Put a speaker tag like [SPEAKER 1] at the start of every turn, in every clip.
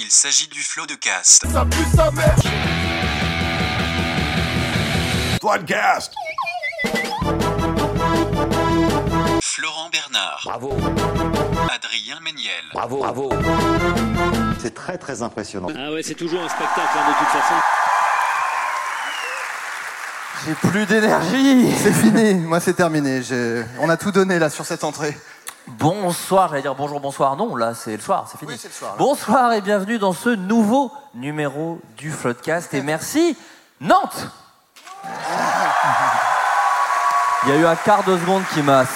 [SPEAKER 1] Il s'agit du flot de cast.
[SPEAKER 2] Podcast.
[SPEAKER 1] Florent Bernard. Bravo. Adrien Méniel.
[SPEAKER 3] Bravo, bravo.
[SPEAKER 4] C'est très très impressionnant.
[SPEAKER 5] Ah ouais, c'est toujours un spectacle hein, de toute façon.
[SPEAKER 4] J'ai plus d'énergie. C'est fini. Moi c'est terminé. J'ai- On a tout donné là sur cette entrée.
[SPEAKER 6] Bonsoir, j'allais dire bonjour, bonsoir, non, là c'est le soir, c'est fini.
[SPEAKER 4] Oui, c'est le soir, là.
[SPEAKER 6] bonsoir et bienvenue dans ce nouveau numéro du Floodcast et merci Nantes Il y a eu un quart de seconde qui m'a... ça m'a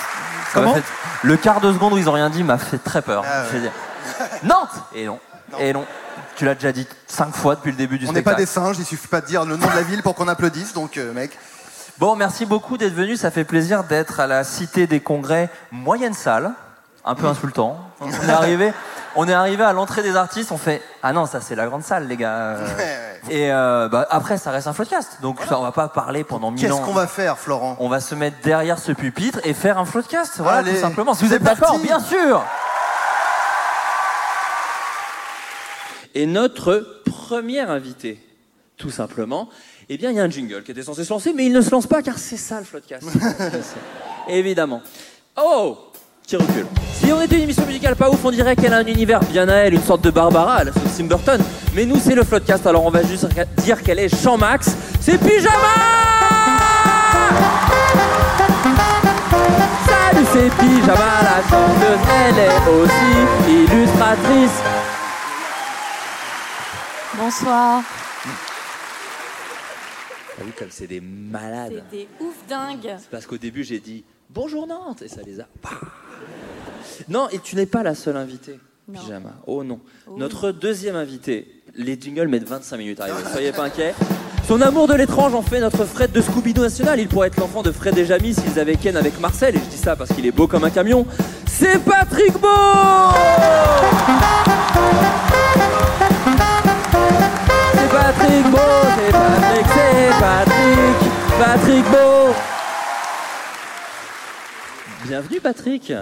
[SPEAKER 4] Comment
[SPEAKER 6] fait- Le quart de seconde où ils ont rien dit m'a fait très peur.
[SPEAKER 4] Ah ouais.
[SPEAKER 6] Je veux dire, Nantes Et non, et non, tu l'as déjà dit cinq fois depuis le début du
[SPEAKER 4] On n'est pas
[SPEAKER 6] spectacle.
[SPEAKER 4] des singes. Il suffit pas de dire le nom de la ville pour qu'on applaudisse. Donc euh, mec,
[SPEAKER 6] Bon, merci beaucoup d'être venu. Ça fait plaisir d'être à la Cité des Congrès, moyenne salle, un peu insultant. On est arrivé, on est arrivé à l'entrée des artistes. On fait ah non, ça c'est la grande salle, les gars. Euh, Et euh, bah, après, ça reste un floodcast. Donc ça, on va pas parler pendant mille ans.
[SPEAKER 4] qu'est-ce qu'on va faire, Florent
[SPEAKER 6] On va se mettre derrière ce pupitre et faire un floodcast. Voilà,
[SPEAKER 4] Allez,
[SPEAKER 6] tout simplement. Si vous
[SPEAKER 4] c'est
[SPEAKER 6] êtes d'accord,
[SPEAKER 4] parti.
[SPEAKER 6] bien sûr.
[SPEAKER 5] Et notre premier invité, tout simplement, eh bien, il y a un jingle qui était censé se lancer, mais il ne se lance pas car c'est ça le floodcast. Évidemment. Oh Qui recule. Si on était une émission musicale pas ouf, on dirait qu'elle a un univers bien à elle, une sorte de Barbara à la sauce Tim Burton. Mais nous, c'est le floodcast, alors on va juste dire qu'elle est Jean Max. C'est Pyjama Salut, c'est Pyjama, la chanteuse, elle est aussi illustratrice.
[SPEAKER 7] Bonsoir.
[SPEAKER 5] T'as vu comme c'est des malades
[SPEAKER 7] C'est des ouf dingues.
[SPEAKER 5] C'est Parce qu'au début, j'ai dit bonjour Nantes et ça les a. Bah. Non, et tu n'es pas la seule invitée.
[SPEAKER 7] Non.
[SPEAKER 5] Pyjama. Oh non. Notre deuxième invitée, les jingles mettent 25 minutes à arriver, soyez pas inquiets. Son amour de l'étrange en fait notre Fred de Scooby-Doo national. Il pourrait être l'enfant de Fred et Jamy s'ils avaient Ken avec Marcel, et je dis ça parce qu'il est beau comme un camion. C'est Patrick Beau C'est Patrick Beau, c'est Patrick, c'est Patrick, Patrick Beau Bienvenue Patrick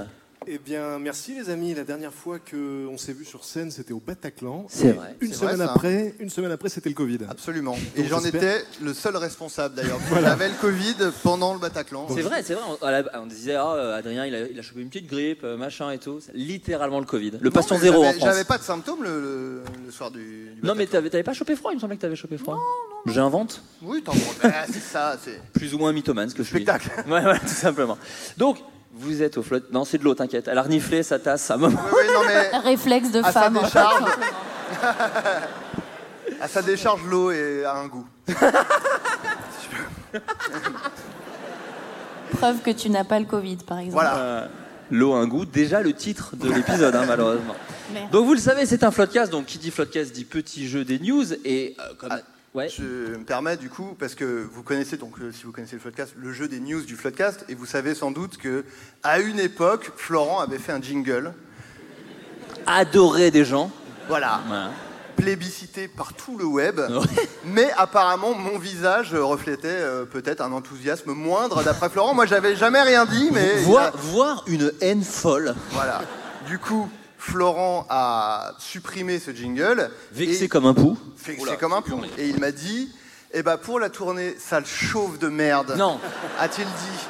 [SPEAKER 8] Eh bien, merci les amis. La dernière fois que on s'est vu sur scène, c'était au Bataclan.
[SPEAKER 5] C'est
[SPEAKER 8] Et
[SPEAKER 5] vrai.
[SPEAKER 8] Une
[SPEAKER 4] C'est vrai,
[SPEAKER 8] semaine
[SPEAKER 4] ça.
[SPEAKER 8] après, une semaine après, c'était le Covid.
[SPEAKER 4] Absolument. Et
[SPEAKER 8] Donc,
[SPEAKER 4] j'en
[SPEAKER 8] j'espère-
[SPEAKER 4] étais le seul responsable d'ailleurs. J'avais le Covid pendant le Bataclan.
[SPEAKER 5] C'est vrai, c'est vrai. On, à la- on disait, ah, euh, Adrien, il a, il a chopé une petite grippe, euh, machin et tout. C'est Littéralement le Covid. Le patient
[SPEAKER 4] Non, mais
[SPEAKER 5] zéro en
[SPEAKER 4] j'avais-
[SPEAKER 5] France.
[SPEAKER 4] J'avais pas de symptômes le, le- le soir du. du
[SPEAKER 5] Non, mais
[SPEAKER 4] Bataclan.
[SPEAKER 5] t'avais t'avais pas chopé froid, il me semblait que t'avais chopé froid. J'invente.
[SPEAKER 4] Oui, t'en Ah, c'est ça. C'est
[SPEAKER 5] Plus ou moins mythomane, ce que je suis.
[SPEAKER 4] spectacle.
[SPEAKER 5] Ouais, ouais, tout simplement. Donc, vous êtes au flot. Non, c'est de l'eau, t'inquiète. Elle a reniflé sa tasse à un moment.
[SPEAKER 4] Oui, non mais.
[SPEAKER 7] Réflexe de
[SPEAKER 4] À sa
[SPEAKER 7] femme. en fait,
[SPEAKER 4] décharge.
[SPEAKER 7] simplement.
[SPEAKER 4] À sa décharge, l'eau et a un goût.
[SPEAKER 7] Preuve que tu n'as pas le Covid, par exemple.
[SPEAKER 4] Voilà.
[SPEAKER 5] Euh, L'eau a un goût, déjà le titre de l'épisode, hein, malheureusement.
[SPEAKER 7] Merde.
[SPEAKER 5] Donc, vous le savez, c'est un floodcast. Donc, qui dit floodcast dit petit jeu des news. Et euh, comme.
[SPEAKER 4] Ah,
[SPEAKER 5] ouais.
[SPEAKER 4] Je me permets du coup, parce que vous connaissez donc, euh, si vous connaissez le Floodcast, le jeu des news du Floodcast, et vous savez sans doute que à une époque, Florent avait fait un jingle,
[SPEAKER 5] Adoré des gens.
[SPEAKER 4] voilà,
[SPEAKER 5] Voilà.
[SPEAKER 4] plébiscité par tout le web,
[SPEAKER 5] Ouais.
[SPEAKER 4] mais apparemment mon visage euh, reflétait euh, peut-être un enthousiasme moindre d'après Florent. Moi, j'avais jamais rien dit, mais il
[SPEAKER 5] Voir,
[SPEAKER 4] a-
[SPEAKER 5] voir une haine folle.
[SPEAKER 4] voilà. Du coup, Florent a supprimé ce jingle.
[SPEAKER 5] Vexé
[SPEAKER 4] et-
[SPEAKER 5] comme un pou.
[SPEAKER 4] Fait que
[SPEAKER 5] Oula,
[SPEAKER 4] c'est comme un pont. Et il m'a dit, eh ben pour la tournée, sale chauve de merde.
[SPEAKER 5] Non.
[SPEAKER 4] A-t-il dit,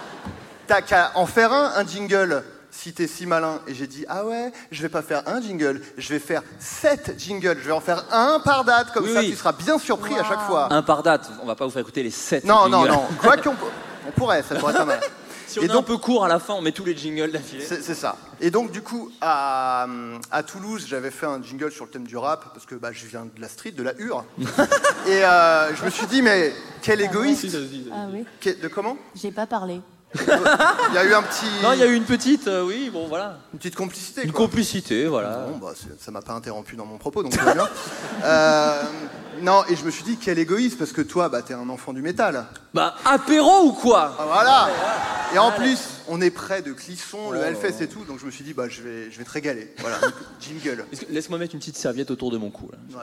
[SPEAKER 4] t'as qu'à en faire un, un jingle. si t'es si malin, et j'ai dit, ah ouais, je vais pas faire un jingle, je vais faire sept jingles, je vais en faire un par date, comme
[SPEAKER 5] Oui,
[SPEAKER 4] ça
[SPEAKER 5] oui.
[SPEAKER 4] tu seras bien surpris à chaque fois.
[SPEAKER 5] Un par date, on va pas vous faire écouter les 7.
[SPEAKER 4] Ah. Non, non, non, quoi qu'on peut- on pourrait, ça pourrait être pas mal.
[SPEAKER 5] Si on
[SPEAKER 4] Et
[SPEAKER 5] est un
[SPEAKER 4] donc-
[SPEAKER 5] peu court à la fin, on met tous les jingles d'affilée.
[SPEAKER 4] C'est c'est ça. Et donc, du coup, à, à Toulouse, j'avais fait un jingle sur le thème du rap, parce que bah, je viens de la street, de la hure. et euh, je me suis dit, mais quel égoïste
[SPEAKER 7] Ah oui,
[SPEAKER 4] Que- De comment
[SPEAKER 7] j'ai pas parlé.
[SPEAKER 4] Il y a eu un petit,
[SPEAKER 5] Non, il y a eu une petite, euh, oui, bon voilà.
[SPEAKER 4] une petite complicité.
[SPEAKER 5] Une
[SPEAKER 4] quoi.
[SPEAKER 5] complicité, voilà.
[SPEAKER 4] Bon, bah, c'est- ça m'a pas interrompu dans mon propos, donc tout va bien. Euh, non, et je me suis dit, quel égoïste, parce que toi, bah, t'es un enfant du métal.
[SPEAKER 5] Bah, apéro ou quoi
[SPEAKER 4] Ah, voilà Et en plus, on est près de Clisson,
[SPEAKER 5] Oh.
[SPEAKER 4] le Hellfest et tout, donc je me suis dit, bah, je vais, je vais te régaler. Voilà, jingle.
[SPEAKER 5] Est-ce que- Laisse-moi mettre une petite serviette autour de mon cou. là.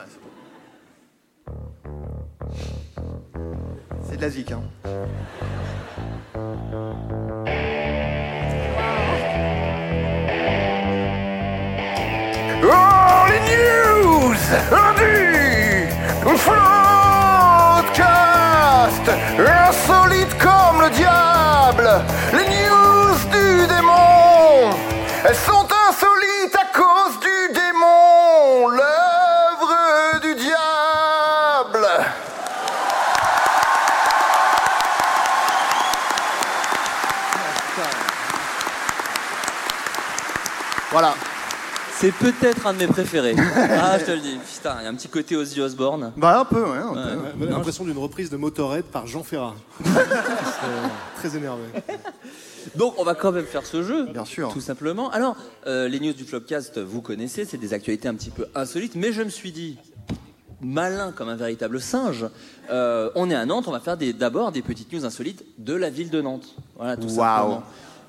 [SPEAKER 4] Ouais, C'est de la zik, hein.
[SPEAKER 2] All les news du Floodcast Insolite comme le diable Les news du démon Elles sont insolites à cause du démon L'œuvre du diable
[SPEAKER 4] Voilà.
[SPEAKER 5] C'est peut-être un de mes préférés. ah, je te le dis. Putain, il y a un petit côté Ozzy Osbourne.
[SPEAKER 4] Bah, un peu, ouais. un peu.
[SPEAKER 8] J'avais l'impression d'une reprise de Motorhead par Jean Ferrat.
[SPEAKER 4] euh,
[SPEAKER 8] C'est très énervé.
[SPEAKER 5] Donc, on va quand même faire ce jeu.
[SPEAKER 4] Bien sûr.
[SPEAKER 5] Tout simplement. Alors, euh, les news du Flopcast, vous connaissez, c'est des actualités un petit peu insolites, mais je me suis dit, malin comme un véritable singe, euh, on est à Nantes, on va faire des- d'abord des petites news insolites de la ville de Nantes. Voilà, tout simplement.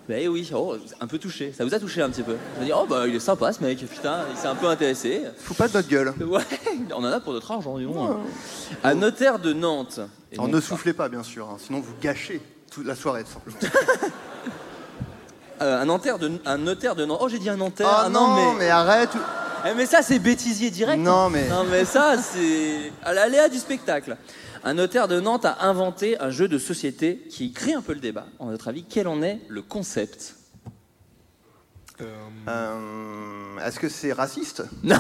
[SPEAKER 5] Ben oui, oh, un peu touché. Ça vous a touché un petit peu Vous avez dit, oh bah il est sympa ce mec, putain, il s'est un peu intéressé.
[SPEAKER 4] Faut pas de notre gueule.
[SPEAKER 5] Ouais, on en a pour notre argent, dis donc. Un notaire de Nantes. Et
[SPEAKER 4] Alors,
[SPEAKER 5] non,
[SPEAKER 4] ne soufflez pas, bien sûr, hein, sinon vous gâchez toute la soirée, tout simplement.
[SPEAKER 5] euh, un, notaire de, un notaire de Nantes. Oh, j'ai dit un notaire.
[SPEAKER 4] Ah
[SPEAKER 5] ah
[SPEAKER 4] non, mais...
[SPEAKER 5] mais.
[SPEAKER 4] arrête
[SPEAKER 5] Eh, mais ça, c'est bêtisier direct.
[SPEAKER 4] Non, mais-
[SPEAKER 5] Non, mais ça, c'est à l'aléa du spectacle. Un notaire de Nantes a inventé un jeu de société qui crée un peu le débat. En notre avis, quel en est le concept
[SPEAKER 4] Euh, Est-ce que c'est raciste
[SPEAKER 5] Non.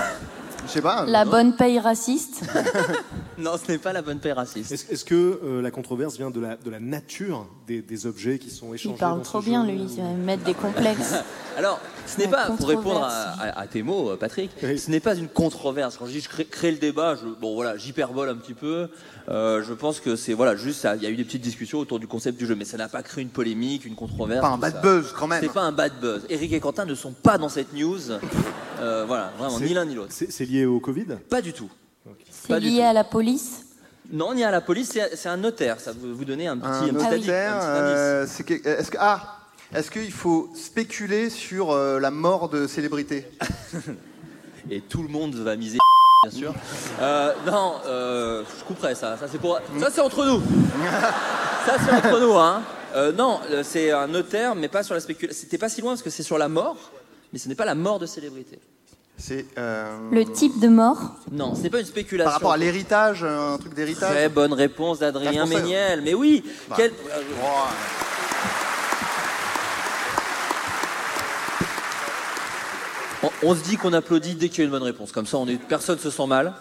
[SPEAKER 4] Je sais pas.
[SPEAKER 7] La bonne paye raciste.
[SPEAKER 5] Non, ce n'est pas la bonne paix raciste.
[SPEAKER 8] Est-ce est-ce que euh, la controverse vient de la, de la nature des, des objets qui sont échangés
[SPEAKER 7] Il parle
[SPEAKER 8] dans ce
[SPEAKER 7] trop
[SPEAKER 8] jeu
[SPEAKER 7] bien,
[SPEAKER 8] ou-
[SPEAKER 7] lui. Il va mettre des complexes.
[SPEAKER 5] Alors, ce n'est
[SPEAKER 7] La
[SPEAKER 5] pas, pour répondre à,
[SPEAKER 7] controverse.
[SPEAKER 5] à- à tes mots, euh, Patrick,
[SPEAKER 8] Oui.
[SPEAKER 5] ce n'est pas une controverse. Quand je dis je crée, crée le débat, je, bon voilà, j'hyperbole un petit peu. Euh, je pense que c'est, voilà, juste, ça- il y a eu des petites discussions autour du concept du jeu, mais ça n'a pas créé une polémique, une controverse.
[SPEAKER 4] Pas un
[SPEAKER 5] tout
[SPEAKER 4] bad
[SPEAKER 5] ça.
[SPEAKER 4] buzz, quand même.
[SPEAKER 5] C'est pas un bad buzz. Eric et Quentin ne sont pas dans cette news. Euh, voilà, vraiment,
[SPEAKER 8] C'est-
[SPEAKER 5] ni l'un ni l'autre.
[SPEAKER 8] C'est c'est lié au Covid
[SPEAKER 5] Pas du tout.
[SPEAKER 7] C'est
[SPEAKER 5] Pas du
[SPEAKER 7] lié
[SPEAKER 5] tout.
[SPEAKER 7] à la police.
[SPEAKER 5] Non, ni à la police, c'est c'est un notaire. Ça vous, vous donner un petit,
[SPEAKER 4] Un
[SPEAKER 5] un petit
[SPEAKER 4] notaire,
[SPEAKER 5] indice, un petit indice.
[SPEAKER 4] euh, c'est que- est-ce que ah, est-ce qu'il faut spéculer sur euh, la mort de célébrités
[SPEAKER 5] Et tout le monde va miser, bien sûr. Euh, non, euh, je couperai ça. Ça, c'est pour.
[SPEAKER 4] Mm.
[SPEAKER 5] Ça, c'est entre nous. ça, c'est entre nous, hein. Euh, non, le- c'est un notaire, mais pas sur la spéculation. C'était pas si loin parce que c'est sur la mort, mais ce n'est pas la mort de célébrité.
[SPEAKER 4] C'est euh,
[SPEAKER 7] Le type de mort.
[SPEAKER 5] Non, ce n'est pas une spéculation.
[SPEAKER 4] par rapport à l'héritage, euh, un truc
[SPEAKER 5] Très
[SPEAKER 4] d'héritage.
[SPEAKER 5] bonne réponse d'Adrien
[SPEAKER 4] Ah, je pensais-
[SPEAKER 5] Méniel. Mais oui,
[SPEAKER 4] Bah.
[SPEAKER 5] quel-
[SPEAKER 4] Oh,
[SPEAKER 5] on, on se dit qu'on applaudit dès qu'il y a une bonne réponse. Comme ça, on est, personne se sent mal.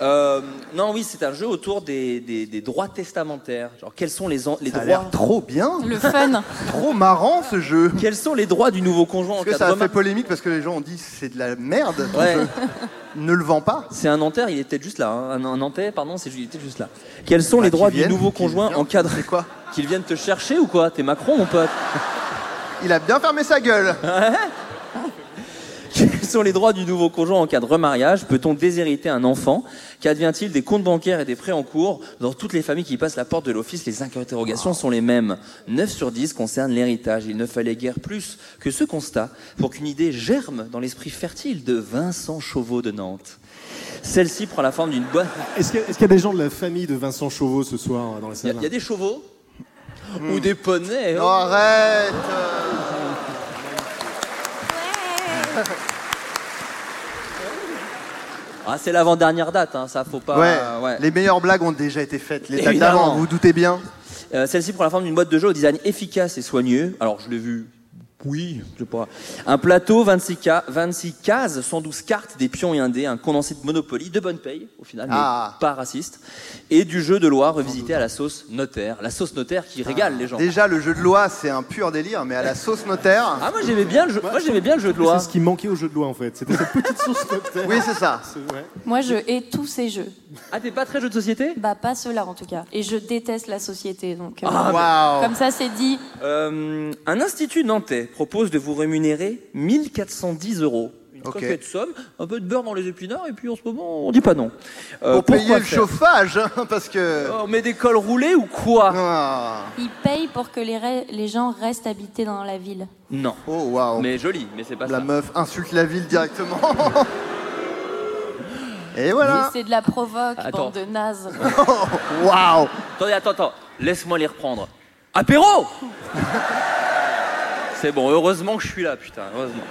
[SPEAKER 5] Euh, non, oui, c'est un jeu autour des, des- des droits testamentaires. Genre, quels sont les, en- les
[SPEAKER 4] ça a
[SPEAKER 5] droits
[SPEAKER 4] l'air trop bien,
[SPEAKER 7] Le fun.
[SPEAKER 4] trop marrant ce jeu.
[SPEAKER 5] Quels sont les droits du nouveau conjoint en
[SPEAKER 4] Parce que
[SPEAKER 5] cas
[SPEAKER 4] ça
[SPEAKER 5] de
[SPEAKER 4] a fait
[SPEAKER 5] remar-
[SPEAKER 4] polémique parce que les gens ont dit c'est de la merde. ton
[SPEAKER 5] Ouais.
[SPEAKER 4] jeu. Ne le vends pas.
[SPEAKER 5] C'est un Nanterre, il est peut-être juste là. hein. Un, un Nantais, pardon, c'est ju- il est peut-être juste là. Quels sont les
[SPEAKER 4] Bah,
[SPEAKER 5] droits
[SPEAKER 4] qu'ils viennent,
[SPEAKER 5] du nouveau
[SPEAKER 4] qu'ils
[SPEAKER 5] conjoint
[SPEAKER 4] viennent,
[SPEAKER 5] en cas de
[SPEAKER 4] C'est quoi
[SPEAKER 5] qu'il vienne te chercher ou quoi T'es Macron, mon pote
[SPEAKER 4] Il a bien fermé sa gueule.
[SPEAKER 5] Ah Quels sont les droits du nouveau conjoint en cas de remariage Peut-on déshériter un enfant Qu'advient-il des comptes bancaires et des prêts en cours Dans toutes les familles qui passent la porte de l'office, les interrogations sont les mêmes. 9 sur 10 concernent l'héritage. Il ne fallait guère plus que ce constat pour qu'une idée germe dans l'esprit fertile de Vincent Chauveau de Nantes. Celle-ci prend la forme d'une bonne...
[SPEAKER 8] Est-ce qu'il y, a- est-ce qu'il y a des gens de la famille de Vincent Chauveau ce soir euh, dans la
[SPEAKER 5] Il y a-
[SPEAKER 8] salle
[SPEAKER 5] il y, a des chevaux ou des poneys.
[SPEAKER 4] Hmm.
[SPEAKER 5] oh.
[SPEAKER 4] Non, arrête. euh.
[SPEAKER 5] Ah, c'est l'avant-dernière date, hein, ça faut pas.
[SPEAKER 4] Ouais.
[SPEAKER 5] ouais.
[SPEAKER 4] Les meilleures blagues ont déjà été faites. Les dates
[SPEAKER 5] Évidemment.
[SPEAKER 4] d'avant, vous vous doutez bien.
[SPEAKER 5] Euh, Celle-ci prend la forme d'une boîte de jeu au design efficace et soigneux. Alors, je l'ai vu Oui, je sais pas. Un plateau, 26, ca- 26 cases, 112 cartes, des pions et un dé, un condensé de Monopoly, de bonne paye, au final, mais
[SPEAKER 4] Ah.
[SPEAKER 5] pas raciste, et du jeu de loi revisité à la sauce notaire. La sauce notaire
[SPEAKER 4] Ah.
[SPEAKER 5] qui régale les gens.
[SPEAKER 4] Déjà, le jeu de loi, c'est un pur délire, mais à la sauce notaire.
[SPEAKER 5] Ah, moi j'aimais bien le jeu, moi, j'aimais bien le jeu de loi.
[SPEAKER 8] C'est ce qui manquait au jeu de loi en fait. C'était cette petite source notaire.
[SPEAKER 4] Oui, c'est ça.
[SPEAKER 5] Euh,
[SPEAKER 8] C'est- ouais.
[SPEAKER 7] Moi, je hais tous ces jeux.
[SPEAKER 5] Ah, t'es pas très jeu de société
[SPEAKER 7] Bah, pas ceux-là en tout cas. Et je déteste la société. Donc, euh,
[SPEAKER 4] Waouh.
[SPEAKER 7] comme ça, c'est dit.
[SPEAKER 5] Euh, un institut nantais propose de vous rémunérer 1410 euros. Une
[SPEAKER 4] Ok.
[SPEAKER 5] coquette somme, un peu de beurre dans les épinards, et puis en ce moment, on dit pas non. Euh,
[SPEAKER 4] Pour
[SPEAKER 5] pourquoi
[SPEAKER 4] payer le
[SPEAKER 5] faire
[SPEAKER 4] chauffage, hein, parce que.
[SPEAKER 5] Euh, On met des cols roulés ou quoi
[SPEAKER 4] Ah.
[SPEAKER 7] Ils payent pour que les, re- les gens restent habités dans la ville.
[SPEAKER 5] Non.
[SPEAKER 4] Oh, waouh.
[SPEAKER 5] Mais joli, mais c'est pas
[SPEAKER 4] La
[SPEAKER 5] ça.
[SPEAKER 4] meuf insulte la ville directement. Et
[SPEAKER 7] Mais
[SPEAKER 4] voilà.
[SPEAKER 7] C'est de la provoque,
[SPEAKER 5] Attends.
[SPEAKER 7] bande de nazes.
[SPEAKER 4] Waouh.
[SPEAKER 5] Attendez, attends, attends. Laisse-moi les reprendre. Apéro C'est bon, heureusement que je suis là, putain, heureusement.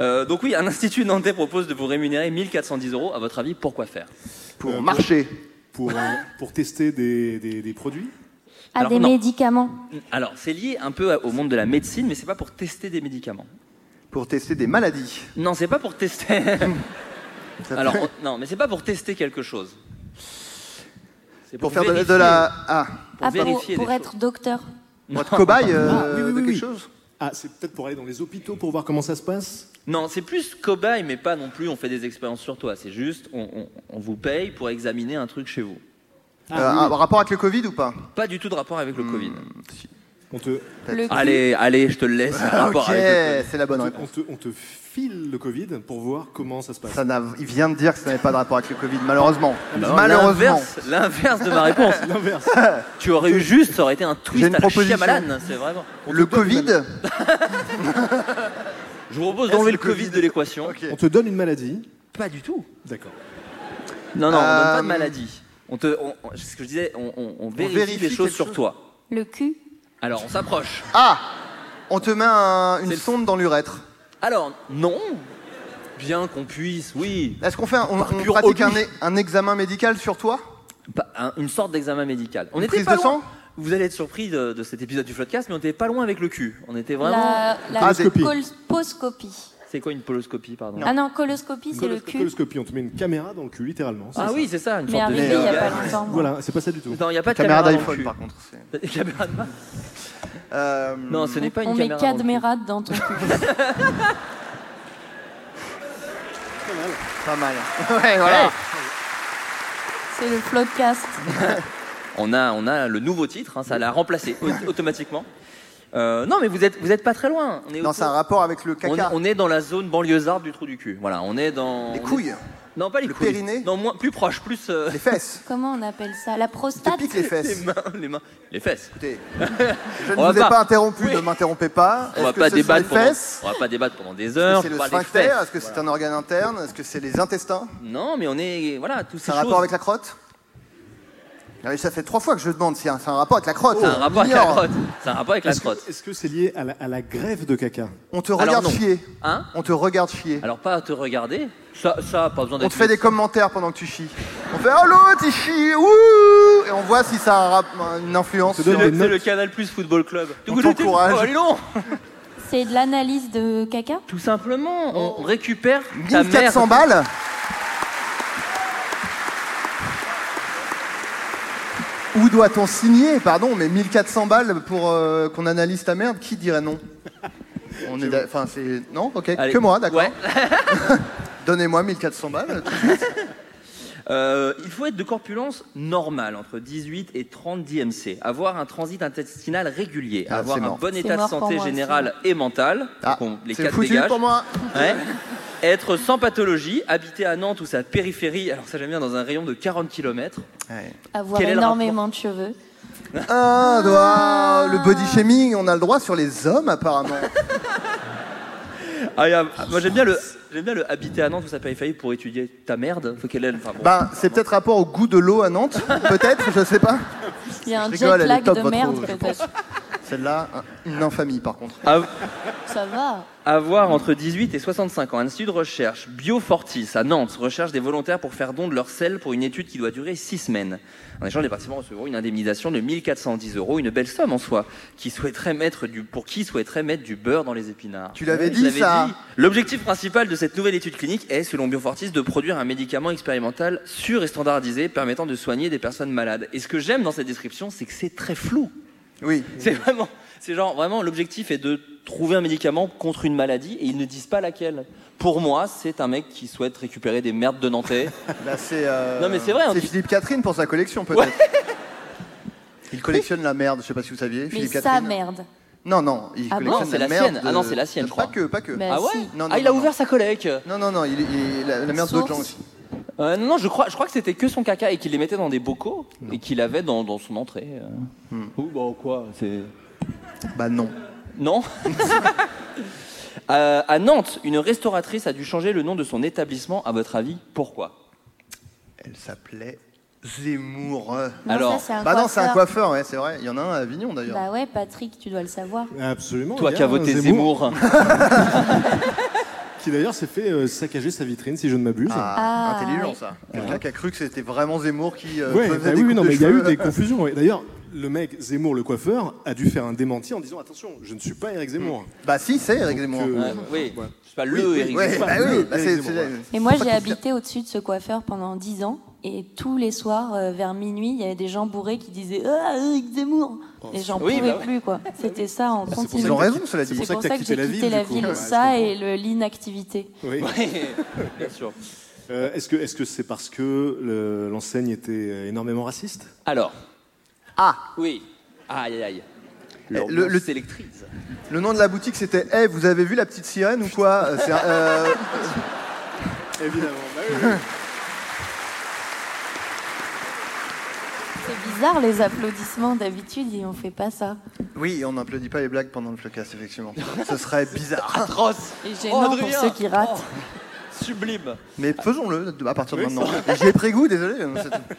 [SPEAKER 5] Euh, donc oui, un institut nantais propose de vous rémunérer 1410 euros. À votre avis, pourquoi faire
[SPEAKER 8] Euh,
[SPEAKER 4] Pour marcher.
[SPEAKER 8] Pour, euh, pour tester des, des- des produits.
[SPEAKER 7] À
[SPEAKER 5] Alors,
[SPEAKER 7] des
[SPEAKER 5] non.
[SPEAKER 7] médicaments.
[SPEAKER 5] Alors, c'est lié un peu au monde de la médecine, mais c'est pas pour tester des médicaments.
[SPEAKER 4] Pour tester des maladies.
[SPEAKER 5] Non, c'est pas pour tester.
[SPEAKER 4] Ça
[SPEAKER 5] Alors,
[SPEAKER 4] peut-
[SPEAKER 5] on- non, mais c'est pas pour tester quelque chose. C'est
[SPEAKER 4] pour faire de, la- de
[SPEAKER 5] vérifier.
[SPEAKER 4] la. Ah.
[SPEAKER 5] Pour
[SPEAKER 7] Ah, pour,
[SPEAKER 5] vérifier
[SPEAKER 7] pour
[SPEAKER 5] des
[SPEAKER 7] être
[SPEAKER 5] choses.
[SPEAKER 7] docteur.
[SPEAKER 4] Pour être cobaye euh,
[SPEAKER 8] Ah, oui, oui,
[SPEAKER 4] de
[SPEAKER 8] oui,
[SPEAKER 4] quelque
[SPEAKER 8] oui.
[SPEAKER 4] chose.
[SPEAKER 8] Ah, c'est peut-être pour aller dans les hôpitaux pour voir comment ça se passe.
[SPEAKER 5] Non, c'est plus cobaye, mais pas non plus. On fait des expériences sur toi. C'est juste, on, on- on vous paye pour examiner un truc chez vous.
[SPEAKER 4] Euh,
[SPEAKER 8] Ah, oui,
[SPEAKER 4] un rapport avec le Covid ou pas
[SPEAKER 5] Pas du tout de rapport avec le
[SPEAKER 4] Hmm,
[SPEAKER 5] Covid.
[SPEAKER 8] on te,
[SPEAKER 7] Le
[SPEAKER 5] Allez, allez, je te le laisse. un
[SPEAKER 4] Ah, Ok,
[SPEAKER 5] rapport avec le Covid.
[SPEAKER 4] c'est la bonne
[SPEAKER 8] on,
[SPEAKER 4] réponse.
[SPEAKER 8] te, on te file le Covid pour voir comment ça se passe.
[SPEAKER 4] Ça n'a- il vient de dire que ça n'avait pas de rapport avec le Covid, malheureusement.
[SPEAKER 5] Non,
[SPEAKER 4] malheureusement.
[SPEAKER 5] l'inverse- L'inverse de ma réponse.
[SPEAKER 8] L'inverse.
[SPEAKER 5] tu aurais eu juste, ça aurait été un twist
[SPEAKER 4] J'ai une
[SPEAKER 5] à la
[SPEAKER 4] proposition.
[SPEAKER 5] Shyamalan, C'est vraiment.
[SPEAKER 4] Le Covid,
[SPEAKER 5] Je vous propose
[SPEAKER 4] Est-ce
[SPEAKER 5] d'enlever
[SPEAKER 4] le
[SPEAKER 5] le Covid
[SPEAKER 4] Covid
[SPEAKER 5] de l'équation.
[SPEAKER 8] On te donne une maladie.
[SPEAKER 5] Pas du tout.
[SPEAKER 8] D'accord.
[SPEAKER 5] Non, non, on donne pas de
[SPEAKER 4] Euh,
[SPEAKER 5] maladie. On te, on- on- c'est ce que je disais, on, on- on vérifie,
[SPEAKER 4] vérifie
[SPEAKER 5] les choses
[SPEAKER 4] quelque
[SPEAKER 5] sur
[SPEAKER 4] chose.
[SPEAKER 5] toi.
[SPEAKER 7] Le cul.
[SPEAKER 5] Alors, on s'approche.
[SPEAKER 4] on te met un- une
[SPEAKER 5] C'est le-
[SPEAKER 4] sonde dans l'urètre.
[SPEAKER 5] Alors, non. Bien qu'on puisse, oui.
[SPEAKER 4] Est-ce qu'on fait un, on,
[SPEAKER 5] Par
[SPEAKER 4] on
[SPEAKER 5] pur
[SPEAKER 4] pratique un,
[SPEAKER 5] oubli.
[SPEAKER 4] é- un examen médical sur toi
[SPEAKER 5] Pas- un- une sorte d'examen médical. On
[SPEAKER 4] prise de sang
[SPEAKER 5] Vous allez être surpris de, de cet épisode du podcast, mais on était pas loin avec le cul. On était vraiment.
[SPEAKER 7] La, la
[SPEAKER 4] Ah,
[SPEAKER 8] Coloscopie.
[SPEAKER 7] colposcopie.
[SPEAKER 5] C'est quoi une poloscopie, pardon
[SPEAKER 7] Ah non, coloscopie, c'est le
[SPEAKER 8] Colosco-
[SPEAKER 7] cul.
[SPEAKER 8] Coloscopie. On te met une caméra dans le cul, littéralement. c'est
[SPEAKER 5] Ah
[SPEAKER 8] ça.
[SPEAKER 5] oui, c'est ça, une
[SPEAKER 7] Mais
[SPEAKER 5] sorte
[SPEAKER 7] arrivé
[SPEAKER 5] de.
[SPEAKER 7] il n'y a pas longtemps. moi.
[SPEAKER 8] Voilà, c'est pas ça du tout.
[SPEAKER 5] Non, il n'y a pas de
[SPEAKER 4] Caméra
[SPEAKER 5] caméra, dans
[SPEAKER 4] d'iPhone,
[SPEAKER 5] le cul.
[SPEAKER 4] par contre. c'est-
[SPEAKER 5] Caméra de main.
[SPEAKER 4] Euh,
[SPEAKER 5] Non, ce n'est pas
[SPEAKER 7] On
[SPEAKER 5] une
[SPEAKER 7] met
[SPEAKER 5] caméra. dans le cul.
[SPEAKER 7] cadmérate dans ton cul.
[SPEAKER 4] Pas mal. Ouais, voilà.
[SPEAKER 7] C'est le floodcast.
[SPEAKER 5] On a, on a le nouveau titre, hein, ça l'a remplacé au- automatiquement. Euh, non, mais vous êtes, vous êtes pas très loin. On est
[SPEAKER 4] Non,
[SPEAKER 5] autour-
[SPEAKER 4] c'est un rapport avec le
[SPEAKER 5] on,
[SPEAKER 4] caca.
[SPEAKER 5] on est dans la zone banlieusarde du trou du cul. Voilà, on est dans.
[SPEAKER 4] Les
[SPEAKER 5] on
[SPEAKER 4] couilles,
[SPEAKER 5] est- Non, pas les
[SPEAKER 4] Le
[SPEAKER 5] couilles.
[SPEAKER 4] périnée
[SPEAKER 5] Non, moins, plus proche, plus. euh,
[SPEAKER 4] les fesses.
[SPEAKER 7] Comment on appelle ça La prostate
[SPEAKER 4] Te pique les
[SPEAKER 5] les
[SPEAKER 4] fesses.
[SPEAKER 5] mains, les mains, les fesses.
[SPEAKER 4] Écoutez, je ne
[SPEAKER 5] On va
[SPEAKER 4] vous ai
[SPEAKER 5] pas-
[SPEAKER 4] pas interrompu,
[SPEAKER 5] Oui.
[SPEAKER 4] ne m'interrompez pas.
[SPEAKER 5] On
[SPEAKER 4] Est-ce
[SPEAKER 5] va
[SPEAKER 4] que
[SPEAKER 5] pas
[SPEAKER 4] ce sont les
[SPEAKER 5] débattre pendant.
[SPEAKER 4] fesses
[SPEAKER 5] On va pas débattre pendant des
[SPEAKER 4] Est-ce
[SPEAKER 5] heures.
[SPEAKER 4] que c'est
[SPEAKER 5] on
[SPEAKER 4] le
[SPEAKER 5] parle des
[SPEAKER 4] sphincter
[SPEAKER 5] fesses.
[SPEAKER 4] Est-ce que c'est un organe interne Est-ce que c'est les intestins
[SPEAKER 5] Non, mais on est voilà tous ces
[SPEAKER 4] C'est un
[SPEAKER 5] choses.
[SPEAKER 4] rapport avec la crotte Ah oui, Ça fait trois fois que je demande si hein, c'est un rapport avec la crotte.
[SPEAKER 5] C'est un
[SPEAKER 4] On
[SPEAKER 5] rapport avec la
[SPEAKER 4] ignore.
[SPEAKER 5] crotte. C'est un rapport avec la
[SPEAKER 8] Est-ce que-
[SPEAKER 5] crotte.
[SPEAKER 8] Est-ce que c'est lié à la, à la grève de caca
[SPEAKER 4] On te
[SPEAKER 5] Alors
[SPEAKER 4] regarde
[SPEAKER 5] non.
[SPEAKER 4] chier.
[SPEAKER 5] Hein
[SPEAKER 4] On te regarde chier.
[SPEAKER 5] Alors pas à te regarder. Ça, ça pas besoin
[SPEAKER 4] On
[SPEAKER 5] d'être.
[SPEAKER 4] te fait des commentaires pendant que tu chies. On fait Oh l'autre, il chie ouh Et on voit si ça a un rap- une influence.
[SPEAKER 8] te donne
[SPEAKER 4] sur-
[SPEAKER 8] des
[SPEAKER 5] C'est le Canal Plus Football Club.
[SPEAKER 4] On t'encourage.
[SPEAKER 5] Oh, allez, non
[SPEAKER 7] C'est de l'analyse de caca
[SPEAKER 5] Tout simplement, on récupère ta mère.
[SPEAKER 4] 1400 balles Où doit-on signer Pardon, mais 1400 balles pour euh, qu'on analyse ta merde, qui dirait non On est d'a- Enfin, c'est. Non Ok,
[SPEAKER 5] Allez.
[SPEAKER 4] que moi, d'accord.
[SPEAKER 5] Ouais.
[SPEAKER 4] Donnez-moi 1400 balles.
[SPEAKER 5] Euh, il faut être de corpulence normale, entre 18 et 30 DMC, avoir un transit intestinal régulier,
[SPEAKER 4] Ah,
[SPEAKER 5] avoir
[SPEAKER 4] c'est
[SPEAKER 5] un
[SPEAKER 4] mort.
[SPEAKER 5] bon
[SPEAKER 7] C'est
[SPEAKER 5] état de
[SPEAKER 7] mort pour
[SPEAKER 5] santé
[SPEAKER 7] moi, c'est
[SPEAKER 5] générale et mentale,
[SPEAKER 4] Ah,
[SPEAKER 5] qu'on- les
[SPEAKER 4] c'est
[SPEAKER 5] quatre
[SPEAKER 4] foutu
[SPEAKER 5] dégagent.
[SPEAKER 4] pour moi.
[SPEAKER 5] Ouais. Être sans pathologie, habiter à Nantes ou sa périphérie, alors ça j'aime bien, dans un rayon de 40 km.
[SPEAKER 7] Avoir
[SPEAKER 5] Quel est le
[SPEAKER 7] énormément de cheveux.
[SPEAKER 4] Un doigt. Le body shaming, on a le droit sur les hommes apparemment.
[SPEAKER 5] Ah, et, euh, moi j'aime bien, le, j'aime bien le habiter à Nantes ou sa périphérie pour étudier ta merde. Faut qu'elle ait- enfin, bon.
[SPEAKER 4] Ben, c'est peut-être rapport au goût de l'eau à Nantes, peut-être, je sais pas.
[SPEAKER 7] Il y a un
[SPEAKER 4] rigole,
[SPEAKER 7] jet
[SPEAKER 4] elle est
[SPEAKER 7] lag
[SPEAKER 4] top,
[SPEAKER 7] de
[SPEAKER 4] votre-
[SPEAKER 7] merde
[SPEAKER 4] je
[SPEAKER 7] peut-être.
[SPEAKER 4] Celle-là, un- une infamie par contre.
[SPEAKER 5] Av-
[SPEAKER 7] Ça va.
[SPEAKER 5] Avoir entre 18 et 65 ans. Un institut de recherche, Biofortis, à Nantes, recherche des volontaires pour faire don de leur sel pour une étude qui doit durer 6 semaines. En échange, les participants recevront une indemnisation de 1410 euros, une belle somme en soi, qui souhaiterait mettre du, pour qui souhaiterait mettre du beurre dans les épinards.
[SPEAKER 4] Tu l'avais
[SPEAKER 5] Je
[SPEAKER 4] dit, ça.
[SPEAKER 5] L'objectif principal de cette nouvelle étude clinique est, selon Biofortis, de produire un médicament expérimental sûr et standardisé permettant de soigner des personnes malades. Et ce que j'aime dans cette description, c'est que c'est très flou.
[SPEAKER 4] Oui.
[SPEAKER 5] C'est vraiment, c'est genre vraiment l'objectif est de trouver un médicament contre une maladie et ils ne disent pas laquelle. Pour moi, c'est un mec qui souhaite récupérer des merdes de Nantais.
[SPEAKER 4] Là, c'est. euh,
[SPEAKER 5] Non, mais c'est vrai, hein,
[SPEAKER 4] C'est
[SPEAKER 5] tu-
[SPEAKER 4] Philippe Catherine pour sa collection peut-être. Il collectionne la merde, je sais pas si vous saviez.
[SPEAKER 7] Mais
[SPEAKER 4] Philippe
[SPEAKER 7] sa
[SPEAKER 4] Catherine.
[SPEAKER 7] merde.
[SPEAKER 4] Non, non, il
[SPEAKER 7] Ah
[SPEAKER 4] collectionne
[SPEAKER 7] bon
[SPEAKER 5] Non, c'est
[SPEAKER 4] la
[SPEAKER 5] la
[SPEAKER 4] merde.
[SPEAKER 5] sienne.
[SPEAKER 4] de-
[SPEAKER 5] Ah non, c'est la sienne,
[SPEAKER 4] de-
[SPEAKER 5] je
[SPEAKER 4] Pas
[SPEAKER 5] crois.
[SPEAKER 4] que, pas que.
[SPEAKER 7] Mais
[SPEAKER 5] ah ouais
[SPEAKER 7] si.
[SPEAKER 4] Non, non,
[SPEAKER 5] Ah, il
[SPEAKER 4] non,
[SPEAKER 5] a ouvert sa collecte.
[SPEAKER 4] Non, non, non, il, il- la, la merde d'autres gens
[SPEAKER 7] Source.
[SPEAKER 4] aussi.
[SPEAKER 5] Euh, non, non, je crois, je crois que c'était que son caca et qu'il les mettait dans des bocaux et qu'il avait dans, dans son entrée. euh. Ou bah quoi, c'est.
[SPEAKER 4] Bah non.
[SPEAKER 5] Non Euh, À Nantes, une restauratrice a dû changer le nom de son établissement. À votre avis, pourquoi
[SPEAKER 4] Elle s'appelait Zemmour.
[SPEAKER 7] Non,
[SPEAKER 5] Alors,
[SPEAKER 7] ça, c'est un
[SPEAKER 4] Bah non, c'est un coiffeur,
[SPEAKER 7] coiffeur.
[SPEAKER 4] ouais, c'est vrai. Il y en a un à Avignon d'ailleurs.
[SPEAKER 7] Bah ouais, Patrick, tu dois le savoir.
[SPEAKER 8] Absolument.
[SPEAKER 5] Toi
[SPEAKER 8] Oh, il y
[SPEAKER 5] qui as
[SPEAKER 8] a
[SPEAKER 5] voté
[SPEAKER 8] Zemmour,
[SPEAKER 5] Zemmour.
[SPEAKER 8] Qui d'ailleurs s'est fait euh, saccager sa vitrine, si je ne m'abuse.
[SPEAKER 4] Ah,
[SPEAKER 7] Ah,
[SPEAKER 4] intelligent
[SPEAKER 7] oui.
[SPEAKER 4] ça. Quelqu'un qui a cru que c'était vraiment Zemmour qui euh,
[SPEAKER 8] Ouais,
[SPEAKER 4] faisait
[SPEAKER 8] bah
[SPEAKER 4] des
[SPEAKER 8] oui,
[SPEAKER 4] coupes
[SPEAKER 8] non,
[SPEAKER 4] de
[SPEAKER 8] mais il y a eu
[SPEAKER 4] cheveux.
[SPEAKER 8] des confusions. ouais. D'ailleurs, le mec Zemmour, le coiffeur, a dû faire un démenti en disant attention, je ne suis pas Eric Zemmour.
[SPEAKER 4] Bah si, c'est Eric Zemmour.
[SPEAKER 8] que-
[SPEAKER 5] Ouais, Euh, oui, c'est pas le Eric
[SPEAKER 4] Ouais,
[SPEAKER 5] Zemmour.
[SPEAKER 4] bah oui, bah,
[SPEAKER 8] Eric
[SPEAKER 4] c'est-
[SPEAKER 8] Zemmour,
[SPEAKER 4] c'est-
[SPEAKER 8] ouais.
[SPEAKER 7] Et moi, j'ai habité au-dessus de ce coiffeur pendant 10 ans. Et tous les soirs, euh, vers minuit, il y avait des gens bourrés qui disaient Ah, Eric Zemmour Les gens
[SPEAKER 5] Oui,
[SPEAKER 7] pouvaient
[SPEAKER 5] bah ouais.
[SPEAKER 7] plus, quoi. C'était ça en
[SPEAKER 8] pour
[SPEAKER 7] continu.
[SPEAKER 8] ça
[SPEAKER 4] Ils ont raison, cela
[SPEAKER 8] C'est
[SPEAKER 4] dit.
[SPEAKER 8] pour ça que t'as
[SPEAKER 7] que
[SPEAKER 8] quitté
[SPEAKER 7] j'ai
[SPEAKER 8] la ville,
[SPEAKER 7] quitté
[SPEAKER 8] du
[SPEAKER 7] la
[SPEAKER 8] coup.
[SPEAKER 7] ville,
[SPEAKER 8] Ouais, je
[SPEAKER 7] ça et le- l'inactivité.
[SPEAKER 8] Oui.
[SPEAKER 5] Bien sûr.
[SPEAKER 8] Euh, est-ce que est-ce que c'est parce que le- l'enseigne était énormément raciste
[SPEAKER 5] Alors.
[SPEAKER 4] Ah.
[SPEAKER 5] Oui. Aïe, aïe, aïe.
[SPEAKER 4] le- le-
[SPEAKER 5] sélectrise.
[SPEAKER 4] Le nom de la boutique c'était Eh, vous avez vu la petite sirène ou quoi Euh, c'est un- euh,
[SPEAKER 8] Évidemment.
[SPEAKER 7] C'est bizarre, les applaudissements d'habitude, et on fait pas ça.
[SPEAKER 4] Oui, on n'applaudit pas les blagues pendant le flocast, effectivement. Ce serait bizarre.
[SPEAKER 5] Atroce.
[SPEAKER 7] Et Ah. gênant pour
[SPEAKER 5] Adrien.
[SPEAKER 7] ceux qui ratent.
[SPEAKER 5] Oh, sublime.
[SPEAKER 4] Mais faisons-le à partir de
[SPEAKER 5] Oui,
[SPEAKER 4] maintenant. J'y ai pris goût, désolé. hein, c'est tout.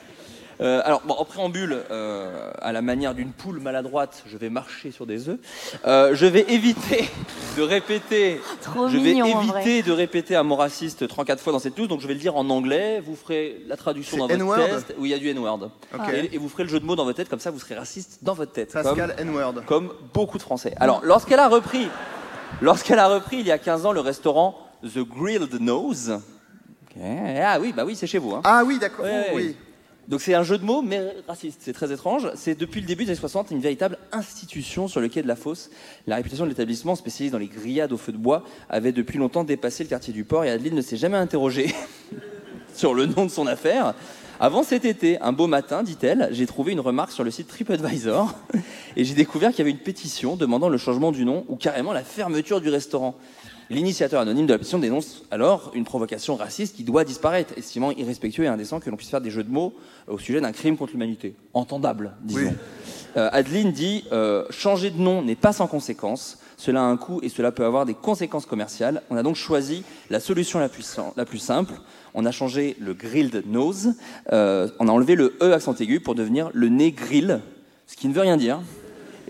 [SPEAKER 5] Euh, alors, bon, en préambule, euh, à la manière d'une poule maladroite, je vais marcher sur des œufs. Euh, je vais éviter de répéter.
[SPEAKER 7] Trop
[SPEAKER 5] je vais
[SPEAKER 7] mignon, en vrai.
[SPEAKER 5] éviter de répéter à mon raciste 34 fois dans cette news, donc je vais le dire en anglais. Vous ferez la traduction dans
[SPEAKER 4] C'est
[SPEAKER 5] votre
[SPEAKER 4] N-word
[SPEAKER 5] test où il y a du N-word.
[SPEAKER 4] Ok.
[SPEAKER 5] Et, et vous ferez le jeu de mots dans votre tête, comme ça vous serez raciste dans votre tête. Comme-
[SPEAKER 4] Pascal N-Word.
[SPEAKER 5] comme beaucoup de Français. Alors, lorsqu'elle a repris, lorsqu'elle a repris il y a 15 ans le restaurant The Grilled Nose. Ok. Ah oui, bah oui, c'est chez vous. hein.
[SPEAKER 4] Ah oui, d'accord.
[SPEAKER 5] Ouais, ouais.
[SPEAKER 4] oui.
[SPEAKER 5] Donc c'est un jeu de mots, mais raciste. C'est très étrange. C'est depuis le début des années 60 une véritable institution sur le quai de la Fosse. La réputation de l'établissement, spécialisé dans les grillades au feu de bois, avait depuis longtemps dépassé le quartier du port et Adeline ne s'est jamais interrogée sur le nom de son affaire. Avant cet été, un beau matin, dit-elle, j'ai trouvé une remarque sur le site TripAdvisor et j'ai découvert qu'il y avait une pétition demandant le changement du nom ou carrément la fermeture du restaurant. L'initiateur anonyme de la pétition dénonce alors une provocation raciste qui doit disparaître, estimant irrespectueux et indécent que l'on puisse faire des jeux de mots au sujet d'un crime contre l'humanité. Entendable, disons.
[SPEAKER 4] Oui.
[SPEAKER 5] Euh, Adeline dit euh, changer de nom n'est pas sans conséquences. Cela a un coût et cela peut avoir des conséquences commerciales. On a donc choisi la solution la plus, sim- la plus simple. On a changé le grilled nose. Euh, on a enlevé le e accent aigu pour devenir le nez grill, ce qui ne veut rien dire.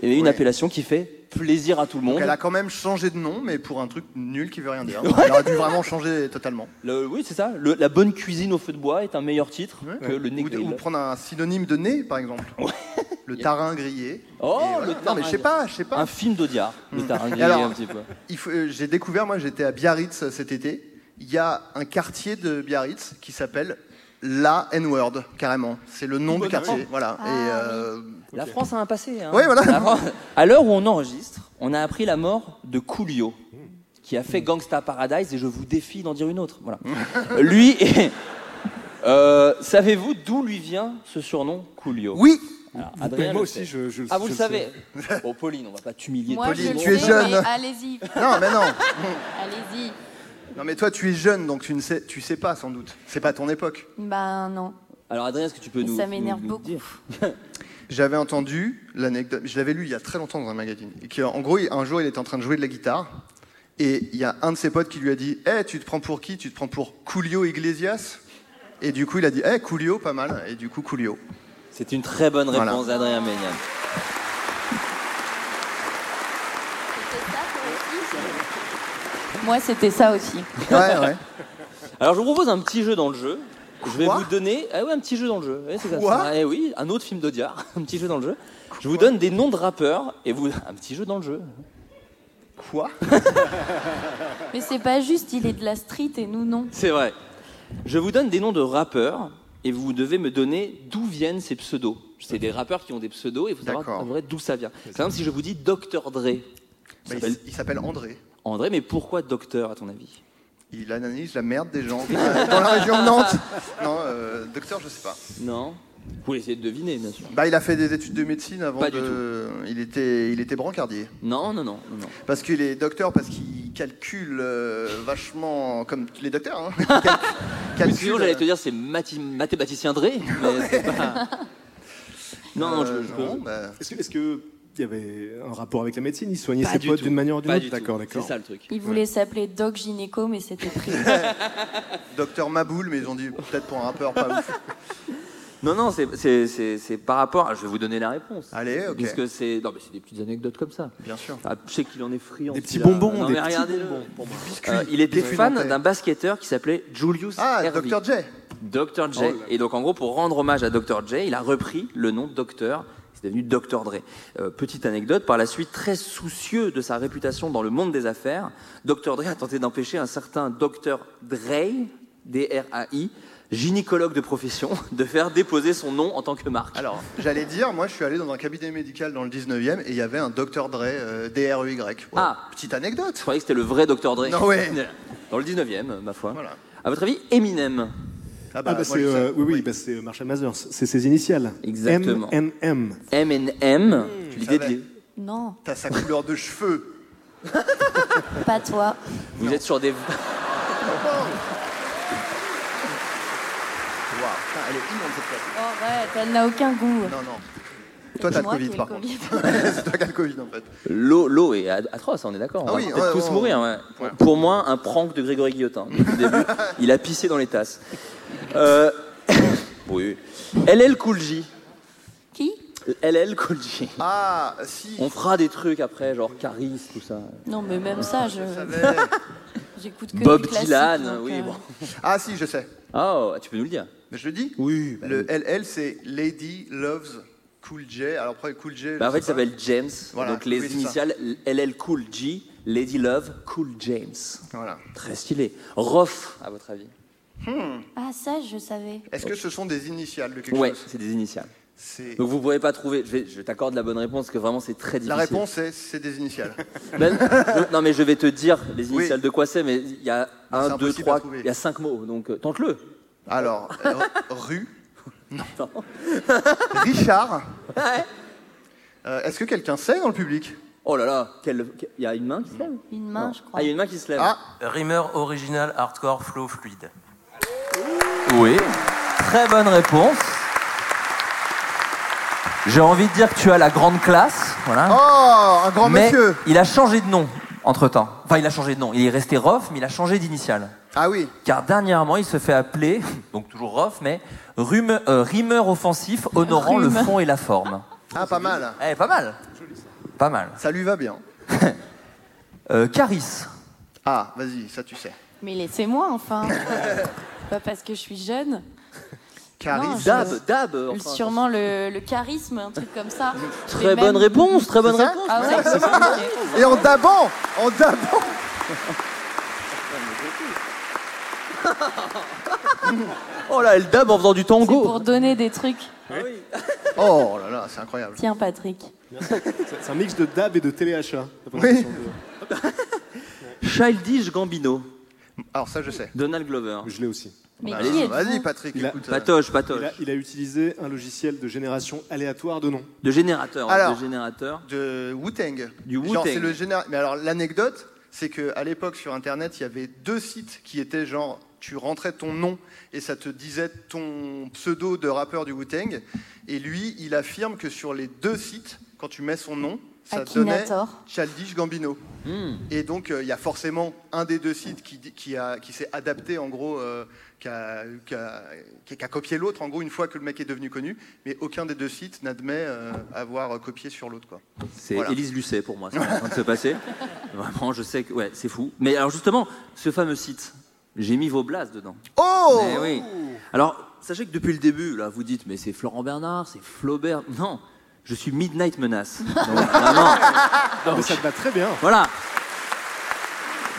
[SPEAKER 5] Et une appellation qui fait plaisir à tout le monde.
[SPEAKER 4] Elle a quand même changé de nom, mais pour un truc nul qui veut rien dire. Elle aurait dû vraiment changer totalement.
[SPEAKER 5] Le- oui, c'est ça. Le- la bonne cuisine au feu de bois est un meilleur titre que le nez
[SPEAKER 4] Ou,
[SPEAKER 5] grill.
[SPEAKER 4] ou prendre un synonyme de nez, par exemple. Le tarin grillé.
[SPEAKER 5] Oh,
[SPEAKER 4] Et voilà.
[SPEAKER 5] le
[SPEAKER 4] Non, mais je sais pas, je sais pas. Mm.
[SPEAKER 5] Un film d'Audiard. Le taringuer,
[SPEAKER 4] alors-
[SPEAKER 5] un petit peu.
[SPEAKER 4] Il faut- euh, J'ai découvert, moi j'étais à Biarritz euh, cet été, il y a un quartier de Biarritz qui s'appelle la N-Word, carrément. C'est le nom du quartier. Voilà.
[SPEAKER 7] Ah,
[SPEAKER 4] Et, euh,
[SPEAKER 5] La France a un passé. Hein.
[SPEAKER 4] Oui, voilà.
[SPEAKER 5] La France- À l'heure où on enregistre, on a appris la mort de Coolio, qui a fait Gangsta Paradise, et je vous défie d'en dire une autre. Voilà. lui, euh, savez-vous d'où lui vient ce surnom Coolio
[SPEAKER 4] Oui,
[SPEAKER 5] Alors, Adrien
[SPEAKER 8] moi
[SPEAKER 5] le
[SPEAKER 8] aussi,
[SPEAKER 5] sait.
[SPEAKER 8] je, je
[SPEAKER 5] Ah, vous
[SPEAKER 8] je
[SPEAKER 5] le savez Bon, Pauline, on va pas t'humilier.
[SPEAKER 7] Moi,
[SPEAKER 5] tout le
[SPEAKER 7] je
[SPEAKER 4] Pauline,
[SPEAKER 7] le
[SPEAKER 4] tu
[SPEAKER 5] monde.
[SPEAKER 4] es
[SPEAKER 7] sais,
[SPEAKER 4] jeune.
[SPEAKER 7] mais Allez-y,
[SPEAKER 4] non, mais non.
[SPEAKER 7] allez-y.
[SPEAKER 4] Non, mais toi tu es jeune, donc tu ne sais, tu sais pas sans doute. C'est pas ton époque.
[SPEAKER 7] Ben non.
[SPEAKER 5] Alors, Adrien, est-ce que tu peux
[SPEAKER 7] Mais
[SPEAKER 5] nous.
[SPEAKER 7] ça m'énerve
[SPEAKER 5] nous- nous
[SPEAKER 7] beaucoup.
[SPEAKER 5] dire
[SPEAKER 4] J'avais entendu l'anecdote, je l'avais lu il y a très longtemps dans un magazine. Et que, en gros, il- un jour, il était en train de jouer de la guitare. Et il y a un de ses potes qui lui a dit Eh, tu te prends pour qui Tu te prends pour Coolio Iglesias Et du coup, il a dit Eh, Coolio, pas mal. Et du coup, Coolio.
[SPEAKER 5] C'est une très bonne réponse, Adrien Méniel.
[SPEAKER 7] Moi, c'était ça aussi.
[SPEAKER 4] Ouais, ouais.
[SPEAKER 5] Alors, je vous propose un petit jeu dans le jeu. je vais
[SPEAKER 4] Quoi
[SPEAKER 5] vous donner. Ah ouais, un petit jeu dans le jeu. Ouais, c'est ça,
[SPEAKER 4] Quoi
[SPEAKER 5] c'est- eh oui, un autre film d'Audiard. un petit jeu dans le jeu. Je vous donne des noms de rappeurs et vous. Un petit jeu dans le jeu.
[SPEAKER 4] Quoi
[SPEAKER 7] Mais c'est pas juste, il est de la street et nous non.
[SPEAKER 5] C'est vrai. Je vous donne des noms de rappeurs et vous devez me donner d'où viennent ces pseudos. C'est des rappeurs qui ont des pseudos et il faut savoir
[SPEAKER 4] D'accord.
[SPEAKER 5] en vrai d'où ça vient. Par exemple, si je vous dis Dr. Dre,
[SPEAKER 4] Bah,
[SPEAKER 5] s'appelle-
[SPEAKER 4] il- Il s'appelle André.
[SPEAKER 5] André, mais pourquoi Docteur à ton avis
[SPEAKER 4] Il analyse la merde des gens euh, dans la région de Nantes. Non, euh, docteur, je sais pas.
[SPEAKER 5] Non. Vous pouvez essayer de deviner, bien sûr.
[SPEAKER 4] Bah, il a fait des études de médecine avant
[SPEAKER 5] Pas du
[SPEAKER 4] de. Il était, il était brancardier.
[SPEAKER 5] Non, non, non, non, non.
[SPEAKER 4] Parce qu'il est docteur, parce qu'il calcule euh, vachement comme les docteurs. Hein. Cal-
[SPEAKER 5] Oui,
[SPEAKER 4] calcule,
[SPEAKER 5] sinon, j'allais te dire, c'est mathi- mathématicien Dre, mais c'est pas. Non, non, je,
[SPEAKER 4] euh,
[SPEAKER 5] je
[SPEAKER 4] non,
[SPEAKER 5] peux.
[SPEAKER 4] bah,
[SPEAKER 8] Est-ce que, est-ce que il y avait un rapport avec la médecine Il soignait
[SPEAKER 5] Pas
[SPEAKER 8] ses
[SPEAKER 5] du
[SPEAKER 8] potes
[SPEAKER 5] tout.
[SPEAKER 8] d'une manière ou d'une
[SPEAKER 5] Pas
[SPEAKER 8] autre
[SPEAKER 5] du tout.
[SPEAKER 8] D'accord, d'accord.
[SPEAKER 5] C'est ça le truc.
[SPEAKER 7] Il voulait s'appeler Doc Gynéco, mais c'était pris.
[SPEAKER 4] docteur Maboul, mais ils ont dit peut-être pour un rappeur pas ouf.
[SPEAKER 5] Non, non, c'est- c'est c'est- c'est par rapport. à- Je vais vous donner la réponse.
[SPEAKER 4] Allez, ok.
[SPEAKER 5] Parce que c'est. Non, mais c'est des petites anecdotes comme ça.
[SPEAKER 4] Bien sûr.
[SPEAKER 5] Ah, je sais qu'il en est friand.
[SPEAKER 8] Des petits
[SPEAKER 5] celui-là.
[SPEAKER 8] bonbons,
[SPEAKER 5] Non,
[SPEAKER 8] des
[SPEAKER 5] mais
[SPEAKER 8] petits
[SPEAKER 5] regardez-le.
[SPEAKER 4] biscuits.
[SPEAKER 5] Euh, il était
[SPEAKER 4] Des
[SPEAKER 5] fan
[SPEAKER 4] friandantais.
[SPEAKER 5] d'un basketteur qui s'appelait Julius
[SPEAKER 4] Ah,
[SPEAKER 5] Erving.
[SPEAKER 4] docteur J.
[SPEAKER 5] Dr.
[SPEAKER 4] Oh
[SPEAKER 5] J. Et donc, en gros, pour rendre hommage à Dr. J, il a repris le nom de Docteur. C'est devenu Dr. Dre. Euh, petite anecdote, par la suite, très soucieux de sa réputation dans le monde des affaires, Dr. Dre a tenté d'empêcher un certain Dr. Dre, D-R-A-I, gynécologue de profession, de faire déposer son nom en tant que marque.
[SPEAKER 4] Alors, j'allais dire, moi, je suis allé dans un cabinet médical dans le 19e et il y avait un docteur Dre, euh, D-R-E-Y. Voilà.
[SPEAKER 5] Ah.
[SPEAKER 4] Petite anecdote.
[SPEAKER 5] Je croyais que c'était le vrai Dr. Dre.
[SPEAKER 4] Non, ouais.
[SPEAKER 5] Dans le 19e, ma foi.
[SPEAKER 4] Voilà.
[SPEAKER 5] À votre avis, Eminem
[SPEAKER 4] Ah
[SPEAKER 8] Ah, bah,
[SPEAKER 4] moi,
[SPEAKER 8] c'est,
[SPEAKER 4] je sais.
[SPEAKER 8] euh, oui, oui, bah, c'est euh, Marshall Mathers. C'est ses initiales.
[SPEAKER 5] Exactement.
[SPEAKER 8] M.
[SPEAKER 4] Mmh,
[SPEAKER 5] M&M, l'idée de
[SPEAKER 4] savais.
[SPEAKER 5] les-
[SPEAKER 7] Non,
[SPEAKER 4] T'as sa couleur de cheveux.
[SPEAKER 7] pas toi.
[SPEAKER 5] Vous êtes sur des...
[SPEAKER 4] Waouh, putain, elle est immonde cette place.
[SPEAKER 7] Oh, ouais, elle n'a aucun goût.
[SPEAKER 4] Non, non. Toi, t'as le
[SPEAKER 7] Moi qui
[SPEAKER 4] Covid,
[SPEAKER 7] ai
[SPEAKER 4] par
[SPEAKER 7] le
[SPEAKER 4] contre.
[SPEAKER 7] Covid.
[SPEAKER 4] c'est toi qui as le Covid, en fait.
[SPEAKER 5] L'eau, l'eau est ad- atroce, on est d'accord.
[SPEAKER 4] Ah
[SPEAKER 5] on
[SPEAKER 4] oui,
[SPEAKER 5] va peut-être
[SPEAKER 4] ouais,
[SPEAKER 5] tous
[SPEAKER 4] ouais,
[SPEAKER 5] mourir. ouais. Pour, pour moi, un prank de Grégory Guillotin. Depuis le début, il a pissé dans les tasses. Euh, oui. LL Cool J.
[SPEAKER 7] Qui
[SPEAKER 5] LL Cool J.
[SPEAKER 4] Ah, si.
[SPEAKER 5] On fera des trucs après, genre Caris, tout ça.
[SPEAKER 7] Non, mais même ça, je
[SPEAKER 4] je savais.
[SPEAKER 7] j'écoute que
[SPEAKER 5] Bob
[SPEAKER 7] du classique,
[SPEAKER 5] Dylan,
[SPEAKER 7] donc,
[SPEAKER 5] oui,
[SPEAKER 7] euh,
[SPEAKER 5] bon.
[SPEAKER 4] ah, si, je sais.
[SPEAKER 5] Oh, tu peux nous le dire Bah,
[SPEAKER 4] Mais je le dis
[SPEAKER 5] Oui.
[SPEAKER 4] Le LL, c'est Lady Loves Cool J. Alors, après, Cool J.
[SPEAKER 5] Bah,
[SPEAKER 4] je
[SPEAKER 5] en fait, il
[SPEAKER 4] sais pas.
[SPEAKER 5] s'appelle James.
[SPEAKER 4] Voilà,
[SPEAKER 5] donc les
[SPEAKER 4] oui, c'est ça.
[SPEAKER 5] initiales LL Cool J, Lady Love, Cool James.
[SPEAKER 4] Voilà.
[SPEAKER 5] Très stylé. Rof, à votre avis
[SPEAKER 7] Ah, ça, je savais.
[SPEAKER 4] Est-ce que ce sont des initiales de quelque
[SPEAKER 5] Ouais,
[SPEAKER 4] chose
[SPEAKER 5] c'est des initiales.
[SPEAKER 4] C'est.
[SPEAKER 5] Donc vous pouvez pas trouver. Je, vais- je t'accorde la bonne réponse parce que vraiment c'est très difficile.
[SPEAKER 4] La réponse est c'est des initiales.
[SPEAKER 5] Ben, je- non mais je vais te dire les initiales
[SPEAKER 4] Oui. Ah,
[SPEAKER 5] de quoi c'est, mais il y a
[SPEAKER 4] c'est
[SPEAKER 5] un,
[SPEAKER 4] impossible
[SPEAKER 5] deux,
[SPEAKER 4] à
[SPEAKER 5] trois,
[SPEAKER 4] trouver.
[SPEAKER 5] il y a cinq mots, donc euh, tente-le.
[SPEAKER 4] Alors, euh, rue. Richard. Euh, Est-ce que quelqu'un sait dans le public
[SPEAKER 5] Oh là là, quel- quel- il y a une main qui se lève.
[SPEAKER 7] Une main, je crois.
[SPEAKER 5] Ah, il y a une main qui se lève.
[SPEAKER 4] Ah.
[SPEAKER 6] Rimmer original, hardcore, flow, fluide.
[SPEAKER 5] oui.
[SPEAKER 6] Très bonne réponse. J'ai envie de dire que tu as la grande classe. Voilà.
[SPEAKER 4] Oh, un grand
[SPEAKER 6] mais
[SPEAKER 4] monsieur
[SPEAKER 6] il a changé de nom entre temps. Enfin, il a changé de nom. Il est resté Rof, mais il a changé d'initiale.
[SPEAKER 4] Ah oui,
[SPEAKER 6] Car dernièrement, il se fait appeler, donc toujours Rof, mais rume- euh, rimeur offensif honorant le
[SPEAKER 7] Rume.
[SPEAKER 6] fond et la forme.
[SPEAKER 4] ah pas mal.
[SPEAKER 6] Eh, pas mal. Pas mal.
[SPEAKER 4] Ça lui va bien.
[SPEAKER 6] Euh, Caris.
[SPEAKER 4] Ah, vas-y, ça tu sais.
[SPEAKER 7] Mais laissez-moi, enfin. pas parce que je suis jeune.
[SPEAKER 5] Ah,
[SPEAKER 7] Non,
[SPEAKER 4] Caris.
[SPEAKER 7] je-
[SPEAKER 5] Dab, dab. enfin,
[SPEAKER 7] Sûrement le, le charisme, un truc comme ça. Je vais
[SPEAKER 5] Très bonne
[SPEAKER 7] même-
[SPEAKER 5] réponse, très bonne
[SPEAKER 4] C'est ça
[SPEAKER 5] réponse.
[SPEAKER 7] Ah ouais, ok.
[SPEAKER 4] Et en dabant En dabant
[SPEAKER 5] Oh là, elle dab en faisant du
[SPEAKER 7] C'est
[SPEAKER 5] tango.
[SPEAKER 7] pour donner des trucs.
[SPEAKER 4] Oh là là, c'est incroyable.
[SPEAKER 7] Tiens, Patrick.
[SPEAKER 4] Bah,
[SPEAKER 8] C'est un mix de dab et de téléachat. la présentation de-
[SPEAKER 5] Childish Gambino,
[SPEAKER 4] Alors ça je sais.
[SPEAKER 5] Donald Glover.
[SPEAKER 8] Je l'ai aussi.
[SPEAKER 7] Mais
[SPEAKER 4] Bah,
[SPEAKER 7] qui
[SPEAKER 4] allez-y,
[SPEAKER 7] est
[SPEAKER 4] Vas-y Patrick,
[SPEAKER 8] Il a-
[SPEAKER 4] écoute. euh,
[SPEAKER 5] Patoche,
[SPEAKER 8] Il a,
[SPEAKER 5] patoche.
[SPEAKER 8] il a utilisé un logiciel de génération aléatoire de noms.
[SPEAKER 5] De générateur, hein,
[SPEAKER 4] Alors.
[SPEAKER 5] de générateur.
[SPEAKER 4] de Wu-Tang.
[SPEAKER 5] Du
[SPEAKER 4] Genre,
[SPEAKER 5] Wu-Tang.
[SPEAKER 4] c'est le général. Mais alors, l'anecdote, c'est que à l'époque, sur Internet, il y avait deux sites qui étaient genre, tu rentrais ton nom et ça te disait ton pseudo de rappeur du Wu-Tang. Et lui, il affirme que sur les deux sites, quand tu mets son nom, ça donnait
[SPEAKER 7] Akinator.
[SPEAKER 4] Childish Gambino.
[SPEAKER 5] Hmm.
[SPEAKER 4] Et donc, euh, il y a forcément un des deux sites qui, dit- qui, a- qui s'est adapté, en gros, euh, qui a, qui a- qui a- qui a copié l'autre, en gros, une fois que le mec est devenu connu. Mais aucun des deux sites n'admet euh, avoir euh, copié sur l'autre. quoi.
[SPEAKER 5] C'est
[SPEAKER 4] Voilà.
[SPEAKER 5] Élise Lucet pour moi, ce qui est en train de se passer. Vraiment, je sais que ouais, c'est fou. Mais alors justement, ce fameux site, j'ai mis vos blases dedans.
[SPEAKER 4] Oh
[SPEAKER 5] Eh oui. Alors, sachez que depuis le début, là, vous dites, mais c'est Florent Bernard, c'est Flaubert. Non, je suis Midnight Menace. Donc, vraiment.
[SPEAKER 8] Mais ça te va très bien.
[SPEAKER 5] Voilà.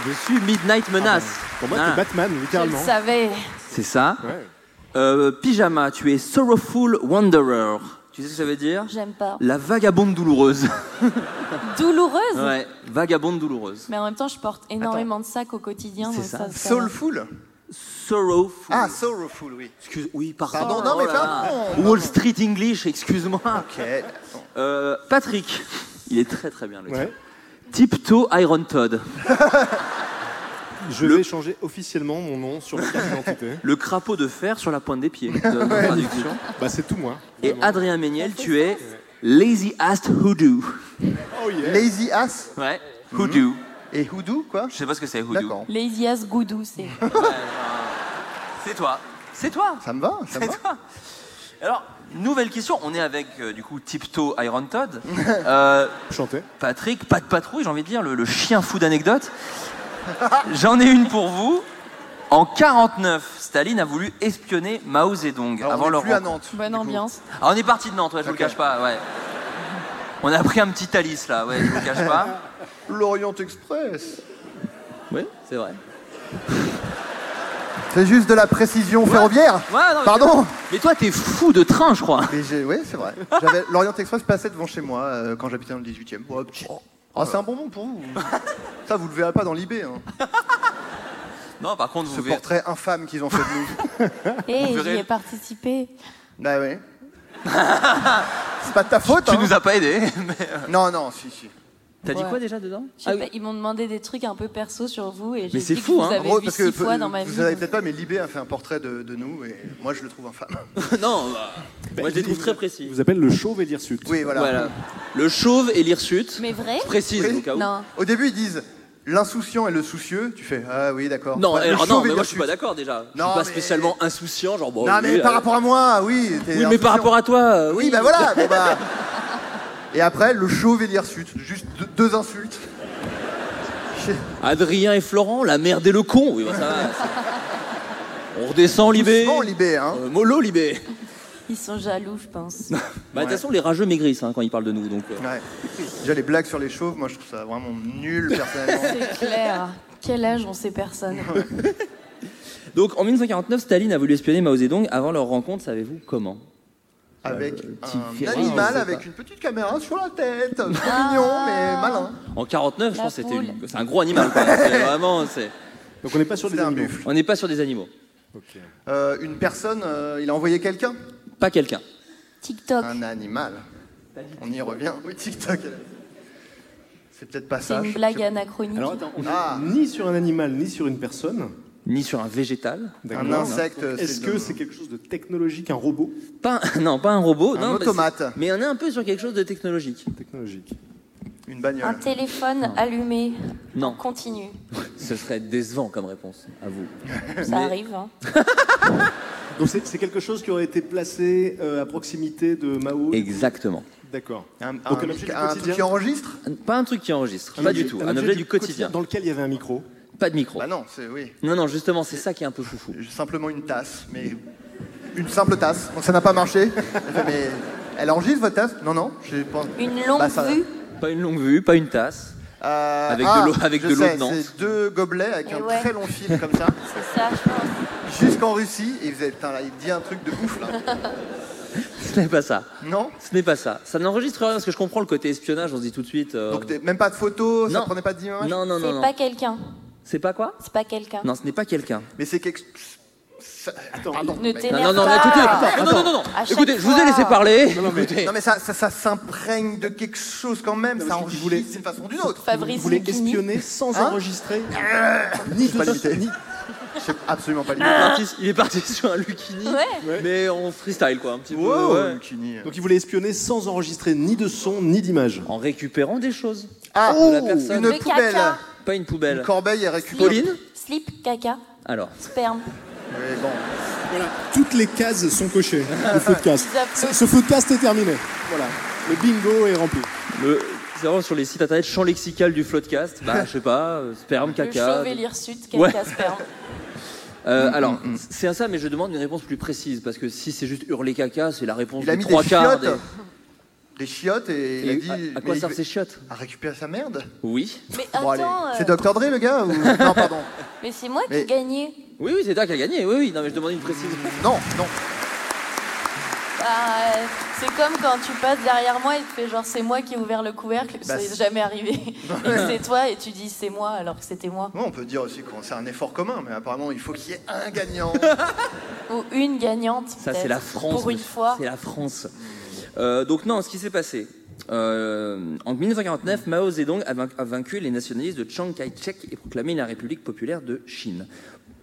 [SPEAKER 5] Je suis Midnight Menace.
[SPEAKER 8] Ah ben, Pour moi,
[SPEAKER 5] Voilà.
[SPEAKER 8] t'es Batman,
[SPEAKER 7] Je le
[SPEAKER 8] littéralement.
[SPEAKER 7] savais.
[SPEAKER 5] C'est ça.
[SPEAKER 8] Ouais.
[SPEAKER 5] Euh, pyjama, tu es Sorrowful Wanderer. Tu sais ce que ça veut dire
[SPEAKER 7] J'aime pas.
[SPEAKER 5] La vagabonde douloureuse.
[SPEAKER 7] Douloureuse.
[SPEAKER 5] ouais, vagabonde douloureuse.
[SPEAKER 7] Mais en même temps, je porte énormément de sacs au quotidien.
[SPEAKER 5] C'est
[SPEAKER 7] donc
[SPEAKER 5] ça.
[SPEAKER 7] ça. ça va.
[SPEAKER 4] Soulful
[SPEAKER 5] Sorrowful.
[SPEAKER 4] Ah, sorrowful, oui.
[SPEAKER 5] Excuse, oui, pardon.
[SPEAKER 4] Pardon, non, mais
[SPEAKER 5] Oh là là.
[SPEAKER 4] pardon.
[SPEAKER 5] Wall Street English, excuse-moi.
[SPEAKER 6] Ah,
[SPEAKER 4] Ok, attends.
[SPEAKER 5] Euh, Patrick, il est très très bien le
[SPEAKER 8] Ouais.
[SPEAKER 5] Tiptoe Iron Todd,
[SPEAKER 8] Je vais changer officiellement mon nom sur ma carte d'identité.
[SPEAKER 5] le crapaud de fer sur la pointe des pieds. de- de traduction.
[SPEAKER 8] bah, c'est tout moi.
[SPEAKER 5] Et Adrien Méniel, tu es Lazy Ass Hoodoo. ah. Mm-hmm.
[SPEAKER 8] Oh yeah.
[SPEAKER 4] Lazy Ass
[SPEAKER 5] Ouais, Hoodoo.
[SPEAKER 4] et Hoodoo, quoi
[SPEAKER 6] Je sais pas ce que c'est, Hoodoo.
[SPEAKER 4] D'accord.
[SPEAKER 7] Lazy ass goudou, c'est.
[SPEAKER 6] C'est toi. C'est toi.
[SPEAKER 4] Ça me va, ça me
[SPEAKER 6] C'est
[SPEAKER 4] va.
[SPEAKER 6] toi. Alors, nouvelle question. On est avec, euh, du coup, Tiptoe Iron Todd. Euh,
[SPEAKER 8] Chanter.
[SPEAKER 6] Patrick, pas de patrouille, j'ai envie de dire, le, le chien fou d'anecdotes. J'en ai une pour vous. En 49, Staline a voulu espionner Mao Zedong
[SPEAKER 4] Alors,
[SPEAKER 6] avant
[SPEAKER 4] on est
[SPEAKER 6] leur
[SPEAKER 4] plus à
[SPEAKER 6] rencontre.
[SPEAKER 4] Nantes.
[SPEAKER 7] Bonne
[SPEAKER 4] du coup.
[SPEAKER 7] ambiance.
[SPEAKER 6] Ah, on est parti de Nantes, ouais, je
[SPEAKER 4] Ok.
[SPEAKER 6] vous le cache pas. Ouais. On a pris un petit Thalys là, ouais, je vous le cache pas.
[SPEAKER 4] L'Orient Express.
[SPEAKER 5] Oui, c'est vrai.
[SPEAKER 4] C'est juste de la précision ferroviaire
[SPEAKER 5] Ouais, non, mais-
[SPEAKER 4] Pardon
[SPEAKER 5] Mais toi, t'es fou de train, je crois.
[SPEAKER 4] Mais j'ai- Oui, c'est vrai. J'avais- L'Orient Express passait devant chez moi euh, quand j'habitais dans le 18 e c'est un bon moment pour vous. Ça, vous le verrez pas dans l'IB, hein.
[SPEAKER 6] Non, par contre,
[SPEAKER 4] ce
[SPEAKER 6] vous, verrez-
[SPEAKER 4] portrait infâme qu'ils ont fait de nous.
[SPEAKER 7] Et Eh, j'y
[SPEAKER 6] verrez-
[SPEAKER 7] ai participé.
[SPEAKER 4] bah ouais. C'est pas de ta faute,
[SPEAKER 6] tu
[SPEAKER 4] hein.
[SPEAKER 6] nous as pas euh. aidé.
[SPEAKER 4] Non, non, si, si.
[SPEAKER 5] T'as dit
[SPEAKER 7] Ouais.
[SPEAKER 5] quoi déjà dedans Ah
[SPEAKER 7] Je sais pas, ils m'ont demandé des trucs un peu perso sur vous et j'ai
[SPEAKER 5] Mais c'est
[SPEAKER 7] dit
[SPEAKER 5] fou,
[SPEAKER 7] que
[SPEAKER 5] hein.
[SPEAKER 7] vous
[SPEAKER 4] En
[SPEAKER 7] avez
[SPEAKER 4] gros,
[SPEAKER 7] vu six
[SPEAKER 4] peu-
[SPEAKER 7] fois dans ma vie.
[SPEAKER 4] euh,
[SPEAKER 7] euh.
[SPEAKER 4] vous savez peut-être pas, mais l'IB a fait un portrait de, de nous et moi je le trouve infâme.
[SPEAKER 5] Non, bah, moi je les
[SPEAKER 8] il-
[SPEAKER 5] trouve très
[SPEAKER 8] Il
[SPEAKER 5] précis.
[SPEAKER 8] vous appelle le chauve et l'hirsute.
[SPEAKER 4] Oui, voilà.
[SPEAKER 5] Voilà. Le chauve et l'hirsute.
[SPEAKER 7] Mais vrai
[SPEAKER 5] Je Précise,
[SPEAKER 4] Oui.
[SPEAKER 5] au cas où.
[SPEAKER 7] Non.
[SPEAKER 4] Au début, ils disent l'insouciant et le soucieux. Tu fais ah oui, d'accord.
[SPEAKER 5] Non,
[SPEAKER 4] Ouais, le
[SPEAKER 5] alors,
[SPEAKER 4] chauve
[SPEAKER 5] non,
[SPEAKER 4] et
[SPEAKER 5] mais
[SPEAKER 4] le
[SPEAKER 5] moi je suis pas
[SPEAKER 4] hirsute.
[SPEAKER 5] d'accord déjà. je
[SPEAKER 4] Non,
[SPEAKER 5] suis pas
[SPEAKER 4] mais-
[SPEAKER 5] spécialement insouciant, genre bon.
[SPEAKER 4] Non, mais
[SPEAKER 5] oui,
[SPEAKER 4] par
[SPEAKER 5] euh,
[SPEAKER 4] rapport à moi, oui. t'es
[SPEAKER 5] Oui, mais
[SPEAKER 4] insouciant.
[SPEAKER 5] par rapport à toi. euh,
[SPEAKER 4] Oui, bah voilà. bon, bah. Et après, le chauve et l'hirsute. Juste deux, deux insultes.
[SPEAKER 5] Adrien et Florent, la merde et le con. Oui, bah, ça va. c'est- On redescend Libé.
[SPEAKER 4] Doucement, Libé, hein.
[SPEAKER 5] Euh, mollo Libé.
[SPEAKER 7] Ils sont jaloux, je pense.
[SPEAKER 5] Bah, de toute façon, les rageux maigrissent hein, quand ils parlent de nous. Donc, euh.
[SPEAKER 4] Ouais. Déjà, les blagues sur les chauves, moi je trouve ça vraiment nul personnellement.
[SPEAKER 7] C'est clair. Quel âge on sait personne.
[SPEAKER 5] donc en 1949, Staline a voulu espionner Mao Zedong avant leur rencontre, savez-vous comment
[SPEAKER 4] Avec
[SPEAKER 5] petit
[SPEAKER 4] un
[SPEAKER 5] ferraille, on
[SPEAKER 4] animal
[SPEAKER 5] sait
[SPEAKER 4] avec
[SPEAKER 5] pas.
[SPEAKER 4] une petite caméra sur la tête. Trop
[SPEAKER 7] Ah.
[SPEAKER 4] mignon, mais malin.
[SPEAKER 5] En 49, je
[SPEAKER 7] La
[SPEAKER 5] pense que c'était
[SPEAKER 7] poule.
[SPEAKER 5] une- c'est un gros animal. quoi. C'est vraiment, c'est-
[SPEAKER 8] Donc on n'est pas sur des
[SPEAKER 4] C'était un
[SPEAKER 8] animaux.
[SPEAKER 4] buffle.
[SPEAKER 5] on n'est pas sur des animaux.
[SPEAKER 4] Euh, une personne, euh, il a envoyé quelqu'un
[SPEAKER 5] Pas quelqu'un.
[SPEAKER 7] TikTok,
[SPEAKER 4] Un animal. On y revient. Oui, TikTok. C'est peut-être pas
[SPEAKER 7] c'est
[SPEAKER 4] ça.
[SPEAKER 7] une
[SPEAKER 4] je-
[SPEAKER 7] blague
[SPEAKER 4] je-
[SPEAKER 7] anachronique.
[SPEAKER 8] Alors attends, on n'est
[SPEAKER 4] Ah.
[SPEAKER 8] ni sur un animal, ni sur une personne.
[SPEAKER 5] Ni sur un végétal.
[SPEAKER 8] D'accord.
[SPEAKER 4] Un insecte,
[SPEAKER 8] Donc,
[SPEAKER 4] c'est
[SPEAKER 8] Est-ce
[SPEAKER 4] le-
[SPEAKER 8] que c'est quelque chose de technologique, un robot
[SPEAKER 5] Pas un- non, pas un robot.
[SPEAKER 4] Un
[SPEAKER 5] non, bah,
[SPEAKER 4] automate.
[SPEAKER 5] c'est- mais on est un peu sur quelque chose de technologique.
[SPEAKER 8] Technologique.
[SPEAKER 4] Une
[SPEAKER 7] Un
[SPEAKER 4] bagnole.
[SPEAKER 7] téléphone allumé.
[SPEAKER 5] Non,
[SPEAKER 7] Continue.
[SPEAKER 5] ce serait décevant comme réponse, à vous.
[SPEAKER 7] Ça
[SPEAKER 5] Mais-
[SPEAKER 7] arrive. hein.
[SPEAKER 8] Donc c'est c'est quelque chose qui aurait été placé euh, à proximité de Mao.
[SPEAKER 5] Exactement.
[SPEAKER 8] D'accord.
[SPEAKER 4] Un,
[SPEAKER 8] Donc
[SPEAKER 4] un
[SPEAKER 8] un objet
[SPEAKER 4] mic-
[SPEAKER 8] du
[SPEAKER 4] un truc
[SPEAKER 8] quotidien
[SPEAKER 4] qui enregistre
[SPEAKER 5] Pas un truc qui enregistre, pas du tout. Un, objet du quotidien.
[SPEAKER 8] Dans lequel il y avait un micro.
[SPEAKER 5] Pas de micro.
[SPEAKER 4] Bah non, c'est oui.
[SPEAKER 5] non, non, justement, c'est ça qui est un peu foufou.
[SPEAKER 4] Simplement une tasse, mais une simple tasse. Donc ça n'a pas marché. Elle fait, mais elle enregistre votre tasse Non, non. je pense-
[SPEAKER 7] Une longue
[SPEAKER 4] Bah, ça-
[SPEAKER 7] vue.
[SPEAKER 5] Pas une longue vue, pas une tasse.
[SPEAKER 4] Euh,
[SPEAKER 5] Avec de
[SPEAKER 4] ah,
[SPEAKER 5] l'eau- avec
[SPEAKER 4] je
[SPEAKER 5] de l'eau
[SPEAKER 4] sais,
[SPEAKER 5] de Nantes.
[SPEAKER 4] C'est deux gobelets avec
[SPEAKER 7] Et
[SPEAKER 4] un
[SPEAKER 7] Eh ouais.
[SPEAKER 4] très long fil comme ça,
[SPEAKER 7] C'est ça, je pense.
[SPEAKER 4] jusqu'en Russie. Et vous avez, putain, là, il dit un truc de ouf là.
[SPEAKER 5] Ce n'est pas ça.
[SPEAKER 4] Non
[SPEAKER 5] Ce n'est pas ça. Ça n'enregistre rien parce que je comprends le côté espionnage. On se dit tout de suite. euh,
[SPEAKER 4] Donc t'es- même pas de photos, ça
[SPEAKER 5] Non.
[SPEAKER 4] prenait pas d'images.
[SPEAKER 5] non, non, non,
[SPEAKER 7] C'est
[SPEAKER 5] non.
[SPEAKER 7] pas quelqu'un.
[SPEAKER 5] C'est pas quoi
[SPEAKER 7] C'est pas quelqu'un.
[SPEAKER 5] Non, ce n'est pas quelqu'un.
[SPEAKER 4] Mais c'est quelque. ça- Pardon.
[SPEAKER 7] Ne
[SPEAKER 4] mec.
[SPEAKER 7] t'énerve
[SPEAKER 5] Non, non, non,
[SPEAKER 7] pas.
[SPEAKER 5] écoutez, non, non, non, non,
[SPEAKER 7] À chaque
[SPEAKER 5] écoutez, je vous ai
[SPEAKER 7] fois.
[SPEAKER 5] laissé parler.
[SPEAKER 4] Non, mais ça, ça, ça s'imprègne de quelque chose quand même, ça enregistre d'une façon ou d'une autre.
[SPEAKER 8] Vous
[SPEAKER 7] Fabrice
[SPEAKER 8] voulez
[SPEAKER 5] Hein
[SPEAKER 7] Lucchini.
[SPEAKER 8] espionner sans enregistrer ni de
[SPEAKER 4] pas
[SPEAKER 8] notes,
[SPEAKER 4] limité.
[SPEAKER 8] ni-
[SPEAKER 4] Je sais absolument pas
[SPEAKER 5] Il est
[SPEAKER 4] l'idée.
[SPEAKER 5] parti, il est parti sur un Lucini,
[SPEAKER 7] Ouais.
[SPEAKER 5] mais on freestyle quoi, un petit
[SPEAKER 4] Wow,
[SPEAKER 5] peu. ouais.
[SPEAKER 4] Lucini.
[SPEAKER 8] Donc il voulait espionner sans enregistrer ni de son ni d'image.
[SPEAKER 5] En récupérant des choses,
[SPEAKER 4] Ah,
[SPEAKER 5] De la personne.
[SPEAKER 4] une
[SPEAKER 7] Le
[SPEAKER 4] poubelle.
[SPEAKER 7] caca.
[SPEAKER 5] pas une poubelle.
[SPEAKER 4] Une corbeille à récupérer.
[SPEAKER 5] Pauline
[SPEAKER 7] Slip, caca,
[SPEAKER 5] Alors,
[SPEAKER 7] sperme.
[SPEAKER 4] Oui, bon.
[SPEAKER 8] Voilà, toutes les cases sont cochées du footcast. Ce, ce footcast est terminé. Voilà, le bingo est rempli.
[SPEAKER 5] le, c'est vraiment sur les sites internet champ lexical du Floodcast, bah je sais pas, euh, sperme,
[SPEAKER 7] Le
[SPEAKER 5] caca.
[SPEAKER 7] chauvet hirsute, caca,
[SPEAKER 5] Ouais.
[SPEAKER 7] sperme.
[SPEAKER 4] Mm,
[SPEAKER 5] Euh, alors, c'est à ça, mais je demande une réponse plus précise, parce que si c'est juste hurler caca, c'est la réponse
[SPEAKER 4] Il a
[SPEAKER 5] des
[SPEAKER 4] mis
[SPEAKER 5] trois
[SPEAKER 4] des
[SPEAKER 5] quarts.
[SPEAKER 4] chiottes. Des chiottes et,
[SPEAKER 5] des-
[SPEAKER 4] il
[SPEAKER 5] Et
[SPEAKER 4] a dit.
[SPEAKER 5] à- à, quoi
[SPEAKER 4] mais
[SPEAKER 5] servent
[SPEAKER 4] il-
[SPEAKER 5] ces chiottes
[SPEAKER 4] À récupérer sa merde
[SPEAKER 5] Oui.
[SPEAKER 7] Mais
[SPEAKER 4] Bon, allez.
[SPEAKER 7] attends, euh,
[SPEAKER 4] C'est Dr. Dre, le gars ou... Non, pardon.
[SPEAKER 7] mais c'est moi
[SPEAKER 4] Mais-
[SPEAKER 7] qui gagnais.
[SPEAKER 5] Oui, oui, c'est toi qui as gagné, oui, oui. Non, mais je demande une précise.
[SPEAKER 4] Non, non.
[SPEAKER 7] Bah, euh, c'est comme quand tu passes derrière moi et tu fais genre c'est moi qui ai ouvert le couvercle,
[SPEAKER 4] Bah,
[SPEAKER 7] ça n'est
[SPEAKER 4] c'est-
[SPEAKER 7] jamais arrivé. Et que c'est toi et tu dis c'est moi alors que c'était moi.
[SPEAKER 4] Bon, on peut dire aussi que c'est un effort commun, mais apparemment, il faut qu'il y ait un gagnant.
[SPEAKER 7] Ou une gagnante.
[SPEAKER 5] Ça, c'est
[SPEAKER 7] peut-être,
[SPEAKER 5] la France.
[SPEAKER 7] Pour une
[SPEAKER 5] monsieur.
[SPEAKER 7] fois.
[SPEAKER 5] C'est la France. Euh, donc, non, ce qui s'est passé. euh, en 1949, Mao Zedong a, vain- a vaincu les nationalistes de Chiang Kai-shek et proclamé la République populaire de Chine.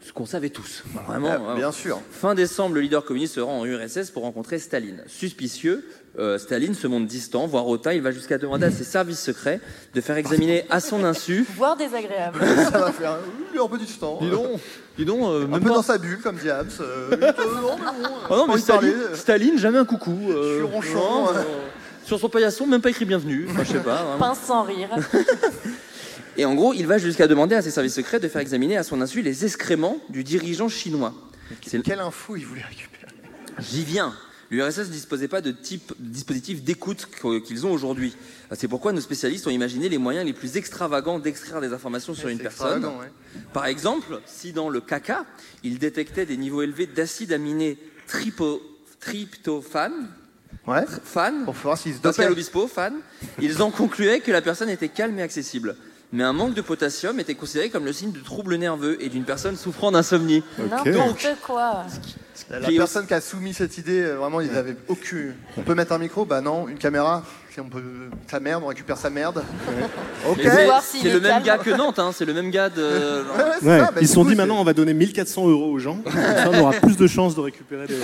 [SPEAKER 5] Ce qu'on savait tous. Vraiment.
[SPEAKER 4] Ah,
[SPEAKER 5] vraiment.
[SPEAKER 4] Bien sûr.
[SPEAKER 5] Fin décembre, le leader communiste se rend en URSS pour rencontrer Staline. Suspicieux, euh, Staline se montre distant, voire hautain. Il va jusqu'à demander à ses services secrets de faire examiner à son insu.
[SPEAKER 7] Voire désagréable.
[SPEAKER 4] Ça va faire un, un peu du temps.
[SPEAKER 5] Dis donc, dis donc, euh,
[SPEAKER 4] Un
[SPEAKER 5] même
[SPEAKER 4] peu
[SPEAKER 5] pas-
[SPEAKER 4] dans sa bulle, comme Diabs. euh, non, mais bon,
[SPEAKER 5] Ah non,
[SPEAKER 4] pas
[SPEAKER 5] mais
[SPEAKER 4] lui parler,
[SPEAKER 5] Staline,
[SPEAKER 4] euh.
[SPEAKER 5] Staline, jamais un coucou.
[SPEAKER 4] Je suis ronchon,
[SPEAKER 5] non,
[SPEAKER 4] ouais.
[SPEAKER 5] euh, sur son paillasson, même pas écrit bienvenue. Enfin, je sais pas. vraiment.
[SPEAKER 7] Pince sans rire.
[SPEAKER 5] Et en gros, il va jusqu'à demander à ses services secrets de faire examiner à son insu les excréments du dirigeant chinois. C'est-
[SPEAKER 4] Quelle info il voulait récupérer
[SPEAKER 5] J'y viens. L'URSS ne disposait pas de type de dispositif d'écoute que- qu'ils ont aujourd'hui. Euh, C'est pourquoi nos spécialistes ont imaginé les moyens les plus extravagants d'extraire des informations sur une
[SPEAKER 4] C'est
[SPEAKER 5] personne.
[SPEAKER 4] extravagant, ouais.
[SPEAKER 5] Par exemple, si dans le caca, il détectait des niveaux élevés d'acides aminés tripo- tryptophane,
[SPEAKER 4] Ouais.
[SPEAKER 5] fan,
[SPEAKER 4] Pour voir s'il se dopait.
[SPEAKER 5] Pascal Obispo, fan, ils en concluaient que la personne était calme et accessible. Mais un manque de potassium était considéré comme le signe de troubles nerveux et d'une personne souffrant d'insomnie.
[SPEAKER 7] N'importe quoi.
[SPEAKER 4] La
[SPEAKER 5] Puis
[SPEAKER 4] personne qui a soumis cette idée, euh, vraiment, ils avaient aucune. On peut mettre un micro Bah non, une caméra. Si on peut. Sa merde, on récupère sa merde. Ok.
[SPEAKER 5] Mais
[SPEAKER 4] Ouais,
[SPEAKER 5] C'est
[SPEAKER 4] ouais,
[SPEAKER 7] voir s'il
[SPEAKER 5] c'est
[SPEAKER 7] est
[SPEAKER 5] le même
[SPEAKER 7] calme.
[SPEAKER 5] gars que Nantes, hein, c'est le même gars de.
[SPEAKER 4] c'est
[SPEAKER 8] Ouais,
[SPEAKER 4] ça, bah,
[SPEAKER 8] ils
[SPEAKER 4] du
[SPEAKER 8] se sont
[SPEAKER 4] coup,
[SPEAKER 8] dit
[SPEAKER 4] c'est-
[SPEAKER 8] maintenant on va donner 1400 euros aux gens, comme ça on aura plus de chances de récupérer des,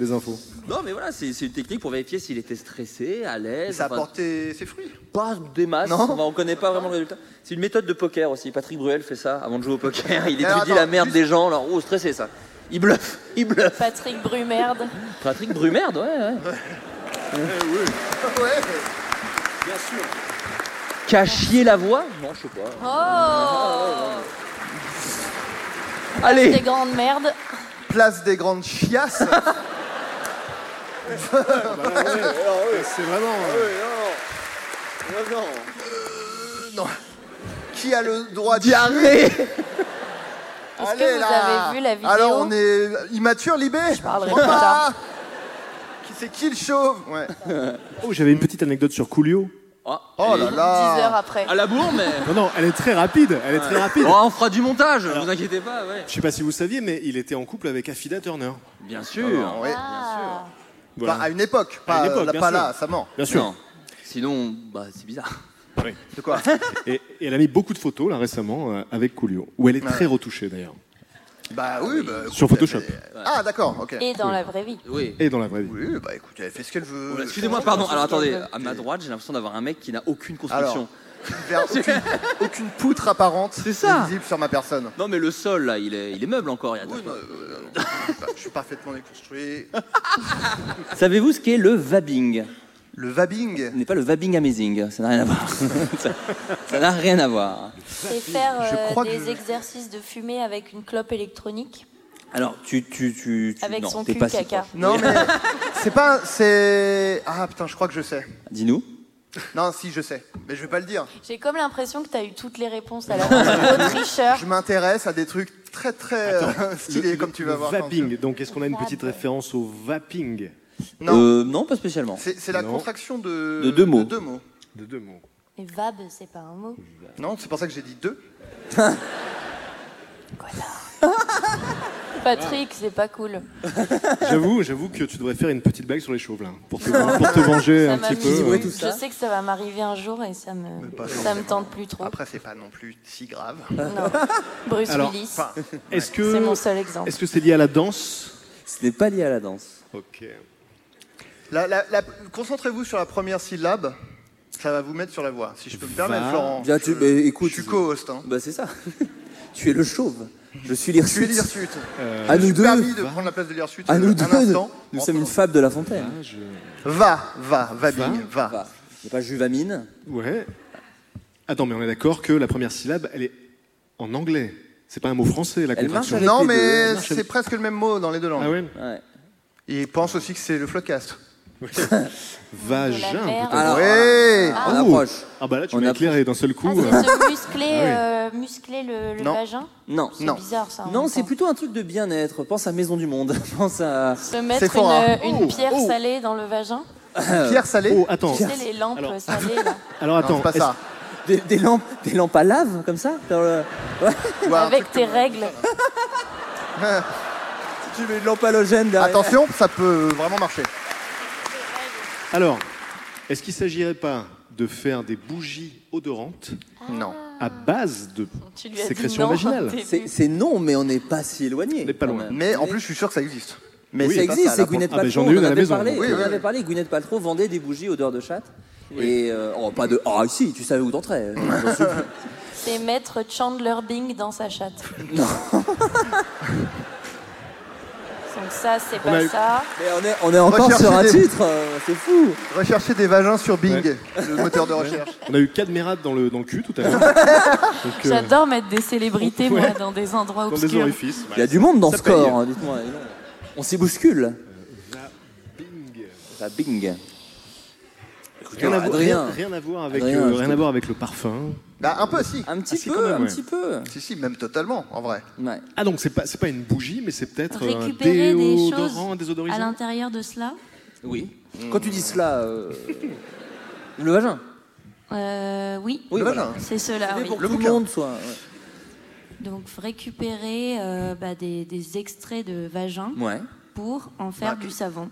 [SPEAKER 8] des infos.
[SPEAKER 5] Non, mais voilà, c'est c'est une technique pour vérifier s'il était stressé, à l'aise.
[SPEAKER 4] Ça a
[SPEAKER 5] enfin,
[SPEAKER 4] porté ses fruits.
[SPEAKER 5] pas des masses,
[SPEAKER 4] Non.
[SPEAKER 5] on ne connaît pas vraiment le résultat. C'est une méthode de poker aussi. Patrick Bruel fait ça avant de jouer au poker. Il
[SPEAKER 4] Alors,
[SPEAKER 5] étudie
[SPEAKER 4] attends,
[SPEAKER 5] la merde
[SPEAKER 4] juste-
[SPEAKER 5] des gens, alors, oh, stressé ça. Il bluffe, il bluffe.
[SPEAKER 7] Patrick Brumerde.
[SPEAKER 5] Patrick Brumerde, ouais, ouais.
[SPEAKER 4] Ouais.
[SPEAKER 5] Cachier la voix Non, je sais pas. Ah,
[SPEAKER 7] Oh Des
[SPEAKER 5] Allez
[SPEAKER 7] grandes merdes.
[SPEAKER 4] Place des grandes chiasses.
[SPEAKER 8] Ah C'est vraiment. euh,
[SPEAKER 4] qui a le droit de
[SPEAKER 5] Diarrhée
[SPEAKER 7] Est-ce
[SPEAKER 4] Allez,
[SPEAKER 7] que vous
[SPEAKER 4] là.
[SPEAKER 7] avez vu la vidéo
[SPEAKER 4] Alors on est euh, immature, Libé Je
[SPEAKER 7] parlerai plus tard.
[SPEAKER 4] Qui c'est qui le chauve Ouais.
[SPEAKER 8] Oh, j'avais une petite anecdote sur Coolio.
[SPEAKER 5] Ah,
[SPEAKER 4] Oh là
[SPEAKER 7] 10 heures
[SPEAKER 4] là
[SPEAKER 7] après.
[SPEAKER 5] À la bourre, mais.
[SPEAKER 8] Non, non, elle est très rapide, elle est très rapide.
[SPEAKER 5] Oh, on fera du montage, vous inquiétez pas, ouais.
[SPEAKER 8] Je sais pas si vous saviez, mais il était en couple avec Affida Turner.
[SPEAKER 5] Bien sûr.
[SPEAKER 4] Ouais.
[SPEAKER 7] Ah.
[SPEAKER 8] Voilà.
[SPEAKER 4] Enfin, à une époque, pas,
[SPEAKER 8] À une époque,
[SPEAKER 4] là,
[SPEAKER 8] bien
[SPEAKER 4] pas
[SPEAKER 8] sûr.
[SPEAKER 4] là, ça ment.
[SPEAKER 8] Bien sûr.
[SPEAKER 5] Non. Sinon, bah, c'est bizarre.
[SPEAKER 4] De quoi
[SPEAKER 8] Et, et elle a mis beaucoup de photos là récemment euh, avec Coolio, où elle est très retouchée d'ailleurs.
[SPEAKER 4] Bah oui, bah, écoute,
[SPEAKER 8] Sur Photoshop.
[SPEAKER 4] elle fait- Ah d'accord, ok.
[SPEAKER 7] Et dans la vraie vie.
[SPEAKER 5] Oui.
[SPEAKER 8] Et dans la vraie vie.
[SPEAKER 4] Oui, bah écoute, elle fait ce qu'elle veut.
[SPEAKER 5] Oula, Oh, Euh, Excusez-moi, pardon. Alors attendez, à ma droite, j'ai l'impression d'avoir un mec qui n'a aucune construction.
[SPEAKER 4] Alors, vers aucune, aucune poutre apparente
[SPEAKER 5] C'est ça.
[SPEAKER 4] n'est visible sur ma personne.
[SPEAKER 5] Non, mais le sol, là, il est, il est meuble encore. il y a-
[SPEAKER 4] Oui, non, euh, bah, je suis parfaitement déconstruit.
[SPEAKER 5] Savez-vous ce qu'est le vabbing
[SPEAKER 4] Le vabbing,
[SPEAKER 5] Ce n'est pas le vabbing amazing, ça n'a rien à voir. ça ça n'a rien à voir.
[SPEAKER 7] C'est faire
[SPEAKER 4] Je
[SPEAKER 7] euh,
[SPEAKER 4] crois que
[SPEAKER 7] des
[SPEAKER 4] je-
[SPEAKER 7] exercices de fumée avec une clope électronique.
[SPEAKER 5] Alors, tu. tu, tu, tu-
[SPEAKER 7] Avec
[SPEAKER 5] non,
[SPEAKER 7] son
[SPEAKER 5] t'es
[SPEAKER 7] cul
[SPEAKER 5] pas si
[SPEAKER 7] caca.
[SPEAKER 5] proche.
[SPEAKER 4] non mais c'est pas, c'est ah putain, je crois que je sais.
[SPEAKER 5] Dis-nous.
[SPEAKER 4] Non, si je sais, mais je vais pas le dire.
[SPEAKER 7] J'ai comme l'impression que t'as eu toutes les réponses à la gros tricheur.
[SPEAKER 4] Je m'intéresse à des trucs très très euh, stylés
[SPEAKER 8] Le-
[SPEAKER 4] comme tu
[SPEAKER 8] le
[SPEAKER 4] vas voir.
[SPEAKER 8] Vaping. Donc, est-ce qu'on a une petite référence au vaping
[SPEAKER 4] Non,
[SPEAKER 5] Euh, non, pas spécialement.
[SPEAKER 4] c'est c'est la
[SPEAKER 8] non.
[SPEAKER 4] contraction de,
[SPEAKER 5] De deux mots.
[SPEAKER 4] de deux mots.
[SPEAKER 8] De deux mots.
[SPEAKER 7] Mais vab, c'est pas un mot.
[SPEAKER 4] Non, c'est pour ça que j'ai dit deux.
[SPEAKER 7] Patrick, c'est pas cool.
[SPEAKER 8] J'avoue, j'avoue que tu devrais faire une petite blague sur les chauves là, pour te, pour te venger
[SPEAKER 7] Ça
[SPEAKER 8] un
[SPEAKER 7] m'a
[SPEAKER 8] petit
[SPEAKER 7] mis-
[SPEAKER 8] peu.
[SPEAKER 5] tout
[SPEAKER 7] Je
[SPEAKER 5] ça.
[SPEAKER 7] sais que ça va m'arriver un jour et ça me,
[SPEAKER 4] pas
[SPEAKER 7] ça me tente plus trop.
[SPEAKER 4] Après, c'est pas non plus si grave.
[SPEAKER 7] Non. Bruce
[SPEAKER 8] Alors,
[SPEAKER 7] Willis,
[SPEAKER 4] Enfin,
[SPEAKER 8] Est-ce
[SPEAKER 7] c'est
[SPEAKER 8] que
[SPEAKER 7] mon seul exemple.
[SPEAKER 8] est-ce que c'est lié à la danse
[SPEAKER 5] Ce n'est pas lié à la danse.
[SPEAKER 8] Ok.
[SPEAKER 4] la- la- la- concentrez-vous sur la première syllabe. Ça va vous mettre sur la voie, si je peux me permettre,
[SPEAKER 8] Va.
[SPEAKER 4] Florent.
[SPEAKER 5] Bien, tu-
[SPEAKER 4] Je-
[SPEAKER 5] mais écoute,
[SPEAKER 4] je suis
[SPEAKER 5] je-
[SPEAKER 4] co-host. hein.
[SPEAKER 5] Bah, c'est ça. tu es le chauve. Je suis l'hirsute.
[SPEAKER 4] Tu es l'hirsute.
[SPEAKER 5] À nous deux,
[SPEAKER 4] Permis de prendre la place de l'hirsute.
[SPEAKER 5] à nous deux,
[SPEAKER 4] Un instant.
[SPEAKER 5] nous sommes une fable de la fontaine.
[SPEAKER 4] Va, va, va, Bing, va.
[SPEAKER 5] Va. Il n'y a pas Juvamine.
[SPEAKER 8] Ouais. Attends, mais on est d'accord que la première syllabe, elle est en anglais. C'est pas un mot français la
[SPEAKER 5] Elle marche
[SPEAKER 8] contraction.
[SPEAKER 5] avec-
[SPEAKER 4] Hein Non,
[SPEAKER 5] les deux,
[SPEAKER 4] mais
[SPEAKER 5] elle marche
[SPEAKER 4] c'est
[SPEAKER 5] avec-
[SPEAKER 4] presque le même mot dans les deux langues.
[SPEAKER 8] Ah ouais.
[SPEAKER 5] Ouais.
[SPEAKER 4] Et pense aussi que c'est le flotcast.
[SPEAKER 7] De la
[SPEAKER 8] Vagin.
[SPEAKER 7] merde.
[SPEAKER 8] peut-être.
[SPEAKER 5] Alors,
[SPEAKER 4] Ouais.
[SPEAKER 8] Oh.
[SPEAKER 5] on approche.
[SPEAKER 8] Ah bah là, tu
[SPEAKER 5] On
[SPEAKER 8] m'as
[SPEAKER 5] approche.
[SPEAKER 8] éclairé d'un seul coup.
[SPEAKER 7] Ah, c'est
[SPEAKER 8] euh.
[SPEAKER 7] se muscler,
[SPEAKER 8] Ah
[SPEAKER 7] euh, muscler le, le
[SPEAKER 4] Non.
[SPEAKER 7] vagin
[SPEAKER 5] Non.
[SPEAKER 7] C'est
[SPEAKER 4] Non.
[SPEAKER 7] bizarre ça. en
[SPEAKER 5] Non,
[SPEAKER 7] même
[SPEAKER 5] c'est
[SPEAKER 7] temps.
[SPEAKER 5] plutôt un truc de bien-être. Pense à Maison du Monde. Pense à.
[SPEAKER 7] Se mettre
[SPEAKER 4] C'est fort, hein.
[SPEAKER 7] une, une
[SPEAKER 4] Oh,
[SPEAKER 7] pierre
[SPEAKER 4] oh.
[SPEAKER 7] salée dans le vagin.
[SPEAKER 4] Pierre Salé.
[SPEAKER 8] Oh, attends.
[SPEAKER 7] Tu sais, les lampes
[SPEAKER 8] Alors-
[SPEAKER 7] salées. là.
[SPEAKER 8] Alors
[SPEAKER 4] Non,
[SPEAKER 8] attends.
[SPEAKER 4] c'est pas
[SPEAKER 8] est-ce-
[SPEAKER 4] ça.
[SPEAKER 5] Des, des lampes, des lampes à lave, comme ça dans le-
[SPEAKER 4] Ouais, un
[SPEAKER 7] Avec
[SPEAKER 4] truc
[SPEAKER 7] tes
[SPEAKER 4] comme-
[SPEAKER 7] règles.
[SPEAKER 5] Tu mets une lampe halogène derrière.
[SPEAKER 4] Attention, ça peut vraiment marcher.
[SPEAKER 8] Alors, est-ce qu'il s'agirait pas de faire des bougies odorantes
[SPEAKER 5] Ah.
[SPEAKER 4] Non.
[SPEAKER 8] à base de
[SPEAKER 7] Tu lui as dit
[SPEAKER 8] sécrétion
[SPEAKER 7] non.
[SPEAKER 8] vaginale
[SPEAKER 7] t'es
[SPEAKER 5] C'est
[SPEAKER 7] plus.
[SPEAKER 5] c'est non, mais on n'est pas si éloigné.
[SPEAKER 8] On n'est pas
[SPEAKER 5] quand
[SPEAKER 8] loin.
[SPEAKER 5] même.
[SPEAKER 4] Mais en plus, je suis sûr que ça existe. Mais
[SPEAKER 5] ça
[SPEAKER 4] c'est pas
[SPEAKER 5] existe,
[SPEAKER 4] ça,
[SPEAKER 5] c'est
[SPEAKER 4] la
[SPEAKER 5] Gwyneth
[SPEAKER 8] Ah, ben, j'en
[SPEAKER 5] Paltrow.
[SPEAKER 8] ai
[SPEAKER 5] on en
[SPEAKER 8] une à la
[SPEAKER 5] avait
[SPEAKER 8] maison.
[SPEAKER 5] Parlé,
[SPEAKER 8] Oui,
[SPEAKER 5] on en
[SPEAKER 4] oui.
[SPEAKER 5] avait parlé, Gwyneth Paltrow vendait des bougies odeur de chatte. Et euh, oh, pas de ah si, tu savais où t'entrais. J'en suis plus.
[SPEAKER 7] C'est mettre Chandler Bing dans sa chatte.
[SPEAKER 5] Non.
[SPEAKER 7] Donc ça, c'est
[SPEAKER 8] On a
[SPEAKER 7] pas
[SPEAKER 8] eu-
[SPEAKER 7] ça.
[SPEAKER 5] Mais on est, on est encore
[SPEAKER 4] Recherchez
[SPEAKER 5] sur un
[SPEAKER 4] des-
[SPEAKER 5] titre, euh, c'est fou.
[SPEAKER 4] Rechercher des vagins sur Bing, le moteur de recherche.
[SPEAKER 8] On a eu Cadmerat dans le, dans le cul tout à l'heure. Donc, euh,
[SPEAKER 7] J'adore mettre des célébrités, moi, dans des endroits
[SPEAKER 8] Dans des
[SPEAKER 7] obscurs.
[SPEAKER 8] orifices.
[SPEAKER 5] Il y a du monde dans
[SPEAKER 8] Ça
[SPEAKER 5] ce
[SPEAKER 8] paye. Euh,
[SPEAKER 5] corps, hein, dites-moi. dis donc. On s'y bouscule. La bing. Écoutez,
[SPEAKER 8] Rien à, vo-
[SPEAKER 5] Adrien,
[SPEAKER 8] rien, rien à voir avec,
[SPEAKER 5] Adrien,
[SPEAKER 8] euh,
[SPEAKER 5] je te-
[SPEAKER 8] rien à voir avec le parfum.
[SPEAKER 4] Bah, un peu, si.
[SPEAKER 5] un petit
[SPEAKER 8] Ah, si, quand
[SPEAKER 5] peu,
[SPEAKER 8] même,
[SPEAKER 5] un
[SPEAKER 8] ouais.
[SPEAKER 5] petit peu.
[SPEAKER 4] Si, si, même totalement, en vrai.
[SPEAKER 5] Ouais.
[SPEAKER 8] Ah donc c'est pas c'est pas une bougie mais c'est peut-être euh, un
[SPEAKER 7] Récupérer des choses
[SPEAKER 8] déodorant, un
[SPEAKER 7] à
[SPEAKER 8] désodorisant.
[SPEAKER 7] l'intérieur de cela.
[SPEAKER 5] Oui. Quand tu dis cela, euh, le vagin.
[SPEAKER 7] Euh, oui,
[SPEAKER 5] Oui,
[SPEAKER 4] le
[SPEAKER 5] voilà.
[SPEAKER 4] vagin.
[SPEAKER 7] c'est
[SPEAKER 8] Ah,
[SPEAKER 7] cela.
[SPEAKER 5] Mais
[SPEAKER 7] oui.
[SPEAKER 5] pour que
[SPEAKER 4] Le
[SPEAKER 5] tout le
[SPEAKER 4] bouquin.
[SPEAKER 5] monde soit. ouais.
[SPEAKER 7] Donc récupérer euh, bah, des, des extraits de vagin
[SPEAKER 5] Ouais.
[SPEAKER 7] pour en faire
[SPEAKER 4] Ah,
[SPEAKER 7] du savon.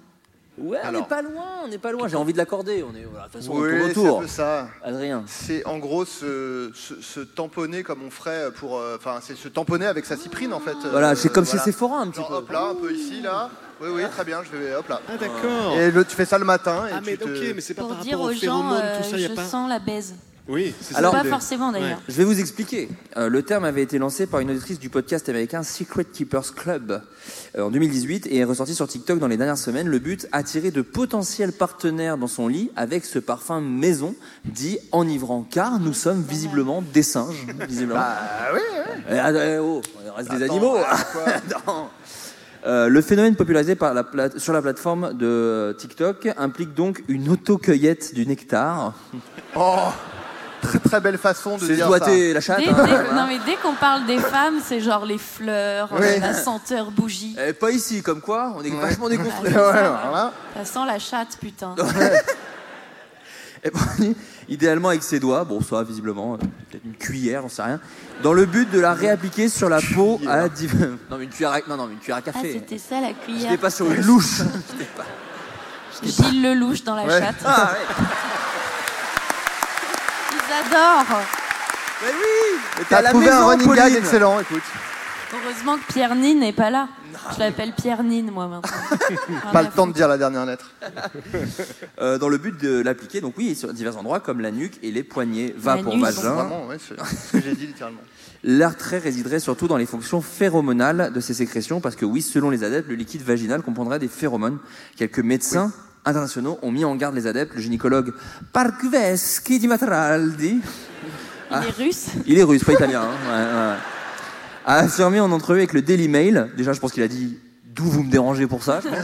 [SPEAKER 5] Ouais, on
[SPEAKER 4] Alors.
[SPEAKER 5] n'est pas loin, on n'est pas loin. J'ai envie de l'accorder. On est, voilà, de toute façon,
[SPEAKER 4] Oui,
[SPEAKER 5] on tourne
[SPEAKER 4] c'est un
[SPEAKER 5] autour.
[SPEAKER 4] peu ça.
[SPEAKER 5] Adrien.
[SPEAKER 4] C'est en gros se, se- se tamponner comme on ferait pour. euh, Enfin, c'est se tamponner avec sa cyprine en fait. euh,
[SPEAKER 5] Voilà, c'est comme
[SPEAKER 4] voilà.
[SPEAKER 5] chez Sephora un petit
[SPEAKER 4] Genre,
[SPEAKER 5] peu.
[SPEAKER 4] hop là, un peu ici, là. Oui, oui, très bien, je vais hop là.
[SPEAKER 8] Ah d'accord.
[SPEAKER 4] Et le, tu fais ça le matin. Et
[SPEAKER 8] Ah mais
[SPEAKER 4] tu te-
[SPEAKER 8] ok mais c'est pas
[SPEAKER 7] Pour
[SPEAKER 8] par
[SPEAKER 7] dire
[SPEAKER 8] rapport
[SPEAKER 7] aux
[SPEAKER 8] aux
[SPEAKER 7] gens,
[SPEAKER 8] phéromones
[SPEAKER 7] euh,
[SPEAKER 8] tout ça y a
[SPEAKER 7] je
[SPEAKER 8] pas.
[SPEAKER 7] sens la baise.
[SPEAKER 8] Oui c'est ça.
[SPEAKER 5] Alors-
[SPEAKER 7] pas
[SPEAKER 8] l'idée.
[SPEAKER 7] forcément d'ailleurs.
[SPEAKER 8] Ouais.
[SPEAKER 5] Je vais vous expliquer. Euh, le terme avait été lancé par une auditrice du podcast américain Secret Keepers Club euh, en 2018 et est ressorti sur TikTok dans les dernières semaines. Le but, attirer de potentiels partenaires dans son lit avec ce parfum maison dit enivrant, car nous sommes visiblement des singes. Visiblement.
[SPEAKER 4] Ah oui, oui.
[SPEAKER 5] Eh, ah, eh, oh, on reste des
[SPEAKER 4] Attends,
[SPEAKER 5] animaux.
[SPEAKER 4] ah, quoi.
[SPEAKER 5] Non. Euh, le phénomène popularisé par la plate- sur la plateforme de TikTok implique donc une autocueillette du nectar.
[SPEAKER 4] Oh, très très belle façon de
[SPEAKER 5] C'est
[SPEAKER 4] dire ça.
[SPEAKER 5] doigté la chatte.
[SPEAKER 7] Dès-
[SPEAKER 5] hein,
[SPEAKER 7] dès-
[SPEAKER 5] voilà.
[SPEAKER 7] non mais dès qu'on parle des femmes, c'est genre les fleurs, euh,
[SPEAKER 4] Oui.
[SPEAKER 7] la senteur bougie. Ah,
[SPEAKER 5] Eh, pas ici, comme quoi, on est vachement déconstruit.
[SPEAKER 4] Ouais, voilà.
[SPEAKER 7] Ça sent la chatte, putain.
[SPEAKER 5] Et puis, idéalement avec ses doigts, bon, soit visiblement, euh, peut-être une cuillère, j'en sais rien, dans le but de la réappliquer sur la peau à. div- Non, mais une cuillère à, non, non, mais une cuillère à
[SPEAKER 7] Ah,
[SPEAKER 5] café.
[SPEAKER 7] c'était ça la
[SPEAKER 5] J'étais
[SPEAKER 7] cuillère.
[SPEAKER 5] pas sur une louche. J'étais pas-
[SPEAKER 7] Gilles Lelouch dans la
[SPEAKER 4] Ouais.
[SPEAKER 7] chatte.
[SPEAKER 5] Ah, ouais.
[SPEAKER 7] Ils adorent.
[SPEAKER 5] Mais oui Mais t'es à
[SPEAKER 4] T'as
[SPEAKER 5] la
[SPEAKER 4] trouvé
[SPEAKER 5] maison,
[SPEAKER 4] un running gag
[SPEAKER 5] Pauline.
[SPEAKER 4] excellent, écoute.
[SPEAKER 7] Heureusement que Pierre Nine n'est pas là. Je l'appelle Pierre Nine, moi, maintenant. Rien
[SPEAKER 4] Pas
[SPEAKER 7] à
[SPEAKER 4] le temps de dire la dernière lettre.
[SPEAKER 5] Euh, dans le but de l'appliquer, donc oui, sur divers endroits comme la nuque et les poignets. Va
[SPEAKER 7] La
[SPEAKER 5] pour
[SPEAKER 7] nuque.
[SPEAKER 5] vagin.
[SPEAKER 4] Vraiment, ouais, c'est ce que j'ai dit littéralement.
[SPEAKER 5] L'attrait résiderait surtout dans les fonctions phéromonales de ces sécrétions, parce que oui, selon les adeptes, le liquide vaginal comprendrait des phéromones. Quelques médecins internationaux ont mis en garde les adeptes. Le gynécologue Parkveski Di Matraldi,
[SPEAKER 7] faire. Il est russe.
[SPEAKER 5] il est russe, pas italien, hein, ouais, ouais, a affirmé en entrevue avec le Daily Mail, déjà je pense qu'il a dit d'où vous me dérangez pour ça, je pense.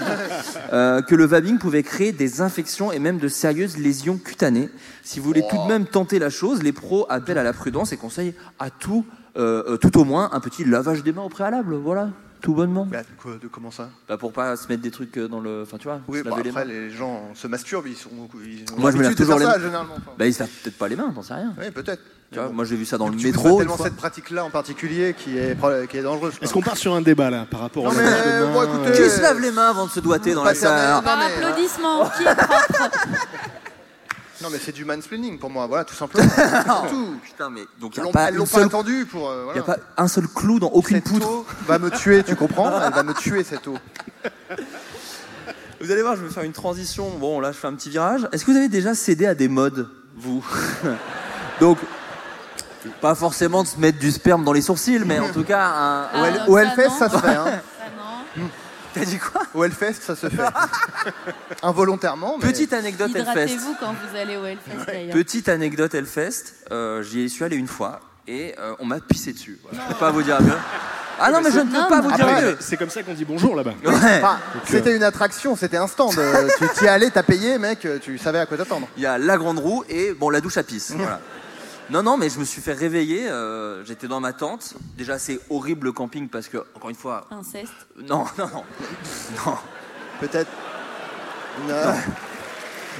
[SPEAKER 5] Euh, que le vabbing pouvait créer des infections et même de sérieuses lésions cutanées. Si vous voulez tout de même tenter la chose, les pros appellent à la prudence et conseillent à tout, euh, euh, tout au moins un petit lavage des mains au préalable, voilà, tout bonnement.
[SPEAKER 4] Mais de, quoi- de comment ça
[SPEAKER 5] Bah pour pas se mettre des trucs euh, dans le, enfin tu vois,
[SPEAKER 4] Oui,
[SPEAKER 5] se
[SPEAKER 4] bah,
[SPEAKER 5] laver les
[SPEAKER 4] après,
[SPEAKER 5] mains.
[SPEAKER 4] les gens se masturbent, ils sont. Ils ont
[SPEAKER 5] Moi, je me lave
[SPEAKER 4] l'habitude de faire
[SPEAKER 5] toujours les
[SPEAKER 4] ça,
[SPEAKER 5] mains.
[SPEAKER 4] généralement. enfin.
[SPEAKER 5] Bah ils se lavent peut-être pas les mains, t'en sais rien.
[SPEAKER 4] Oui, peut-être.
[SPEAKER 5] Tu vois, moi, j'ai vu ça dans le
[SPEAKER 4] Tu vois
[SPEAKER 5] métro. une
[SPEAKER 4] tellement
[SPEAKER 5] fois.
[SPEAKER 4] cette pratique-là en particulier qui est, pro- qui est dangereuse. quoi.
[SPEAKER 8] Est-ce qu'on part sur un débat là par rapport
[SPEAKER 4] Non,
[SPEAKER 8] au
[SPEAKER 4] mais,
[SPEAKER 8] lavage de main,
[SPEAKER 4] bon, écoutez,
[SPEAKER 8] euh,
[SPEAKER 5] Qui se lave les mains avant de se doiter dans
[SPEAKER 4] Pas
[SPEAKER 5] la salle
[SPEAKER 4] Non,
[SPEAKER 7] Par
[SPEAKER 4] mais- euh,
[SPEAKER 7] applaudissement, qui est propre
[SPEAKER 4] Non, mais c'est du mansplaining pour moi, voilà, tout simplement. C'est tout.
[SPEAKER 5] Putain, mais donc
[SPEAKER 4] Ils
[SPEAKER 5] il n'y a
[SPEAKER 4] l'ont-
[SPEAKER 5] pas
[SPEAKER 4] Elles l'ont
[SPEAKER 5] une
[SPEAKER 4] pas
[SPEAKER 5] seule
[SPEAKER 4] attendu pour. euh,
[SPEAKER 5] Il n'y
[SPEAKER 4] voilà.
[SPEAKER 5] a pas un seul clou dans aucune
[SPEAKER 4] Cette
[SPEAKER 5] poutre.
[SPEAKER 4] eau va me tuer, tu comprends Elle va me tuer cette eau.
[SPEAKER 5] Vous allez voir, je vais faire une transition. Bon, là, je fais un petit virage. Est-ce que vous avez déjà cédé à des modes, vous Donc, pas forcément de se mettre du sperme dans les sourcils, mais en tout cas, un...
[SPEAKER 7] Ah,
[SPEAKER 4] Au
[SPEAKER 7] ça,
[SPEAKER 4] Hell- Au Hellfest,
[SPEAKER 7] non.
[SPEAKER 4] ça se fait. Hein.
[SPEAKER 7] Ça, non.
[SPEAKER 5] T'as dit quoi
[SPEAKER 4] Au Hellfest, ça se fait. Involontairement. Mais...
[SPEAKER 5] Petite anecdote Hellfest.
[SPEAKER 7] Hydratez-vous quand vous allez au Hellfest d'ailleurs.
[SPEAKER 5] Petite anecdote Hellfest. Euh, J'y suis allé une fois et euh, on m'a pissé dessus. Voilà. Je peux pas vous dire mieux. Ah non, mais je ne peux
[SPEAKER 7] Non,
[SPEAKER 5] pas
[SPEAKER 7] mais-
[SPEAKER 5] vous dire
[SPEAKER 8] après,
[SPEAKER 5] mieux.
[SPEAKER 8] C'est comme ça qu'on dit bonjour là-bas.
[SPEAKER 5] Ouais.
[SPEAKER 4] Enfin, c'était une attraction, c'était un stand. euh, tu t'y allais, t'as payé, mec, tu savais à quoi t'attendre.
[SPEAKER 5] Il y a la grande roue et bon la douche à pisse. Voilà. Non, non, mais je me suis fait réveiller. euh, J'étais dans ma tente. Déjà, c'est horrible le camping parce que, encore une fois,
[SPEAKER 7] Inceste.
[SPEAKER 5] non, non, non. Non,
[SPEAKER 4] Peut-être. Non.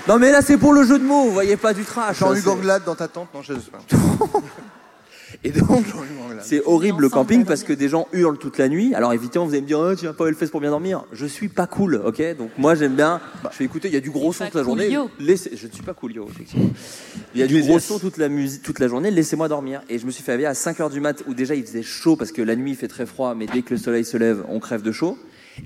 [SPEAKER 5] non mais là, c'est pour le jeu de mots. Vous voyez pas du trash. hein,
[SPEAKER 4] Jean-Hugues
[SPEAKER 5] C'est-
[SPEAKER 4] Anglade dans ta tente, non, je sais pas.
[SPEAKER 5] Et donc,
[SPEAKER 4] Jean-Hugues Anglade.
[SPEAKER 5] c'est horrible le
[SPEAKER 7] ensemble,
[SPEAKER 5] camping
[SPEAKER 7] on va
[SPEAKER 5] parce que des gens hurlent toute la nuit. Alors, évidemment, vous allez me dire, Oh, tu viens pas au Hellfest pour bien dormir. Je suis pas cool, ok Donc, moi, j'aime bien. Je fais écouter, il y a du gros
[SPEAKER 7] T'es
[SPEAKER 5] son
[SPEAKER 7] pas
[SPEAKER 5] toute la journée.
[SPEAKER 7] coolio.
[SPEAKER 5] Laissez... Je ne suis pas coolio, effectivement. Il y a du gros son toute la, musique, toute la journée, laissez-moi dormir. Et je me suis fait réveiller à 5h du mat où déjà il faisait chaud parce que la nuit il fait très froid, mais dès que le soleil se lève, on crève de chaud.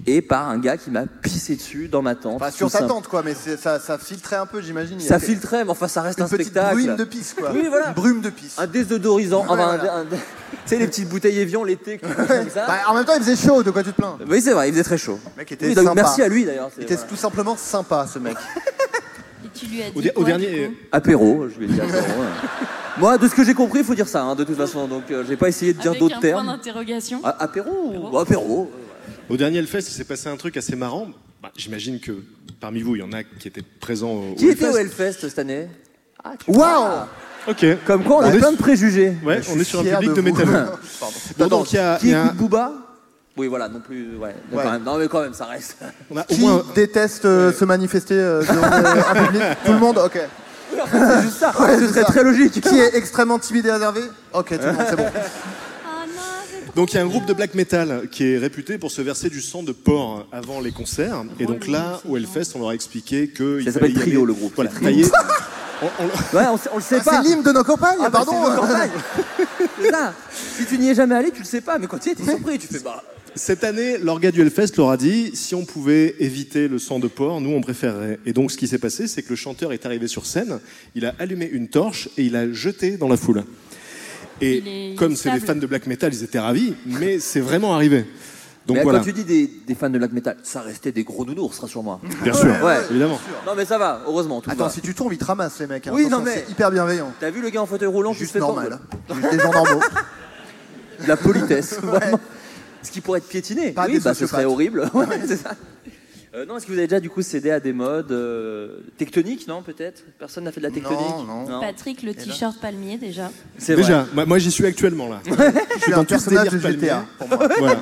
[SPEAKER 5] Et par un gars qui m'a pissé dessus dans ma tente.
[SPEAKER 4] Enfin,
[SPEAKER 5] tout
[SPEAKER 4] sur ta
[SPEAKER 5] simple.
[SPEAKER 4] tente, quoi, mais c'est- ça, ça filtrait un peu, j'imagine. il y a
[SPEAKER 5] Ça
[SPEAKER 4] que-
[SPEAKER 5] filtrait, mais enfin, ça reste
[SPEAKER 4] Une
[SPEAKER 5] un
[SPEAKER 4] petite
[SPEAKER 5] spectacle.
[SPEAKER 4] brume de pisse, quoi.
[SPEAKER 5] Oui, voilà.
[SPEAKER 4] Une brume de pisse.
[SPEAKER 5] Un désodorisant.
[SPEAKER 4] Ouais,
[SPEAKER 5] enfin, un-
[SPEAKER 4] voilà.
[SPEAKER 5] un- tu sais, les petites bouteilles Evian l'été. que tu mets comme ça.
[SPEAKER 4] Bah, en même temps, il faisait chaud, de quoi tu te plains
[SPEAKER 5] Oui, c'est vrai, il faisait très chaud.
[SPEAKER 4] mec était
[SPEAKER 5] Oui, donc,
[SPEAKER 4] sympa.
[SPEAKER 5] Merci à lui d'ailleurs. c'est-
[SPEAKER 4] Il était
[SPEAKER 5] voilà.
[SPEAKER 4] tout simplement sympa, ce mec.
[SPEAKER 7] Et tu lui as dit.
[SPEAKER 8] Au, di- au
[SPEAKER 7] quoi,
[SPEAKER 8] dernier,
[SPEAKER 7] du coup
[SPEAKER 5] Apéro, je lui ai dit apéro. ouais. Moi, de ce que j'ai compris, il faut dire ça, hein, de toute façon. Donc, euh, j'ai pas essayé de dire
[SPEAKER 7] Avec
[SPEAKER 5] d'autres
[SPEAKER 7] un
[SPEAKER 5] termes.
[SPEAKER 7] point d'interrogation.
[SPEAKER 5] Ah, apéro ou- bah, Apéro.
[SPEAKER 8] au dernier Hellfest, il s'est passé un truc assez marrant. Bah, J'imagine que parmi vous, il y en a qui étaient présents au,
[SPEAKER 5] Qui
[SPEAKER 8] au
[SPEAKER 5] était au
[SPEAKER 8] Hellfest.
[SPEAKER 5] Hellfest cette année
[SPEAKER 4] Ah, Waouh
[SPEAKER 8] Ok.
[SPEAKER 5] Comme quoi, on
[SPEAKER 8] Bah,
[SPEAKER 5] a
[SPEAKER 8] mais-
[SPEAKER 5] plein de préjugés.
[SPEAKER 8] Ouais,
[SPEAKER 4] Je
[SPEAKER 8] on est
[SPEAKER 4] suis
[SPEAKER 8] sur un
[SPEAKER 4] fier
[SPEAKER 8] public de,
[SPEAKER 4] vous.
[SPEAKER 8] métal.
[SPEAKER 4] Pardon.
[SPEAKER 8] Bon,
[SPEAKER 4] Attends,
[SPEAKER 8] donc il y a, il
[SPEAKER 5] Qui
[SPEAKER 8] y a
[SPEAKER 5] écoute
[SPEAKER 8] un-
[SPEAKER 5] Booba Oui, voilà, non plus. Ouais, non,
[SPEAKER 4] Ouais.
[SPEAKER 5] Quand même, non, mais quand même, ça reste.
[SPEAKER 8] on a au
[SPEAKER 4] Qui
[SPEAKER 8] moins.
[SPEAKER 4] déteste euh, se manifester euh, devant, euh, en public Tout le monde Ok.
[SPEAKER 5] c'est juste ça.
[SPEAKER 4] Ouais,
[SPEAKER 5] ce
[SPEAKER 4] c'est
[SPEAKER 5] serait
[SPEAKER 4] ça.
[SPEAKER 5] très logique.
[SPEAKER 4] Qui est extrêmement timide et réservé Ok, tout le monde, c'est bon.
[SPEAKER 7] Ah non, c'est trop
[SPEAKER 8] Donc il y a un groupe de black metal qui est réputé pour se verser du sang de porc avant les concerts. Et donc là, au Hellfest, on leur a expliqué que. il fallait
[SPEAKER 5] Ça s'appelle
[SPEAKER 8] y
[SPEAKER 5] Trio,
[SPEAKER 8] aller-
[SPEAKER 5] le groupe,
[SPEAKER 8] Voilà,
[SPEAKER 5] c'est Trio.
[SPEAKER 8] tailler- on- on-
[SPEAKER 5] Ouais, on, on le sait
[SPEAKER 4] Ah, c'est
[SPEAKER 5] pas.
[SPEAKER 4] l'hymne de nos campagnes,
[SPEAKER 5] Ah, bah,
[SPEAKER 4] pardon euh,
[SPEAKER 5] c'est nos campagnes. C'est ça. Si tu n'y es jamais allé, tu le sais pas. Mais quand tu y es, t'es surpris. Tu fais bah.
[SPEAKER 8] Cette année, l'orga du Hellfest leur a dit si on pouvait éviter le sang de porc, nous on préférerait. Et donc ce qui s'est passé, c'est que le chanteur est arrivé sur scène, il a allumé une torche et il a jeté dans la foule.
[SPEAKER 7] Il
[SPEAKER 8] Et
[SPEAKER 7] est
[SPEAKER 8] comme c'est des
[SPEAKER 7] stable.
[SPEAKER 8] fans de black metal, ils étaient ravis, mais c'est vraiment arrivé. Donc
[SPEAKER 5] mais
[SPEAKER 8] voilà,
[SPEAKER 5] quand tu dis des, des fans de black metal, ça restait des gros nounours, rassure-moi.
[SPEAKER 8] bien sûr,
[SPEAKER 5] Ouais.
[SPEAKER 8] évidemment.
[SPEAKER 5] Non, mais ça va. Heureusement, tout
[SPEAKER 4] Attends,
[SPEAKER 5] va.
[SPEAKER 4] si tu tombes, ils te ramassent, les mecs. hein.
[SPEAKER 5] Oui, non,
[SPEAKER 4] Attention,
[SPEAKER 5] mais-
[SPEAKER 4] C'est hyper bienveillant.
[SPEAKER 5] T'as vu le gars en fauteuil roulant qui se
[SPEAKER 4] Juste
[SPEAKER 5] fait
[SPEAKER 4] normal.
[SPEAKER 5] pas-
[SPEAKER 4] Juste des gens normaux.
[SPEAKER 5] De La politesse, vraiment. Ce qui pourrait être piétiné.
[SPEAKER 4] Pas
[SPEAKER 5] oui,
[SPEAKER 4] des
[SPEAKER 5] bah, ce serait
[SPEAKER 4] sociopathes.
[SPEAKER 5] horrible. Ouais, c'est ça. Euh, non, est-ce que vous avez déjà du coup cédé à des modes euh, tectoniques, non peut-être Personne n'a fait de la tectonique
[SPEAKER 4] non.
[SPEAKER 7] Patrick, le t-shirt palmier déjà.
[SPEAKER 5] C'est vrai.
[SPEAKER 8] Déjà, moi, moi, j'y suis actuellement là.
[SPEAKER 4] Je suis
[SPEAKER 8] dans
[SPEAKER 4] un
[SPEAKER 8] tout ce
[SPEAKER 4] personnage de
[SPEAKER 8] délire palmier.
[SPEAKER 4] GTA, pour moi.
[SPEAKER 8] Voilà.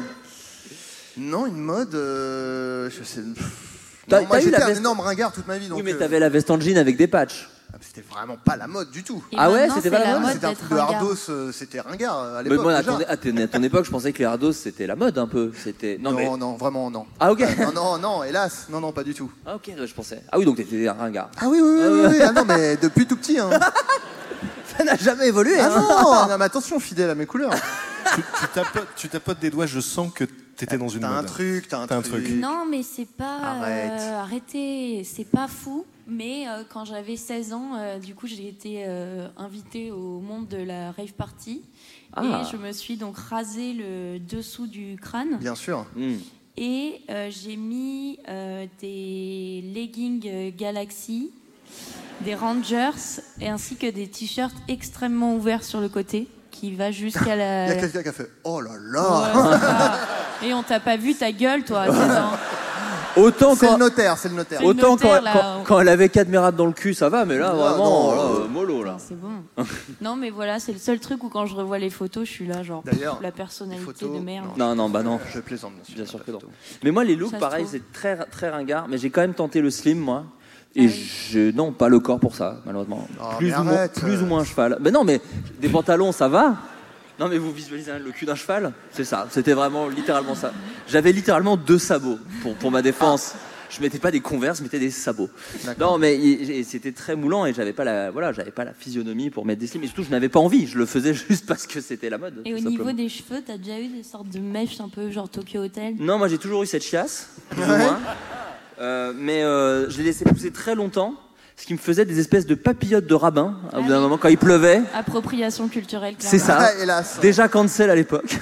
[SPEAKER 4] Non, une mode. euh, je sais. pff,
[SPEAKER 5] T'as-
[SPEAKER 4] non, moi
[SPEAKER 5] t'as eu
[SPEAKER 4] j'étais
[SPEAKER 5] la
[SPEAKER 4] un
[SPEAKER 5] veste-
[SPEAKER 4] énorme ringard toute ma vie. Donc,
[SPEAKER 5] Oui, mais
[SPEAKER 4] euh,
[SPEAKER 5] t'avais la veste en jean avec des patchs.
[SPEAKER 4] ah, C'était vraiment pas la mode du tout.
[SPEAKER 7] Et
[SPEAKER 5] Ah ouais,
[SPEAKER 7] maintenant,
[SPEAKER 5] c'était
[SPEAKER 7] c'est
[SPEAKER 5] pas la
[SPEAKER 7] la
[SPEAKER 5] mode
[SPEAKER 7] mode
[SPEAKER 4] C'était un truc
[SPEAKER 7] d'être
[SPEAKER 4] de
[SPEAKER 7] un
[SPEAKER 4] hardos, euh, c'était ringard euh, à
[SPEAKER 5] Mais
[SPEAKER 4] l'époque.
[SPEAKER 5] moi, à
[SPEAKER 4] déjà.
[SPEAKER 5] ton, à ton- à ton époque, je pensais que les hardos c'était la mode un peu. C'était ah, non,
[SPEAKER 4] Non,
[SPEAKER 5] mais
[SPEAKER 4] non, vraiment, non.
[SPEAKER 5] ah ok.
[SPEAKER 4] Non, non, non, hélas, non, non, pas du tout.
[SPEAKER 5] Ah ok, je pensais. Ah oui, donc t'étais un ringard.
[SPEAKER 4] Ah oui, oui, oui, oui, oui, ah non, mais depuis tout petit. Hein.
[SPEAKER 5] Ça n'a jamais évolué.
[SPEAKER 4] Ah
[SPEAKER 5] hein.
[SPEAKER 4] non, non, mais attention, fidèle à mes couleurs.
[SPEAKER 8] tu, tu tapotes, tu tapotes des doigts, je sens que t'étais dans une
[SPEAKER 4] T'as un
[SPEAKER 8] mode.
[SPEAKER 4] truc, t'as un,
[SPEAKER 8] T'as un
[SPEAKER 4] truc.
[SPEAKER 8] truc.
[SPEAKER 7] Non, mais c'est pas.
[SPEAKER 4] Arrête.
[SPEAKER 7] euh, arrêtez, c'est pas fou. Mais euh, quand j'avais 16 ans, euh, du coup, j'ai été euh, invitée au monde de la rave party.
[SPEAKER 5] Ah.
[SPEAKER 7] Et je me suis donc rasé le dessous du crâne.
[SPEAKER 4] Bien sûr.
[SPEAKER 5] Hmm.
[SPEAKER 7] Et euh, j'ai mis euh, des leggings euh, Galaxy, des Rangers, et ainsi que des t-shirts extrêmement ouverts sur le côté, qui va jusqu'à la.
[SPEAKER 4] Il y a quelqu'un qui a fait Oh là
[SPEAKER 7] Ouais,
[SPEAKER 4] là
[SPEAKER 7] c'est ça. Et on t'a pas vu ta gueule, toi. à 16 ans.
[SPEAKER 5] Autant
[SPEAKER 4] C'est le
[SPEAKER 5] quand,
[SPEAKER 4] notaire, c'est le notaire.
[SPEAKER 7] C'est-
[SPEAKER 5] autant
[SPEAKER 7] notaire,
[SPEAKER 5] quand,
[SPEAKER 7] là,
[SPEAKER 5] quand-
[SPEAKER 7] on-
[SPEAKER 5] quand elle avait Cadmérade dans le cul, ça va, mais là
[SPEAKER 4] Non,
[SPEAKER 5] vraiment,
[SPEAKER 4] non,
[SPEAKER 5] là,
[SPEAKER 4] non.
[SPEAKER 5] euh, mollo là.
[SPEAKER 7] C'est bon. non, mais voilà, c'est le seul truc où quand je revois les photos, je suis là, genre,
[SPEAKER 4] D'ailleurs,
[SPEAKER 7] la
[SPEAKER 4] les
[SPEAKER 7] personnalité
[SPEAKER 4] photos,
[SPEAKER 7] de merde.
[SPEAKER 5] Non, non, bah non.
[SPEAKER 4] Je plaisante, bien sûr.
[SPEAKER 5] Bien sûr que non. Mais moi, les looks,
[SPEAKER 7] Ça se
[SPEAKER 5] pareil,
[SPEAKER 7] trouve.
[SPEAKER 5] c'est très, très ringard. Mais j'ai quand même tenté le slim, moi. Et je, non, pas le corps pour ça, malheureusement.
[SPEAKER 4] Oh,
[SPEAKER 5] plus,
[SPEAKER 4] mais
[SPEAKER 5] ou moins,
[SPEAKER 4] arrête.
[SPEAKER 5] plus ou moins un cheval. Mais non, mais des pantalons, ça va. Non, mais vous visualisez le cul d'un cheval C'est ça, c'était vraiment littéralement ça. J'avais littéralement deux sabots pour, pour ma défense.
[SPEAKER 7] Ah.
[SPEAKER 5] Je mettais pas des converses, je mettais des sabots. Non, mais il- et c'était très moulant et j'avais pas la, voilà, j'avais pas la physionomie pour mettre des slips. Mais surtout, je n'avais pas envie. Je le faisais juste parce que c'était la mode.
[SPEAKER 7] Et au
[SPEAKER 5] tout
[SPEAKER 7] niveau
[SPEAKER 5] simplement.
[SPEAKER 7] des cheveux, t'as déjà eu des sortes de mèches un peu genre Tokyo Hotel
[SPEAKER 5] Non, moi j'ai toujours eu cette chiasse, plus ou moins. Euh, mais euh, je l'ai laissé pousser très longtemps, ce qui me faisait des espèces de papillotes de rabbin, à
[SPEAKER 7] Ah
[SPEAKER 5] bout
[SPEAKER 7] oui.
[SPEAKER 5] d'un
[SPEAKER 7] Ah,
[SPEAKER 5] moment, quand il pleuvait.
[SPEAKER 7] Appropriation culturelle, clairement.
[SPEAKER 5] C'est ça.
[SPEAKER 4] hélas.
[SPEAKER 5] Déjà cancel à l'époque.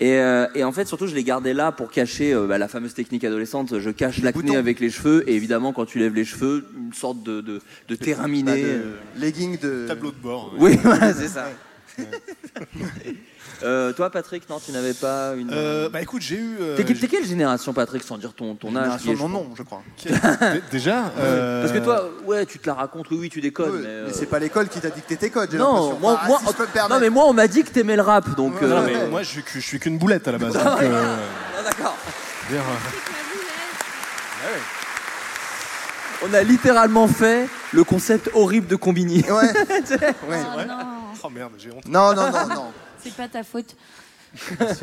[SPEAKER 5] Et, euh, et en fait, surtout, je l'ai gardé là pour cacher euh, bah, la fameuse technique adolescente. Je cache l'acné avec les cheveux. Et évidemment, quand tu lèves les cheveux, une sorte de, de, de terrain miné.
[SPEAKER 4] Bah, de-
[SPEAKER 5] euh,
[SPEAKER 4] Legging de.
[SPEAKER 8] Tableau de bord. ouais.
[SPEAKER 5] Oui, voilà, c'est ça. Euh, toi, Patrick, non, tu n'avais pas une.
[SPEAKER 8] Euh, bah écoute, j'ai eu. euh,
[SPEAKER 5] T'es t'es quelle génération, Patrick, sans dire ton, ton âge qui est,
[SPEAKER 4] Génération
[SPEAKER 5] je
[SPEAKER 4] non, non, je crois.
[SPEAKER 8] j'ai- Déjà. euh,
[SPEAKER 5] Parce que toi, ouais, tu te la racontes, oui, oui, tu déconnes.
[SPEAKER 4] Ouais,
[SPEAKER 5] mais, euh,
[SPEAKER 4] Mais c'est pas l'école qui t'a dicté tes codes, j'ai
[SPEAKER 5] non,
[SPEAKER 4] l'impression.
[SPEAKER 5] moi,
[SPEAKER 4] Ah,
[SPEAKER 5] moi- oh,
[SPEAKER 4] si je peux me
[SPEAKER 5] non,
[SPEAKER 4] permettre.
[SPEAKER 5] mais moi, on m'a dit que t'aimais le rap, donc.
[SPEAKER 4] Ouais,
[SPEAKER 5] euh,
[SPEAKER 8] Non,
[SPEAKER 4] ouais.
[SPEAKER 8] mais moi, je suis que- je suis qu'une boulette à la base. donc, euh,
[SPEAKER 5] Ah, D'accord.
[SPEAKER 8] dire, euh,
[SPEAKER 5] On a littéralement fait le concept horrible de Combini.
[SPEAKER 4] Ouais.
[SPEAKER 7] Oh non,
[SPEAKER 8] Oh merde, j'ai honte.
[SPEAKER 4] Non, non, non, non.
[SPEAKER 7] c'est pas ta faute.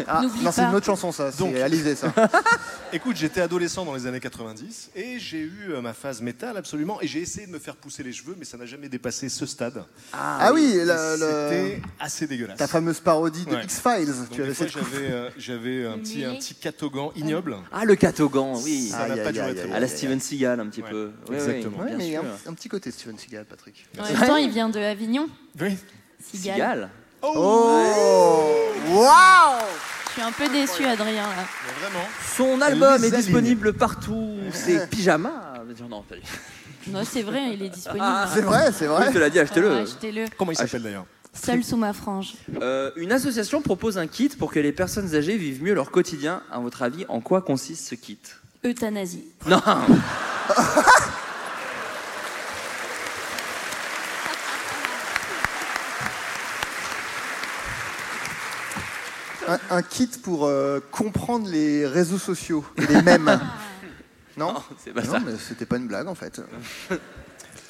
[SPEAKER 4] Ah,
[SPEAKER 7] N'oublie
[SPEAKER 4] non, c'est
[SPEAKER 7] pas.
[SPEAKER 4] une autre chanson, ça. C'est
[SPEAKER 8] Donc.
[SPEAKER 4] réalisé, ça.
[SPEAKER 8] Écoute, j'étais adolescent dans les années 90 et j'ai eu euh, ma phase métal absolument et j'ai essayé de me faire pousser les cheveux mais ça n'a jamais dépassé ce stade.
[SPEAKER 4] Ah oui,
[SPEAKER 8] Et
[SPEAKER 4] le- le-
[SPEAKER 8] C'était assez dégueulasse.
[SPEAKER 4] ta fameuse parodie de
[SPEAKER 8] Ouais.
[SPEAKER 4] X-Files.
[SPEAKER 8] Donc,
[SPEAKER 4] Tu
[SPEAKER 8] des
[SPEAKER 4] avais
[SPEAKER 8] fois,
[SPEAKER 4] cette
[SPEAKER 8] j'avais euh, j'avais un petit un petit catogan ignoble.
[SPEAKER 5] Ah, le catogan, oui.
[SPEAKER 8] Ça n'a
[SPEAKER 4] Aïe,
[SPEAKER 8] pas
[SPEAKER 4] aïe,
[SPEAKER 8] duré
[SPEAKER 4] aïe,
[SPEAKER 8] très
[SPEAKER 4] aïe,
[SPEAKER 5] À
[SPEAKER 8] longtemps.
[SPEAKER 5] la Steven Seagal, un petit peu. Oui, oui,
[SPEAKER 8] exactement.
[SPEAKER 4] Ouais,
[SPEAKER 5] bien
[SPEAKER 4] mais
[SPEAKER 5] sûr.
[SPEAKER 4] un, un petit côté Steven Seagal, Patrick.
[SPEAKER 7] En même temps, il vient de Avignon,
[SPEAKER 8] Oui.
[SPEAKER 7] Cigale.
[SPEAKER 5] Seagal.
[SPEAKER 4] Waouh
[SPEAKER 7] Je suis un peu déçu, Adrien. Là.
[SPEAKER 8] Mais vraiment.
[SPEAKER 5] Son album
[SPEAKER 8] Les
[SPEAKER 5] est
[SPEAKER 8] aligne.
[SPEAKER 5] disponible partout. C'est pyjama. Non, pas du tout.
[SPEAKER 7] Non, c'est vrai, il est disponible.
[SPEAKER 4] C'est vrai, c'est
[SPEAKER 5] Oui,
[SPEAKER 4] vrai.
[SPEAKER 5] je te l'ai dit,
[SPEAKER 7] Ah,
[SPEAKER 5] achetez-le.
[SPEAKER 7] Achetez-le.
[SPEAKER 8] Comment il s'appelle d'ailleurs
[SPEAKER 7] Seul sous ma frange.
[SPEAKER 5] Euh, une association propose un kit pour que les personnes âgées vivent mieux leur quotidien. À votre avis, en quoi consiste ce kit
[SPEAKER 7] Euthanasie.
[SPEAKER 5] Non
[SPEAKER 4] Un, un kit pour euh, comprendre les réseaux sociaux et les mèmes. Non,
[SPEAKER 8] Oh,
[SPEAKER 5] Non, c'est
[SPEAKER 8] bah
[SPEAKER 5] pas
[SPEAKER 4] non
[SPEAKER 5] ça.
[SPEAKER 4] mais c'était pas une blague en fait.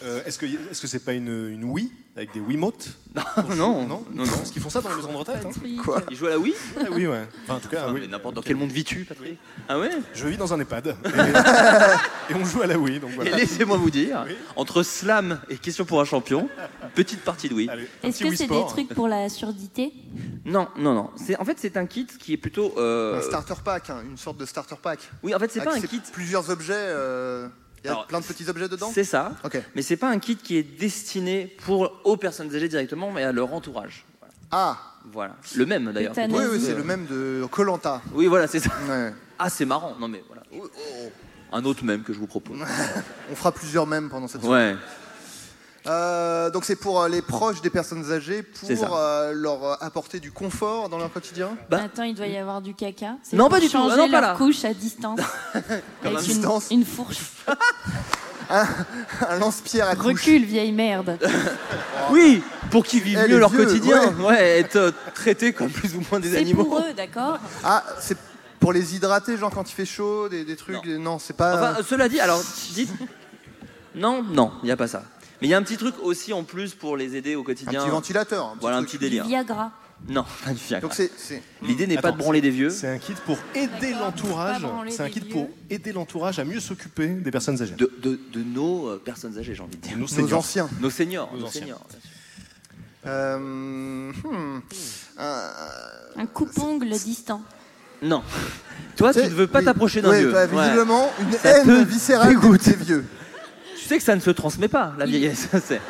[SPEAKER 8] Euh, Est-ce que est-ce que c'est pas une une Wii avec des Wiimotes
[SPEAKER 5] Non, non,
[SPEAKER 8] Non,
[SPEAKER 5] non.
[SPEAKER 8] Parce qu'ils font ça dans les maisons de retraite. hein.
[SPEAKER 4] Quoi
[SPEAKER 5] Il joue à la Wii
[SPEAKER 8] Ah oui, ouais. Enfin, en tout cas,
[SPEAKER 5] Ah,
[SPEAKER 8] oui.
[SPEAKER 5] mais N'importe dans quel monde vis-tu, Patrick Ah ouais
[SPEAKER 8] Je vis dans un EHPAD euh, et, et on joue à la Wii, donc voilà.
[SPEAKER 5] Et laissez-moi vous dire,
[SPEAKER 8] Oui.
[SPEAKER 5] entre slam et question pour un champion, petite partie de oui.
[SPEAKER 8] Allez, un
[SPEAKER 7] Est-ce
[SPEAKER 8] petit
[SPEAKER 7] que
[SPEAKER 8] Wii
[SPEAKER 7] c'est des
[SPEAKER 8] Sport.
[SPEAKER 7] trucs pour la surdité
[SPEAKER 5] Non, non, non. C'est- En fait, c'est un kit qui est plutôt. euh,
[SPEAKER 4] Un starter pack, hein, une sorte de starter pack.
[SPEAKER 5] Oui, en fait, c'est
[SPEAKER 4] Ah,
[SPEAKER 5] pas un
[SPEAKER 4] c'est
[SPEAKER 5] kit.
[SPEAKER 4] Plusieurs objets. euh, Il y a
[SPEAKER 5] Alors,
[SPEAKER 4] plein de petits objets dedans.
[SPEAKER 5] C'est ça.
[SPEAKER 4] Ok.
[SPEAKER 5] Mais c'est pas un kit qui est destiné pour aux personnes âgées directement, mais à leur entourage. Voilà.
[SPEAKER 4] Ah,
[SPEAKER 5] Voilà. Le même d'ailleurs.
[SPEAKER 7] Putain,
[SPEAKER 4] oui,
[SPEAKER 7] Vas-y.
[SPEAKER 4] oui, c'est le même de Colanta.
[SPEAKER 5] Oui, voilà, c'est ça.
[SPEAKER 4] Ouais.
[SPEAKER 5] Ah, c'est marrant. Non, mais voilà. Un autre même que je vous propose.
[SPEAKER 4] On fera plusieurs mèmes pendant cette soirée.
[SPEAKER 5] Ouais.
[SPEAKER 4] Euh, donc c'est pour euh, les proches des personnes âgées pour
[SPEAKER 5] C'est ça.
[SPEAKER 4] euh, leur euh, apporter du confort dans leur quotidien.
[SPEAKER 5] Bah-
[SPEAKER 7] Attends, il doit y avoir du caca. C'est
[SPEAKER 5] Non,
[SPEAKER 7] pour
[SPEAKER 5] pas du tout.
[SPEAKER 7] changer
[SPEAKER 5] Ah, non, pas
[SPEAKER 7] leur
[SPEAKER 5] là.
[SPEAKER 7] couche à distance. Avec
[SPEAKER 5] à
[SPEAKER 7] une,
[SPEAKER 4] distance.
[SPEAKER 7] une fourche.
[SPEAKER 4] Un lance-pierre à couche.
[SPEAKER 7] Recule, vieille merde.
[SPEAKER 5] Oui, pour qu'ils vivent
[SPEAKER 4] Eh,
[SPEAKER 5] mieux
[SPEAKER 4] les
[SPEAKER 5] leur
[SPEAKER 4] vieux,
[SPEAKER 5] quotidien. Ouais, être euh, traités comme plus ou moins des
[SPEAKER 7] C'est
[SPEAKER 5] animaux.
[SPEAKER 7] pour eux, d'accord
[SPEAKER 4] Ah, c'est pour les hydrater, genre quand il fait chaud, des, des trucs.
[SPEAKER 5] Non.
[SPEAKER 4] des- Non, c'est pas.
[SPEAKER 5] Enfin, euh, cela dit, alors, dites. Non, non, il n'y a pas ça. Mais il y a un petit truc aussi en plus pour les aider au
[SPEAKER 4] un
[SPEAKER 5] quotidien.
[SPEAKER 4] petit ventilateur. un petit
[SPEAKER 5] euh, voilà un
[SPEAKER 4] truc.
[SPEAKER 5] petit délire.
[SPEAKER 7] Viagra.
[SPEAKER 5] Non, pas du Viagra.
[SPEAKER 4] Donc c'est. c'est-
[SPEAKER 5] L'idée n'est pas
[SPEAKER 8] Attends,
[SPEAKER 5] de branler des vieux.
[SPEAKER 8] C'est un kit pour aider
[SPEAKER 7] D'accord,
[SPEAKER 8] l'entourage.
[SPEAKER 7] pas branler
[SPEAKER 8] C'est un
[SPEAKER 7] des
[SPEAKER 8] kit
[SPEAKER 7] vieux.
[SPEAKER 8] pour aider l'entourage à mieux s'occuper des personnes âgées.
[SPEAKER 5] De, de- de nos euh, personnes âgées, j'ai envie de dire.
[SPEAKER 8] Nos
[SPEAKER 4] Nos
[SPEAKER 8] seniors.
[SPEAKER 4] anciens.
[SPEAKER 5] Nos seniors.
[SPEAKER 8] Nos
[SPEAKER 5] Nos
[SPEAKER 8] anciens.
[SPEAKER 5] seniors, bien sûr.
[SPEAKER 4] Euh, hmm. Euh,
[SPEAKER 7] Un coupongle distant.
[SPEAKER 5] Non. Toi, tu ne veux pas
[SPEAKER 4] oui.
[SPEAKER 5] t'approcher d'un
[SPEAKER 4] Oui,
[SPEAKER 5] vieux.
[SPEAKER 4] bah,
[SPEAKER 5] Ouais.
[SPEAKER 4] visiblement, une
[SPEAKER 5] Ça
[SPEAKER 4] haine
[SPEAKER 5] te
[SPEAKER 4] viscérale
[SPEAKER 5] dégoûte.
[SPEAKER 4] des vieux.
[SPEAKER 5] Tu sais que ça ne se transmet pas, la
[SPEAKER 7] Il-
[SPEAKER 5] vieillesse. c'est-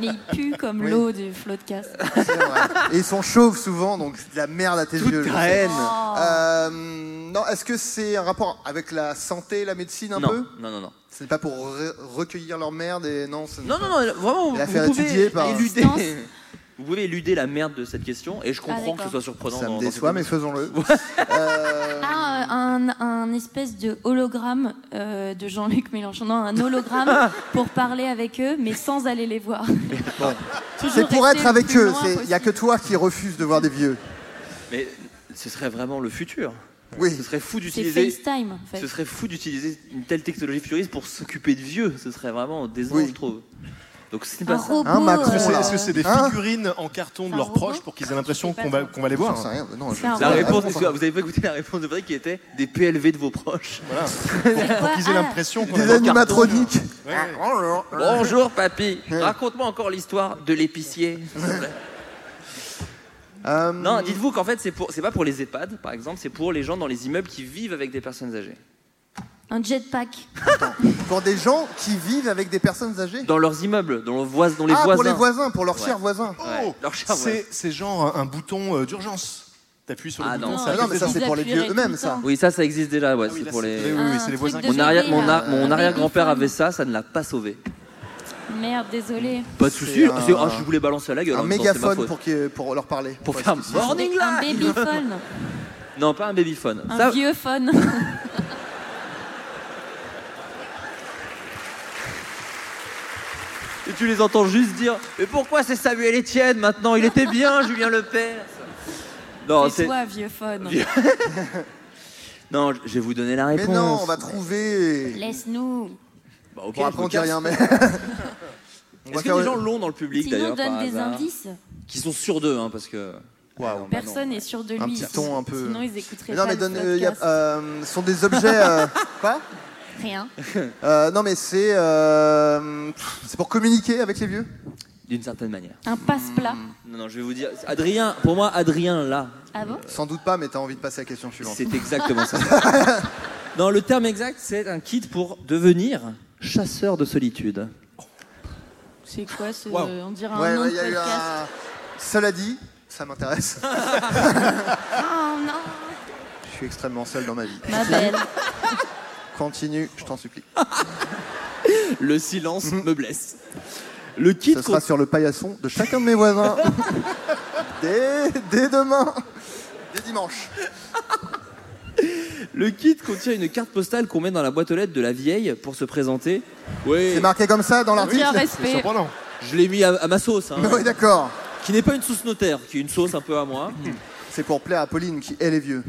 [SPEAKER 7] Mais il pue comme
[SPEAKER 4] Oui.
[SPEAKER 7] l'eau du flot de casse.
[SPEAKER 4] C'est vrai. Et ils sont chauves souvent, donc c'est de la merde à tes
[SPEAKER 5] Toute
[SPEAKER 4] yeux. je
[SPEAKER 5] ta
[SPEAKER 4] sais.
[SPEAKER 5] haine.
[SPEAKER 4] Euh, non, est-ce que c'est un rapport avec la santé, la médecine un
[SPEAKER 5] non.
[SPEAKER 4] peu
[SPEAKER 5] non, non, non.
[SPEAKER 4] C'est pas pour re- recueillir leur merde et non. c'est-
[SPEAKER 5] Non, non, non, vraiment,
[SPEAKER 4] Et à
[SPEAKER 5] vous
[SPEAKER 4] faire
[SPEAKER 5] pouvez,
[SPEAKER 4] étudier par-
[SPEAKER 5] éluder,
[SPEAKER 7] Distance. Ah,
[SPEAKER 5] vous pouvez éluder la merde de cette question, et je comprends que ce
[SPEAKER 7] d'accord.
[SPEAKER 5] soit surprenant.
[SPEAKER 4] Ça
[SPEAKER 5] dans-
[SPEAKER 4] me
[SPEAKER 5] dans
[SPEAKER 4] déçoit,
[SPEAKER 5] cette
[SPEAKER 4] mais faisons-le.
[SPEAKER 7] Ah, euh, un, un espèce de hologramme euh, de Jean-Luc Mélenchon. Non, un hologramme pour parler avec eux, mais sans aller les voir. Toujours
[SPEAKER 4] C'est pour
[SPEAKER 7] rester
[SPEAKER 4] être
[SPEAKER 7] le
[SPEAKER 4] avec
[SPEAKER 7] plus
[SPEAKER 4] eux.
[SPEAKER 7] loin
[SPEAKER 4] Il n'y a que
[SPEAKER 7] possible.
[SPEAKER 4] toi qui refuses de voir des vieux.
[SPEAKER 5] Mais ce serait vraiment le futur.
[SPEAKER 4] Oui.
[SPEAKER 5] Ce serait fou
[SPEAKER 7] C'est
[SPEAKER 5] d'utiliser.
[SPEAKER 7] FaceTime, en fait.
[SPEAKER 5] Ce serait fou d'utiliser une telle technologie futuriste pour s'occuper de vieux. Ce serait vraiment décevant,
[SPEAKER 4] Oui.
[SPEAKER 5] je trouve. Donc ce n'est
[SPEAKER 7] Un
[SPEAKER 5] pas ça.
[SPEAKER 7] robot.
[SPEAKER 4] Hein,
[SPEAKER 8] Est-ce
[SPEAKER 4] Macron,
[SPEAKER 8] que c'est-
[SPEAKER 7] euh,
[SPEAKER 8] est-ce que c'est des
[SPEAKER 4] Hein
[SPEAKER 8] figurines en carton de
[SPEAKER 7] Un
[SPEAKER 8] leurs
[SPEAKER 7] robot
[SPEAKER 8] proches pour qu'ils aient l'impression
[SPEAKER 7] Je sais
[SPEAKER 8] qu'on
[SPEAKER 7] pas.
[SPEAKER 8] va, qu'on va les
[SPEAKER 4] J'en
[SPEAKER 8] voir hein,
[SPEAKER 5] hein.
[SPEAKER 4] sais rien, mais non, je-
[SPEAKER 7] C'est un
[SPEAKER 5] La
[SPEAKER 7] Ouais,
[SPEAKER 5] réponse, parce que vous n'avez pas écouté la réponse de Patrick qui était des PLV de vos proches.
[SPEAKER 7] quoi
[SPEAKER 8] Qu'ils aient
[SPEAKER 7] Ah,
[SPEAKER 8] l'impression qu'on a
[SPEAKER 4] Des
[SPEAKER 8] leur carton.
[SPEAKER 4] animatroniques
[SPEAKER 8] Ouais, ouais.
[SPEAKER 5] Bonjour papy, raconte-moi encore l'histoire de l'épicier. s'il te plaît.
[SPEAKER 4] Euh,
[SPEAKER 5] non, dites-vous qu'en fait c'est pour, c'est pas pour les EHPAD par exemple, c'est pour les gens dans les immeubles qui vivent avec des personnes âgées,
[SPEAKER 7] Un jetpack.
[SPEAKER 4] Pour des gens qui vivent avec des personnes âgées
[SPEAKER 5] dans leurs immeubles, dans, le voisin- dans les
[SPEAKER 4] Ah,
[SPEAKER 5] voisins.
[SPEAKER 4] pour les voisins, pour leurs
[SPEAKER 5] Ouais.
[SPEAKER 4] chers voisins.
[SPEAKER 5] Ouais,
[SPEAKER 8] Oh,
[SPEAKER 5] leur chien, ouais.
[SPEAKER 8] c'est, c'est genre un bouton euh, d'urgence. T'appuies sur le
[SPEAKER 5] Ah,
[SPEAKER 8] bouton.
[SPEAKER 5] non.
[SPEAKER 8] ça
[SPEAKER 4] Ah non, mais
[SPEAKER 8] fait
[SPEAKER 4] ça,
[SPEAKER 8] des-
[SPEAKER 4] c'est pour les vieux
[SPEAKER 7] J'appuierai tout
[SPEAKER 4] eux-mêmes,
[SPEAKER 7] le
[SPEAKER 4] ça.
[SPEAKER 7] temps.
[SPEAKER 5] Oui, ça, ça existe déjà. Ouais,
[SPEAKER 8] Ah oui,
[SPEAKER 5] c'est
[SPEAKER 8] là,
[SPEAKER 5] pour
[SPEAKER 8] c'est-
[SPEAKER 5] les.
[SPEAKER 8] oui, oui,
[SPEAKER 7] Un
[SPEAKER 8] c'est les
[SPEAKER 7] truc
[SPEAKER 8] voisins.
[SPEAKER 7] de
[SPEAKER 8] qui-
[SPEAKER 5] Mon, arrière,
[SPEAKER 7] bébé,
[SPEAKER 5] mon,
[SPEAKER 7] là,
[SPEAKER 5] ar- mon
[SPEAKER 7] un
[SPEAKER 5] arrière-grand-père
[SPEAKER 7] babyphone.
[SPEAKER 5] avait ça, ça ne l'a pas sauvé.
[SPEAKER 7] Merde, désolé.
[SPEAKER 5] Pas de souci.
[SPEAKER 4] un-
[SPEAKER 5] c'est- ah, je voulais balancer à la gueule.
[SPEAKER 4] Un
[SPEAKER 5] en même temps, c'est ma
[SPEAKER 4] mégaphone
[SPEAKER 5] faute.
[SPEAKER 4] pour, qu'ils- pour leur parler.
[SPEAKER 5] Pour
[SPEAKER 4] Ouais,
[SPEAKER 5] faire
[SPEAKER 4] c'est-
[SPEAKER 5] morning
[SPEAKER 7] Un
[SPEAKER 5] live.
[SPEAKER 7] babyphone.
[SPEAKER 5] Non, pas un babyphone.
[SPEAKER 7] Un
[SPEAKER 5] Ça,
[SPEAKER 7] vieux phone.
[SPEAKER 5] Et tu les entends juste dire Mais pourquoi c'est Samuel Etienne maintenant Il était bien, Julien Lepers
[SPEAKER 4] Oh,
[SPEAKER 5] Non,
[SPEAKER 7] C'est
[SPEAKER 5] c'est.
[SPEAKER 7] toi, vieux phone.
[SPEAKER 5] Non, je je vais vous donner la
[SPEAKER 4] Mais
[SPEAKER 5] réponse.
[SPEAKER 4] non, on va trouver.
[SPEAKER 7] Laisse-nous.
[SPEAKER 5] Bah, ok,
[SPEAKER 4] Pour
[SPEAKER 5] je
[SPEAKER 4] après, on
[SPEAKER 5] me
[SPEAKER 4] dit
[SPEAKER 5] casse.
[SPEAKER 4] rien, mais. On va
[SPEAKER 5] Est-ce
[SPEAKER 4] faire-
[SPEAKER 5] que des gens l'ont dans le public
[SPEAKER 7] Sinon,
[SPEAKER 5] d'ailleurs par
[SPEAKER 7] donne des
[SPEAKER 5] hasard
[SPEAKER 4] Ah
[SPEAKER 7] indices.
[SPEAKER 5] Qui sont sûrs d'eux, hein, parce que.
[SPEAKER 4] Waouh.
[SPEAKER 7] Personne n'est sûr de lui.
[SPEAKER 4] Un petit
[SPEAKER 7] ici.
[SPEAKER 4] ton un peu-
[SPEAKER 7] Sinon, ils écouteraient
[SPEAKER 4] Mais non,
[SPEAKER 7] pas
[SPEAKER 4] mais
[SPEAKER 7] le
[SPEAKER 4] donne. euh, y a-
[SPEAKER 7] podcast.
[SPEAKER 4] euh, sont des objets. euh, Quoi
[SPEAKER 7] Rien.
[SPEAKER 4] Euh, Non, mais c'est. euh, pff, C'est pour communiquer avec les vieux
[SPEAKER 5] D'une certaine manière.
[SPEAKER 7] Un passe-plat.
[SPEAKER 4] Hmm.
[SPEAKER 5] Non, non, je vais vous dire. Adrien, pour moi, Adrien, là,
[SPEAKER 7] Ah bon
[SPEAKER 4] Sans doute pas, mais t'as envie de passer à la question suivante.
[SPEAKER 5] c'est exactement ça. Non, le terme exact, c'est un kit pour devenir chasseur de solitude.
[SPEAKER 7] C'est quoi ce.
[SPEAKER 8] Waouh.
[SPEAKER 7] On dirait un
[SPEAKER 4] Ouais,
[SPEAKER 7] nom
[SPEAKER 4] ouais,
[SPEAKER 7] de
[SPEAKER 4] y a eu
[SPEAKER 7] podcast.
[SPEAKER 4] un. Cela dit, ça m'intéresse.
[SPEAKER 7] Oh non
[SPEAKER 4] Je suis extrêmement seul dans ma vie.
[SPEAKER 7] Ma belle.
[SPEAKER 4] Continue, je t'en supplie.
[SPEAKER 5] Le silence me blesse. Le kit
[SPEAKER 4] Ça sera sur le paillasson de chacun de mes voisins. dès, dès demain. Dès dimanche.
[SPEAKER 5] Le kit contient une carte postale qu'on met dans la boîte aux lettres de la vieille pour se présenter. Oui,
[SPEAKER 4] C'est marqué comme ça dans l'article
[SPEAKER 7] Tiens,
[SPEAKER 8] C'est
[SPEAKER 7] respect.
[SPEAKER 8] surprenant.
[SPEAKER 5] je l'ai mis à, à ma sauce, hein,
[SPEAKER 4] Oui, d'accord.
[SPEAKER 5] qui n'est pas une sauce notaire, qui est une sauce un peu à moi.
[SPEAKER 4] C'est pour plaire à Pauline qui, elle, est vieux.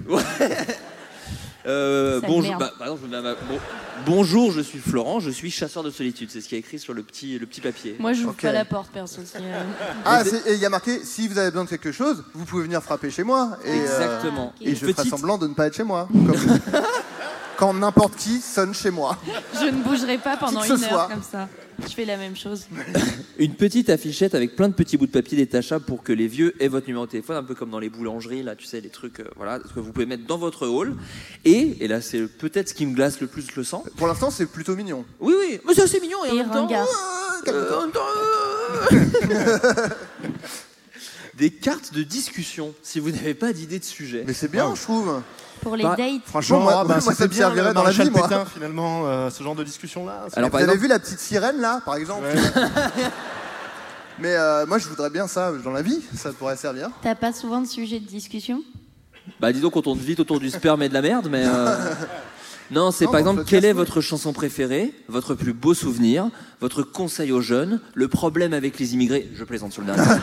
[SPEAKER 5] Euh,
[SPEAKER 7] Sale
[SPEAKER 5] bonjour,
[SPEAKER 7] merde.
[SPEAKER 5] bah, pardon, je me mets à ma- bon- bonjour, je suis Florent, je suis chasseur de solitude. C'est ce qui est écrit sur le petit, le petit papier.
[SPEAKER 7] Moi, j'ouvre
[SPEAKER 4] Ok.
[SPEAKER 7] pas la porte, perso. si, euh,
[SPEAKER 4] Ah, c'est- et il y a marqué si vous avez besoin de quelque chose, vous pouvez venir frapper chez moi. Et, euh,
[SPEAKER 5] Exactement.
[SPEAKER 7] Ah, ok.
[SPEAKER 4] et
[SPEAKER 5] Une
[SPEAKER 4] je ferai
[SPEAKER 5] petite-
[SPEAKER 4] semblant de ne pas être chez moi. Comme- Quand n'importe qui sonne chez moi.
[SPEAKER 7] Je ne bougerai pas pendant
[SPEAKER 4] que
[SPEAKER 7] une
[SPEAKER 4] ce
[SPEAKER 7] heure
[SPEAKER 4] soit.
[SPEAKER 7] comme ça. Je fais la même chose.
[SPEAKER 5] Une petite affichette avec plein de petits bouts de papier détachables pour que les vieux aient votre numéro de téléphone, un peu comme dans les boulangeries, là, tu sais, les trucs, euh, voilà, ce que vous pouvez mettre dans votre hall. Et, et là, c'est peut-être ce qui me glace le plus le sang.
[SPEAKER 4] Pour l'instant, c'est plutôt mignon.
[SPEAKER 5] Oui, oui, mais c'est assez mignon et, en
[SPEAKER 7] Et
[SPEAKER 5] même temps,
[SPEAKER 7] ringard.
[SPEAKER 5] Euh, en même temps, euh, Des cartes de discussion si vous n'avez pas d'idée de sujet.
[SPEAKER 4] Mais c'est bien, je trouve.
[SPEAKER 7] Pour les
[SPEAKER 5] Bah,
[SPEAKER 7] dates.
[SPEAKER 4] Franchement,
[SPEAKER 8] Genre,
[SPEAKER 4] moi,
[SPEAKER 8] ah, bah,
[SPEAKER 4] moi,
[SPEAKER 8] c'était
[SPEAKER 4] ça me
[SPEAKER 8] bien,
[SPEAKER 4] servirait
[SPEAKER 8] le
[SPEAKER 4] dans la vie,
[SPEAKER 8] maréchal
[SPEAKER 4] moi.
[SPEAKER 8] Pétain, finalement, euh, ce genre de discussion-là. c'est-
[SPEAKER 5] Alors,
[SPEAKER 4] Vous
[SPEAKER 5] par
[SPEAKER 4] avez
[SPEAKER 5] exemple,
[SPEAKER 4] vu la petite sirène là, par exemple
[SPEAKER 8] Ouais.
[SPEAKER 4] Mais euh, moi, je voudrais bien ça dans la vie. Ça pourrait servir.
[SPEAKER 7] T'as pas souvent de sujet de discussion
[SPEAKER 5] bah, disons qu'on tourne vite autour du sperme et de la merde, mais. euh, Non, c'est
[SPEAKER 4] Non, dans
[SPEAKER 5] par
[SPEAKER 4] le
[SPEAKER 5] exemple,
[SPEAKER 4] podcast,
[SPEAKER 5] quelle est
[SPEAKER 4] oui.
[SPEAKER 5] votre chanson préférée, votre plus beau souvenir, votre conseil aux jeunes, le problème avec les immigrés Je plaisante sur le dernier.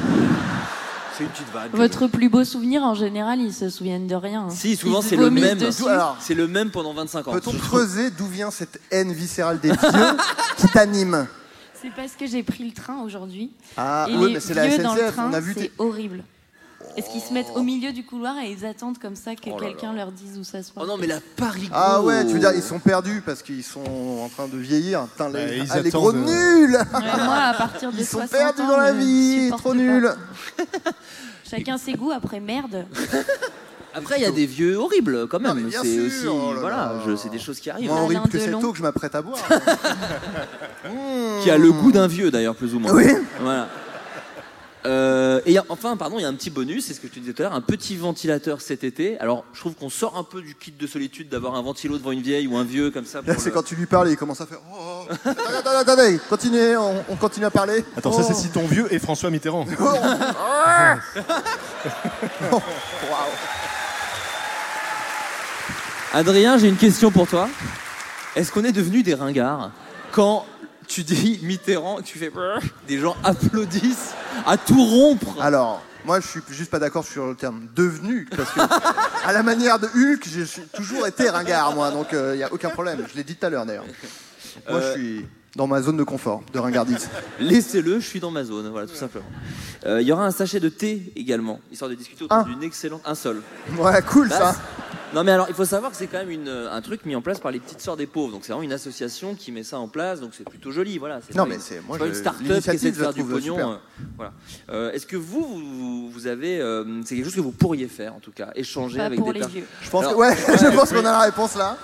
[SPEAKER 5] c'est une petite vague.
[SPEAKER 7] Votre plus beau souvenir, en général, ils se souviennent de rien.
[SPEAKER 5] Si, souvent,
[SPEAKER 7] Ils
[SPEAKER 5] c'est le
[SPEAKER 7] vomissent
[SPEAKER 5] même.
[SPEAKER 7] dessus.
[SPEAKER 4] Alors,
[SPEAKER 5] C'est le même pendant 25 ans.
[SPEAKER 4] Peut-on
[SPEAKER 5] Je-
[SPEAKER 4] creuser d'où vient cette haine viscérale des vieux qui t'anime
[SPEAKER 7] C'est parce que j'ai pris le train aujourd'hui.
[SPEAKER 4] Ah
[SPEAKER 7] et
[SPEAKER 4] oui,
[SPEAKER 7] les
[SPEAKER 4] mais c'est la
[SPEAKER 7] vieux dans le
[SPEAKER 4] SNCF,
[SPEAKER 7] train,
[SPEAKER 4] on a vu.
[SPEAKER 7] c'est
[SPEAKER 4] tes-
[SPEAKER 7] horrible. Est-ce qu'ils se mettent au milieu du couloir et ils attendent comme ça que
[SPEAKER 5] Oh là
[SPEAKER 7] quelqu'un
[SPEAKER 5] là.
[SPEAKER 7] leur dise où s'asseoir
[SPEAKER 5] Oh non, mais la Paris
[SPEAKER 4] Ah ouais, tu veux dire, ils sont perdus parce qu'ils sont en train de vieillir. Putain, les,
[SPEAKER 8] Bah, ils
[SPEAKER 4] ah, les gros
[SPEAKER 8] attendent,
[SPEAKER 4] nuls
[SPEAKER 7] Ouais, Moi, à partir de
[SPEAKER 4] Ils sont
[SPEAKER 7] 60
[SPEAKER 4] perdus
[SPEAKER 7] ans,
[SPEAKER 4] dans la
[SPEAKER 7] je
[SPEAKER 4] vie,
[SPEAKER 7] supporte
[SPEAKER 4] trop
[SPEAKER 7] pas.
[SPEAKER 4] nuls
[SPEAKER 7] Chacun ses goûts, après merde.
[SPEAKER 5] Après, il y a des vieux horribles quand
[SPEAKER 4] Non,
[SPEAKER 5] même.
[SPEAKER 4] mais bien
[SPEAKER 5] C'est
[SPEAKER 4] sûr,
[SPEAKER 5] aussi,
[SPEAKER 4] oh là
[SPEAKER 5] voilà,
[SPEAKER 4] là.
[SPEAKER 5] je- c'est des choses qui arrivent.
[SPEAKER 4] Moins horrible
[SPEAKER 7] Alain
[SPEAKER 4] que cette
[SPEAKER 7] Delon.
[SPEAKER 4] eau que je m'apprête à boire.
[SPEAKER 5] Qui a le goût d'un vieux d'ailleurs, plus ou moins.
[SPEAKER 4] Hmm. Oui.
[SPEAKER 5] Voilà. Euh, et il y a- enfin, pardon, il y a un petit bonus, c'est ce que je te disais tout à l'heure, un petit ventilateur cet été. Alors, je trouve qu'on sort un peu du kit de solitude d'avoir un ventilo devant une vieille ou un vieux comme ça. pour
[SPEAKER 4] Là, c'est
[SPEAKER 5] le-
[SPEAKER 4] quand tu lui parles et il commence à faire. Oh, oh. attendez, attendez, attendez, continuez, on, on continue à parler. Oh.
[SPEAKER 8] Attends, ça, c'est si ton vieux et François Mitterrand.
[SPEAKER 5] Adrien, j'ai une question pour toi. Est-ce qu'on est devenu des ringards quand tu dis Mitterrand, tu fais brrr des gens applaudissent à tout rompre.
[SPEAKER 4] Alors, moi, je suis juste pas d'accord sur le terme devenu, parce que à la manière de Hulk, j'ai j'ai toujours été ringard, moi, donc il n'y a aucun problème. Je l'ai dit tout à l'heure, d'ailleurs. Moi,
[SPEAKER 8] Euh,
[SPEAKER 4] je suis dans ma zone de confort, de ringardisme.
[SPEAKER 5] Laissez-le, je suis dans ma zone, voilà tout simplement. Euh, Il y aura un sachet de thé également, histoire de discuter autour
[SPEAKER 4] Un.
[SPEAKER 5] d'une excellente un seul.
[SPEAKER 4] Ouais, cool
[SPEAKER 5] Bah,
[SPEAKER 4] ça.
[SPEAKER 5] c'est- Non mais alors il faut savoir que c'est quand même une, euh, un truc mis en place par les petites sœurs des pauvres donc c'est vraiment une association qui met ça en place donc c'est plutôt joli voilà c'est
[SPEAKER 4] Non,
[SPEAKER 5] pas
[SPEAKER 4] mais
[SPEAKER 5] une-
[SPEAKER 4] c'est- moi,
[SPEAKER 5] pas
[SPEAKER 4] je-
[SPEAKER 5] une start-up qui
[SPEAKER 4] l'initiative,
[SPEAKER 5] essaie de
[SPEAKER 4] je la
[SPEAKER 5] faire du
[SPEAKER 4] trouve
[SPEAKER 5] pognon
[SPEAKER 4] super.
[SPEAKER 5] euh, voilà Euh, est-ce que vous vous, vous avez euh, c'est quelque chose que vous pourriez faire en tout cas échanger
[SPEAKER 7] Pas
[SPEAKER 5] avec
[SPEAKER 7] pour les
[SPEAKER 5] des personnes
[SPEAKER 7] vieux.
[SPEAKER 4] Je pense, que-
[SPEAKER 5] Alors,
[SPEAKER 4] ouais, je pense
[SPEAKER 5] oui.
[SPEAKER 4] qu'on a la réponse là.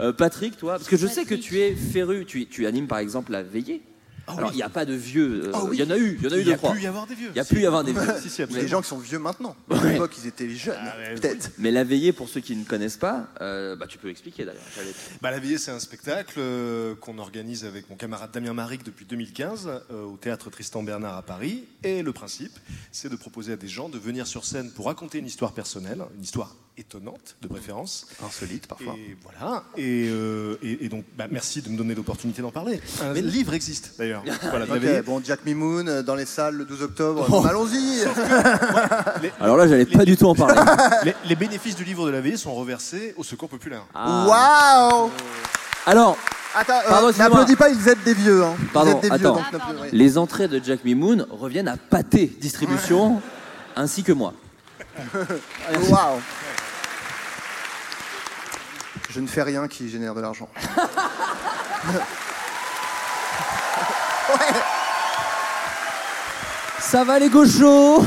[SPEAKER 5] Euh, Patrick toi parce que je sais que
[SPEAKER 7] Patrick.
[SPEAKER 5] tu es féru tu, tu animes par exemple la veillée alors il n'y a pas de vieux euh, il
[SPEAKER 8] Ah oui.
[SPEAKER 5] y en a eu il y en a eu
[SPEAKER 8] Il y
[SPEAKER 5] deux
[SPEAKER 8] a
[SPEAKER 5] trois
[SPEAKER 8] plus y avoir des vieux.
[SPEAKER 5] il y a plus y avoir des vieux
[SPEAKER 8] Si, si,
[SPEAKER 4] Ou des
[SPEAKER 8] absolument.
[SPEAKER 4] gens qui sont vieux maintenant. À
[SPEAKER 5] Ouais. Ah,
[SPEAKER 4] l'époque, ils étaient jeunes, peut-être.
[SPEAKER 5] mais la veillée pour ceux qui ne connaissent pas euh, bah tu peux expliquer d'ailleurs J'allais-
[SPEAKER 8] Bah, la veillée, c'est un spectacle euh, qu'on organise avec mon camarade Damien Maric depuis 2015 euh, au théâtre Tristan Bernard à Paris. Et le principe, c'est de proposer à des gens de venir sur scène pour raconter une histoire personnelle, une histoire étonnante de préférence.
[SPEAKER 4] Insolite parfois.
[SPEAKER 8] Et voilà. Et, euh, et- et donc, bah, merci de me donner l'opportunité d'en parler. Un livre existe d'ailleurs. Voilà, de la
[SPEAKER 4] Ok,
[SPEAKER 8] veillée.
[SPEAKER 4] bon, Jack Mimoun euh, dans les salles le 12
[SPEAKER 5] Oh.
[SPEAKER 4] octobre. Allons-y.
[SPEAKER 5] alors là j'allais pas du tout en parler
[SPEAKER 8] les, les bénéfices du livre de la veillée sont reversés au secours populaire.
[SPEAKER 5] Ah.
[SPEAKER 4] Waouh
[SPEAKER 5] Alors,
[SPEAKER 4] Attends, euh,
[SPEAKER 5] Pardon, excuse-moi.
[SPEAKER 4] n'applaudis pas, ils aident des vieux. Hein.
[SPEAKER 5] Pardon,
[SPEAKER 4] ils aident des
[SPEAKER 5] attends.
[SPEAKER 4] vieux.
[SPEAKER 7] Ah, pardon.
[SPEAKER 4] n'applaudis-
[SPEAKER 5] les entrées de Jack Mimoun reviennent à Pâté Distribution, ainsi que moi. Ah,
[SPEAKER 4] Waouh Je ne fais rien qui génère de l'argent.
[SPEAKER 5] Ça va les gauchos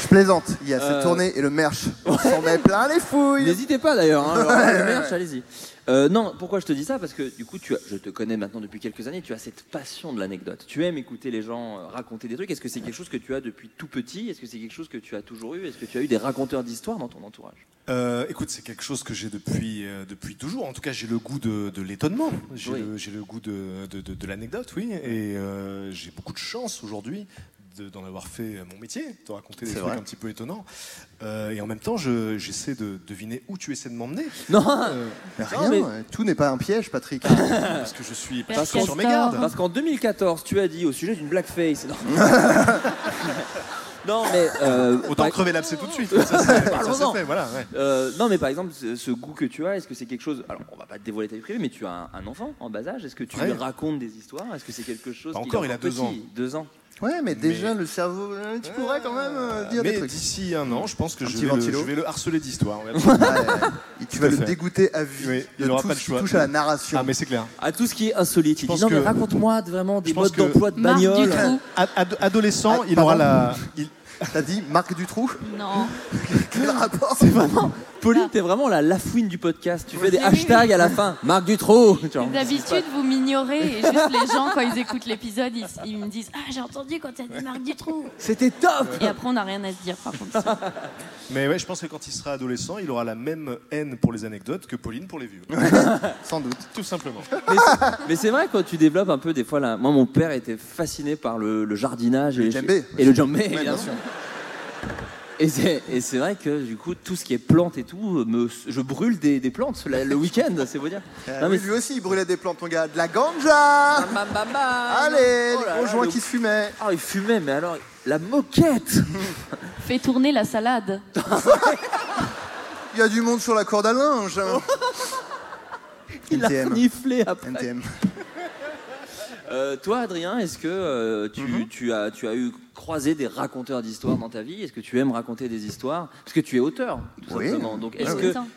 [SPEAKER 4] Je plaisante. Il y a cette
[SPEAKER 5] Euh.
[SPEAKER 4] tournée et le merch. On s'en met plein les fouilles.
[SPEAKER 5] N'hésitez pas d'ailleurs, hein, alors, le merch, allez-y. Euh, non, pourquoi je te dis ça Parce que du coup, tu as- je te connais maintenant depuis quelques années, tu as cette passion de l'anecdote. Tu aimes écouter les gens euh, raconter des trucs. Est-ce que c'est quelque chose que tu as depuis tout petit Est-ce que c'est quelque chose que tu as toujours eu Est-ce que tu as eu des raconteurs d'histoires dans ton entourage
[SPEAKER 8] Euh, écoute, c'est quelque chose que j'ai depuis, euh, depuis toujours. En tout cas, j'ai le goût de, de l'étonnement. J'ai
[SPEAKER 5] Oui.
[SPEAKER 8] le, j'ai le goût de, de- de- de l'anecdote, oui. Et euh, j'ai beaucoup de chance aujourd'hui de- d'en avoir fait euh, mon métier, de raconter des
[SPEAKER 4] C'est
[SPEAKER 8] trucs
[SPEAKER 4] vrai.
[SPEAKER 8] un petit peu étonnants. Euh, et en même temps, je- j'essaie de deviner où tu essaies de m'emmener.
[SPEAKER 5] Non
[SPEAKER 8] Euh,
[SPEAKER 4] Rien,
[SPEAKER 5] mais-
[SPEAKER 4] euh, tout n'est pas un piège, Patrick.
[SPEAKER 8] parce que je suis pas
[SPEAKER 7] Parce
[SPEAKER 8] sûr
[SPEAKER 7] qu'on
[SPEAKER 8] sur mes
[SPEAKER 7] sort.
[SPEAKER 8] gardes.
[SPEAKER 5] Parce qu'en 2014, tu as dit au sujet d'une blackface. Non, Non, mais. euh,
[SPEAKER 8] Autant
[SPEAKER 5] par-
[SPEAKER 8] crever l'abcès tout de suite. Ça, c'est- ça,
[SPEAKER 5] Parlons-en.
[SPEAKER 8] c'est fait, voilà. ouais.
[SPEAKER 5] Euh, non, mais par exemple, ce, ce goût que tu as, est-ce que c'est quelque chose. Alors, on va pas te dévoiler ta vie privée, mais tu as un, un enfant en bas âge. Est-ce que tu
[SPEAKER 8] Ouais.
[SPEAKER 5] lui racontes des histoires Est-ce que c'est quelque chose.
[SPEAKER 8] Pas
[SPEAKER 5] qu'il est
[SPEAKER 8] encore, il a deux
[SPEAKER 5] petit
[SPEAKER 8] ans.
[SPEAKER 5] Deux ans.
[SPEAKER 4] Ouais, mais déjà, le cerveau, euh, tu pourrais quand même euh, dire des
[SPEAKER 8] Mais
[SPEAKER 4] trucs.
[SPEAKER 8] d'ici un an, je pense que
[SPEAKER 4] Un
[SPEAKER 8] je vais,
[SPEAKER 4] petit
[SPEAKER 8] le,
[SPEAKER 4] ventilo.
[SPEAKER 8] je vais le harceler d'histoire.
[SPEAKER 4] Ouais, et tu vas
[SPEAKER 8] à
[SPEAKER 4] le
[SPEAKER 8] fait.
[SPEAKER 4] dégoûter à vie.
[SPEAKER 8] Oui, il
[SPEAKER 4] de
[SPEAKER 8] aura
[SPEAKER 4] tout
[SPEAKER 8] pas
[SPEAKER 4] ce
[SPEAKER 8] de
[SPEAKER 4] qui
[SPEAKER 8] choix.
[SPEAKER 4] touche à la narration.
[SPEAKER 8] Ah, mais c'est clair.
[SPEAKER 5] À tout ce qui est insolite. Il
[SPEAKER 8] pense
[SPEAKER 5] dit non, mais
[SPEAKER 8] que-
[SPEAKER 5] raconte-moi vraiment des
[SPEAKER 8] je pense
[SPEAKER 5] modes
[SPEAKER 8] que-
[SPEAKER 5] d'emploi de
[SPEAKER 7] Marc
[SPEAKER 5] bagnole.
[SPEAKER 7] Dutroux.
[SPEAKER 8] Ad- ad- adolescent,
[SPEAKER 4] Ah,
[SPEAKER 8] il
[SPEAKER 4] pardon.
[SPEAKER 8] aura la. il-
[SPEAKER 4] T'as dit Marc Dutroux
[SPEAKER 7] Non.
[SPEAKER 4] Quel rapport
[SPEAKER 5] Vraiment, Pauline, t'es vraiment la lafouine du podcast. Tu fais des
[SPEAKER 7] Oui, oui,
[SPEAKER 5] hashtags à la fin. Marc Dutroux. tu vois.
[SPEAKER 7] D'habitude, vous m'ignorez et juste les gens, quand ils écoutent l'épisode, ils, ils me disent Ah, j'ai entendu quand t'as dit Marc Dutroux.
[SPEAKER 5] C'était top
[SPEAKER 7] Et après, on n'a rien à se dire, par contre.
[SPEAKER 8] Mais ouais, je pense que quand il sera adolescent, il aura la même haine pour les anecdotes que Pauline pour les vieux.
[SPEAKER 4] Sans doute.
[SPEAKER 8] Tout simplement.
[SPEAKER 5] Mais c'est- Mais c'est vrai quand tu développes un peu des fois là. Moi mon père était fasciné par le, le jardinage et, les-
[SPEAKER 4] djembé.
[SPEAKER 5] et le djembé,
[SPEAKER 4] Ouais, Euh, bien
[SPEAKER 5] évidemment.
[SPEAKER 4] sûr.
[SPEAKER 5] Et c'est et c'est vrai que du coup tout ce qui est plantes et tout, me, je brûle des, des plantes la- le week-end, c'est Ah, vous dire.
[SPEAKER 4] Euh,
[SPEAKER 5] Non, mais
[SPEAKER 4] oui, lui aussi, il brûlait des plantes, ton gars. De la ganja
[SPEAKER 5] Bam, bam, bam, bam.
[SPEAKER 4] Allez,
[SPEAKER 5] Oh là là,
[SPEAKER 4] les conjoints
[SPEAKER 5] le-
[SPEAKER 4] qui se fumaient.
[SPEAKER 5] Ah il fumait mais alors la moquette.
[SPEAKER 7] Fais tourner la salade.
[SPEAKER 4] Il y a du monde sur la corde à linge. hein.
[SPEAKER 5] Oh. Il a
[SPEAKER 4] NTM.
[SPEAKER 5] reniflé après.
[SPEAKER 4] NTM.
[SPEAKER 5] Euh, toi Adrien, est-ce que euh, tu,
[SPEAKER 4] Mm-hmm.
[SPEAKER 5] tu as tu as eu croisé des raconteurs d'histoires dans ta vie Est-ce que tu aimes raconter des histoires Parce que tu es auteur tout
[SPEAKER 4] Oui.
[SPEAKER 5] simplement. Donc
[SPEAKER 7] Et
[SPEAKER 5] est-ce que
[SPEAKER 7] autant.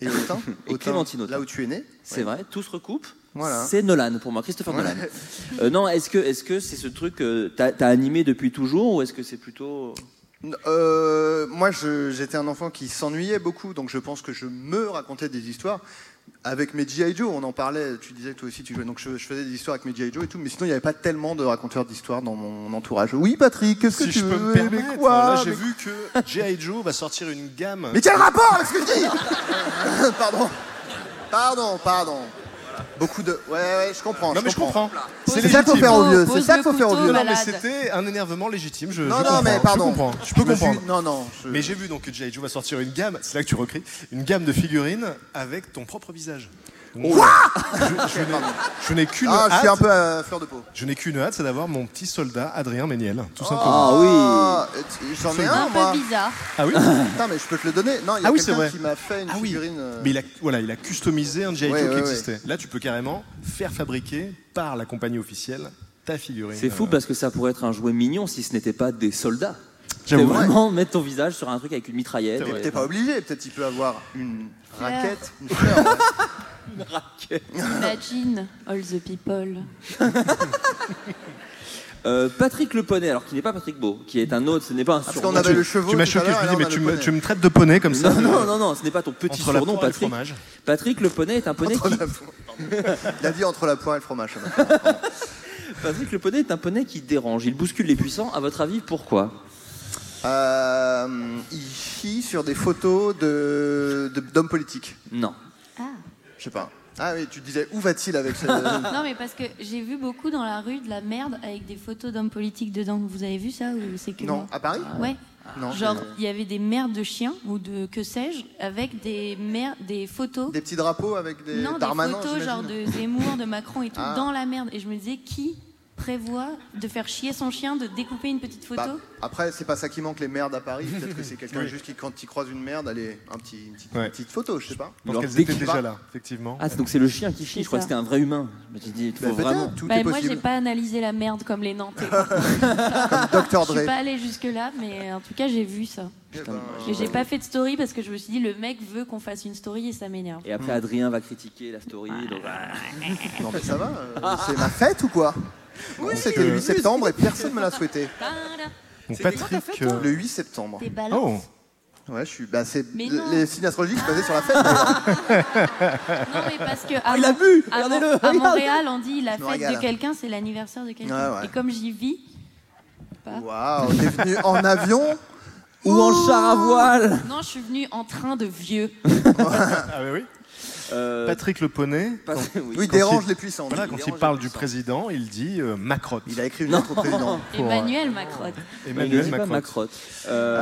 [SPEAKER 4] Et Autain,
[SPEAKER 5] Et
[SPEAKER 4] Autain,
[SPEAKER 5] Clémentine Autain.
[SPEAKER 4] Là où tu es né.
[SPEAKER 5] C'est vrai, tout se recoupe.
[SPEAKER 4] Voilà.
[SPEAKER 5] C'est Nolan pour moi, Christopher
[SPEAKER 4] Ouais.
[SPEAKER 5] Nolan. Euh, non, est-ce que est-ce que c'est ce truc que t'as t'as animé depuis toujours ou est-ce que c'est plutôt
[SPEAKER 4] Euh, moi, je- j'étais un enfant qui s'ennuyait beaucoup, donc je pense que je me racontais des histoires. Avec mes G.I. Joe, on en parlait, tu disais que toi aussi tu jouais, donc je, je faisais des histoires avec mes G.I. Joe et tout, mais sinon il n'y avait pas tellement de raconteurs d'histoires dans mon entourage. Oui, Patrick, qu'est-ce que
[SPEAKER 8] Si
[SPEAKER 4] tu
[SPEAKER 8] je
[SPEAKER 4] veux Eh,
[SPEAKER 8] peux me
[SPEAKER 4] mais
[SPEAKER 8] permettre,
[SPEAKER 4] quoi,
[SPEAKER 8] là j'ai
[SPEAKER 4] mais-
[SPEAKER 8] vu que G.I. Joe va sortir une gamme.
[SPEAKER 4] Mais quel rapport avec ce que je dis Pardon, pardon, pardon. Beaucoup de. Ouais, ouais, je comprends.
[SPEAKER 8] Non mais je comprends. C'est
[SPEAKER 4] C'est ça qu'il faut
[SPEAKER 8] légitime.
[SPEAKER 4] faire au vieux,
[SPEAKER 7] Pose
[SPEAKER 4] c'est ça
[SPEAKER 7] le
[SPEAKER 4] qu'il faut faire au
[SPEAKER 7] couteau,
[SPEAKER 4] vieux.
[SPEAKER 8] Non mais
[SPEAKER 7] malade.
[SPEAKER 8] c'était un énervement légitime. Je,
[SPEAKER 4] Non,
[SPEAKER 8] je
[SPEAKER 4] non,
[SPEAKER 8] comprends,
[SPEAKER 4] mais pardon.
[SPEAKER 8] Je comprends. Je peux
[SPEAKER 4] me suis-
[SPEAKER 8] comprendre.
[SPEAKER 4] Non, non. je-
[SPEAKER 8] Mais j'ai vu donc que G.I. Joe va sortir une gamme, c'est là que tu recris, une gamme de figurines avec ton propre visage.
[SPEAKER 4] Je, je n'ai-
[SPEAKER 8] Je n'ai qu'une
[SPEAKER 4] ah, je suis un
[SPEAKER 8] hâte.
[SPEAKER 4] peu à fleur de peau.
[SPEAKER 8] Je n'ai qu'une hâte, c'est d'avoir mon petit soldat Adrien Méniel, tout
[SPEAKER 4] Oh.
[SPEAKER 8] simplement.
[SPEAKER 5] Ah oui.
[SPEAKER 4] Ah, t- J'en ai
[SPEAKER 7] Un
[SPEAKER 4] un, moi.
[SPEAKER 7] peu bizarre.
[SPEAKER 8] Ah oui.
[SPEAKER 4] Putain, mais je peux te le donner. Non, il y a
[SPEAKER 8] Ah oui, c'est
[SPEAKER 4] quelqu'un
[SPEAKER 8] vrai.
[SPEAKER 4] qui m'a fait une
[SPEAKER 8] Ah oui.
[SPEAKER 4] figurine. euh,
[SPEAKER 8] Mais il a, voilà, il a customisé un GI Joe
[SPEAKER 4] Ouais, ouais,
[SPEAKER 8] qui
[SPEAKER 4] ouais.
[SPEAKER 8] existait. Là, tu peux carrément faire fabriquer par la compagnie officielle ta figurine.
[SPEAKER 5] C'est fou
[SPEAKER 8] Euh,
[SPEAKER 5] parce que ça pourrait être un jouet mignon si ce n'était pas des soldats. C'est
[SPEAKER 8] J'avoue.
[SPEAKER 5] vraiment mettre ton visage sur un truc avec une mitraillette.
[SPEAKER 4] mais
[SPEAKER 5] et-
[SPEAKER 4] T'es pas obligé, peut-être il peut avoir une raquette, une fleur. hein.
[SPEAKER 7] Imagine all the people.
[SPEAKER 5] Euh, Patrick Le Poney, alors qui n'est pas Patrick Beau, qui est un autre, ce n'est pas un
[SPEAKER 4] Parce qu'on
[SPEAKER 5] surnom.
[SPEAKER 4] avait
[SPEAKER 8] tu-
[SPEAKER 4] le chevaux.
[SPEAKER 8] Tu m'as
[SPEAKER 4] tout à
[SPEAKER 8] choqué,
[SPEAKER 4] l'heure,
[SPEAKER 8] je
[SPEAKER 4] et
[SPEAKER 8] me
[SPEAKER 4] là,
[SPEAKER 8] dis, mais tu
[SPEAKER 4] on a le
[SPEAKER 8] me,
[SPEAKER 4] poney.
[SPEAKER 8] tu me traites de poney comme ça
[SPEAKER 5] Non, non, non, non, ce n'est pas ton petit
[SPEAKER 8] Entre la
[SPEAKER 5] surnom,
[SPEAKER 8] poire et le
[SPEAKER 5] Patrick.
[SPEAKER 8] fromage.
[SPEAKER 5] Patrick Le Poney est un poney
[SPEAKER 4] Entre
[SPEAKER 5] qui,
[SPEAKER 4] la poire- Il a dit entre la poire et le fromage. ça va.
[SPEAKER 5] Patrick Le Poney est un poney qui dérange. Il bouscule les puissants. À votre avis, pourquoi
[SPEAKER 4] Euh, il chie sur des photos de- de- d'hommes politiques.
[SPEAKER 5] Non.
[SPEAKER 4] Je sais pas. Ah oui, tu disais où va-t-il avec ce.
[SPEAKER 7] Non, mais parce que j'ai vu beaucoup dans la rue de la merde avec des photos d'hommes politiques dedans. Vous avez vu ça ou c'est que
[SPEAKER 4] non,
[SPEAKER 7] moi
[SPEAKER 4] à Paris
[SPEAKER 7] Ouais.
[SPEAKER 4] Non.
[SPEAKER 7] Genre,
[SPEAKER 4] j'ai-
[SPEAKER 7] il y avait des merdes de chiens ou de que sais-je avec des mer- des photos.
[SPEAKER 4] Des petits drapeaux avec des.
[SPEAKER 7] non, des
[SPEAKER 4] Darmanin,
[SPEAKER 7] photos genre
[SPEAKER 4] j'imagine.
[SPEAKER 7] de Zemmour, de Macron et tout
[SPEAKER 4] Ah.
[SPEAKER 7] dans la merde. Et je me disais, qui prévoit de faire chier son chien, de découper une petite photo
[SPEAKER 4] Bah, après, c'est pas ça qui manque les merdes à Paris. Peut-être que c'est quelqu'un juste qui, quand il croise une merde, elle est un petit, une, petite,
[SPEAKER 8] Ouais.
[SPEAKER 4] une petite photo, je sais pas.
[SPEAKER 8] Parce
[SPEAKER 5] Alors,
[SPEAKER 8] qu'elles
[SPEAKER 5] dès
[SPEAKER 8] étaient
[SPEAKER 5] qu'il
[SPEAKER 8] déjà
[SPEAKER 4] va-
[SPEAKER 8] là, effectivement.
[SPEAKER 5] Ah, c'est- donc c'est le chien qui chie.
[SPEAKER 7] C'est
[SPEAKER 5] Je crois que
[SPEAKER 7] ça.
[SPEAKER 5] c'était un vrai humain. Je me suis dit, il
[SPEAKER 4] Bah,
[SPEAKER 5] faut
[SPEAKER 4] peut-être,
[SPEAKER 5] vraiment.
[SPEAKER 4] tout
[SPEAKER 7] Bah,
[SPEAKER 4] est
[SPEAKER 7] moi, j'ai
[SPEAKER 4] possible.
[SPEAKER 7] pas analysé la merde comme les Nantais.
[SPEAKER 4] Dr
[SPEAKER 7] je
[SPEAKER 4] Dre.
[SPEAKER 7] suis pas allée jusque là, mais euh, en tout cas, j'ai vu ça.
[SPEAKER 4] Eh ben,
[SPEAKER 7] Et j'ai pas fait de story parce que je me suis dit, le mec veut qu'on fasse une story et ça m'énerve.
[SPEAKER 5] Et après, Adrien va critiquer la story. donc, ah.
[SPEAKER 4] Non, mais ça va. euh, c'est ma fête ou quoi Oui, c'était le
[SPEAKER 8] euh,
[SPEAKER 4] 8 septembre et personne me l'a souhaité.
[SPEAKER 7] Tada
[SPEAKER 8] Bon,
[SPEAKER 5] C'était quoi ta
[SPEAKER 8] Patrick.
[SPEAKER 5] fête,
[SPEAKER 8] euh,
[SPEAKER 4] Le 8 septembre.
[SPEAKER 7] Des balances.
[SPEAKER 8] Oh,
[SPEAKER 4] Ouais, je suis. Bah, c'est
[SPEAKER 7] Mais non.
[SPEAKER 4] les signes astrologiques se basaient sur la fête. d'ailleurs.
[SPEAKER 7] Non, mais parce que. à
[SPEAKER 5] il a
[SPEAKER 7] Mon-
[SPEAKER 5] bu
[SPEAKER 7] à Mon-
[SPEAKER 5] Regardez-le
[SPEAKER 7] À
[SPEAKER 5] regarde.
[SPEAKER 7] Montréal, on dit la
[SPEAKER 4] Je me
[SPEAKER 7] fête de
[SPEAKER 4] régale.
[SPEAKER 7] quelqu'un, c'est l'anniversaire de quelqu'un.
[SPEAKER 4] Ouais, ouais.
[SPEAKER 7] Et comme j'y vis, pas.
[SPEAKER 4] Waouh, t'es venu en avion
[SPEAKER 5] Ou en char à voile
[SPEAKER 7] non, je suis venue en train de vieux.
[SPEAKER 8] ah oui, oui.
[SPEAKER 5] Euh,
[SPEAKER 8] Patrick Le Poney,
[SPEAKER 5] pas- oui.
[SPEAKER 4] Oui,
[SPEAKER 8] Quand
[SPEAKER 4] dérange
[SPEAKER 8] il-
[SPEAKER 4] les puissants.
[SPEAKER 8] voilà,
[SPEAKER 5] il
[SPEAKER 8] quand il
[SPEAKER 5] dérange
[SPEAKER 8] parle
[SPEAKER 5] les
[SPEAKER 8] du
[SPEAKER 5] puissants.
[SPEAKER 8] président, il dit euh, ma crotte.
[SPEAKER 4] Il a écrit une lettre au président.
[SPEAKER 7] Emmanuel Macron.
[SPEAKER 5] ne dis
[SPEAKER 8] Emmanuel
[SPEAKER 5] pas
[SPEAKER 8] Macron.
[SPEAKER 5] ma crotte. Euh,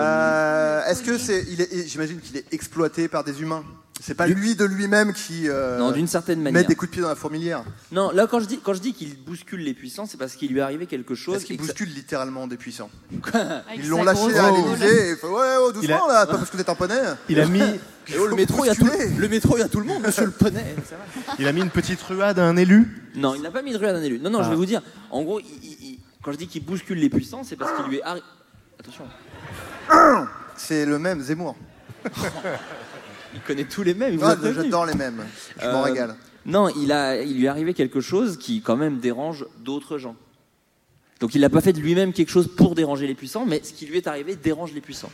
[SPEAKER 4] Euh, Est-ce que c'est. il est- J'imagine qu'il est exploité par des humains. C'est pas lui de lui-même qui. euh,
[SPEAKER 5] non, d'une certaine
[SPEAKER 4] met
[SPEAKER 5] manière.
[SPEAKER 4] des coups de pied dans la fourmilière.
[SPEAKER 5] Non, là, quand je dis, quand je dis qu'il bouscule les puissants, c'est parce qu'il lui est arrivé quelque chose.
[SPEAKER 4] Est-ce qu'il
[SPEAKER 5] et que ça-
[SPEAKER 4] bouscule littéralement des puissants
[SPEAKER 7] Avec
[SPEAKER 4] Ils
[SPEAKER 7] sa
[SPEAKER 4] l'ont lâché
[SPEAKER 7] grosse
[SPEAKER 5] Oh.
[SPEAKER 4] à
[SPEAKER 7] gueule.
[SPEAKER 4] l'Élysée. et il fait, Ouais, oh,
[SPEAKER 8] Il
[SPEAKER 4] doucement
[SPEAKER 8] a-
[SPEAKER 4] là, pas parce que t'es un poney.
[SPEAKER 8] Il a mis,
[SPEAKER 5] Eh oh, le métro, il y a tout,
[SPEAKER 4] bousculer.
[SPEAKER 5] le métro, il y a tout le monde, monsieur le poney. Ça va.
[SPEAKER 8] il a mis une petite ruade à un élu.
[SPEAKER 5] Non, il n'a pas mis de ruelle à un élu. Non, non, je vais vous dire. En gros, il- il- il- quand je dis qu'il bouscule les puissants, c'est parce qu'il lui est arrivé. Attention,
[SPEAKER 4] C'est le même, Zemmour.
[SPEAKER 5] il connaît tous les mêmes. vous
[SPEAKER 4] Ah,
[SPEAKER 5] êtes prévenus.
[SPEAKER 4] J'adore les mêmes. Je m'en
[SPEAKER 5] Euh,
[SPEAKER 4] régale.
[SPEAKER 5] Non, il, a, il lui est arrivé quelque chose qui, quand même, dérange d'autres gens. Donc, il n'a pas fait de lui-même quelque chose pour déranger les puissants, mais ce qui lui est arrivé dérange les puissants.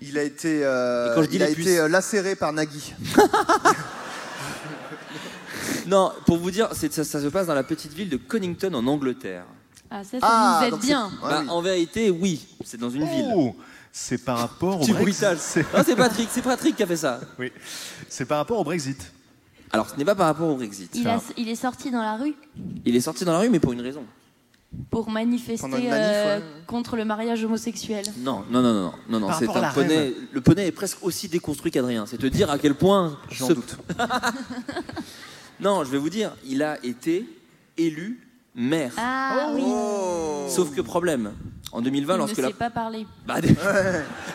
[SPEAKER 4] Il a été, euh,
[SPEAKER 5] Et quand je dis
[SPEAKER 4] il a
[SPEAKER 5] les
[SPEAKER 4] été
[SPEAKER 5] puces-
[SPEAKER 4] euh, lacéré par Nagui.
[SPEAKER 5] Non, pour vous dire, c'est- ça, ça se passe dans la petite ville de Connington, en Angleterre.
[SPEAKER 7] Ah, ça, ça
[SPEAKER 4] Ah,
[SPEAKER 7] nous aide
[SPEAKER 4] donc c'est-
[SPEAKER 7] bien.
[SPEAKER 4] Ah
[SPEAKER 5] Bah,
[SPEAKER 4] oui.
[SPEAKER 5] En vérité, oui, c'est dans une ville.
[SPEAKER 8] Oh, c'est par rapport au
[SPEAKER 5] Petit
[SPEAKER 8] Brexit.
[SPEAKER 5] bruitage.
[SPEAKER 8] C'est-
[SPEAKER 5] Non, c'est Patrick, c'est Patrick qui a fait ça.
[SPEAKER 8] oui. C'est par rapport au Brexit.
[SPEAKER 5] Alors, ce n'est pas par rapport au Brexit.
[SPEAKER 7] Il, a- il est sorti dans la rue
[SPEAKER 5] Il est sorti dans la rue, mais pour une raison.
[SPEAKER 7] pour manifester
[SPEAKER 4] Pendant une manif,
[SPEAKER 7] euh,
[SPEAKER 4] ouais.
[SPEAKER 7] contre le mariage homosexuel.
[SPEAKER 5] Non, non, non, non, non, non,
[SPEAKER 8] Par
[SPEAKER 5] c'est
[SPEAKER 8] rapport à
[SPEAKER 5] un
[SPEAKER 8] la
[SPEAKER 5] poney.
[SPEAKER 8] reine.
[SPEAKER 5] Le poney est presque aussi déconstruit qu'Adrien. C'est te dire à quel point.
[SPEAKER 4] J'en
[SPEAKER 5] ce-
[SPEAKER 4] doute.
[SPEAKER 5] Non, je vais vous dire, il a été élu maire.
[SPEAKER 7] Ah oui,
[SPEAKER 5] Sauf que problème, en 2020,
[SPEAKER 7] il ne
[SPEAKER 5] lorsque
[SPEAKER 7] sait
[SPEAKER 5] la.
[SPEAKER 7] pas parler.
[SPEAKER 5] Bah, des-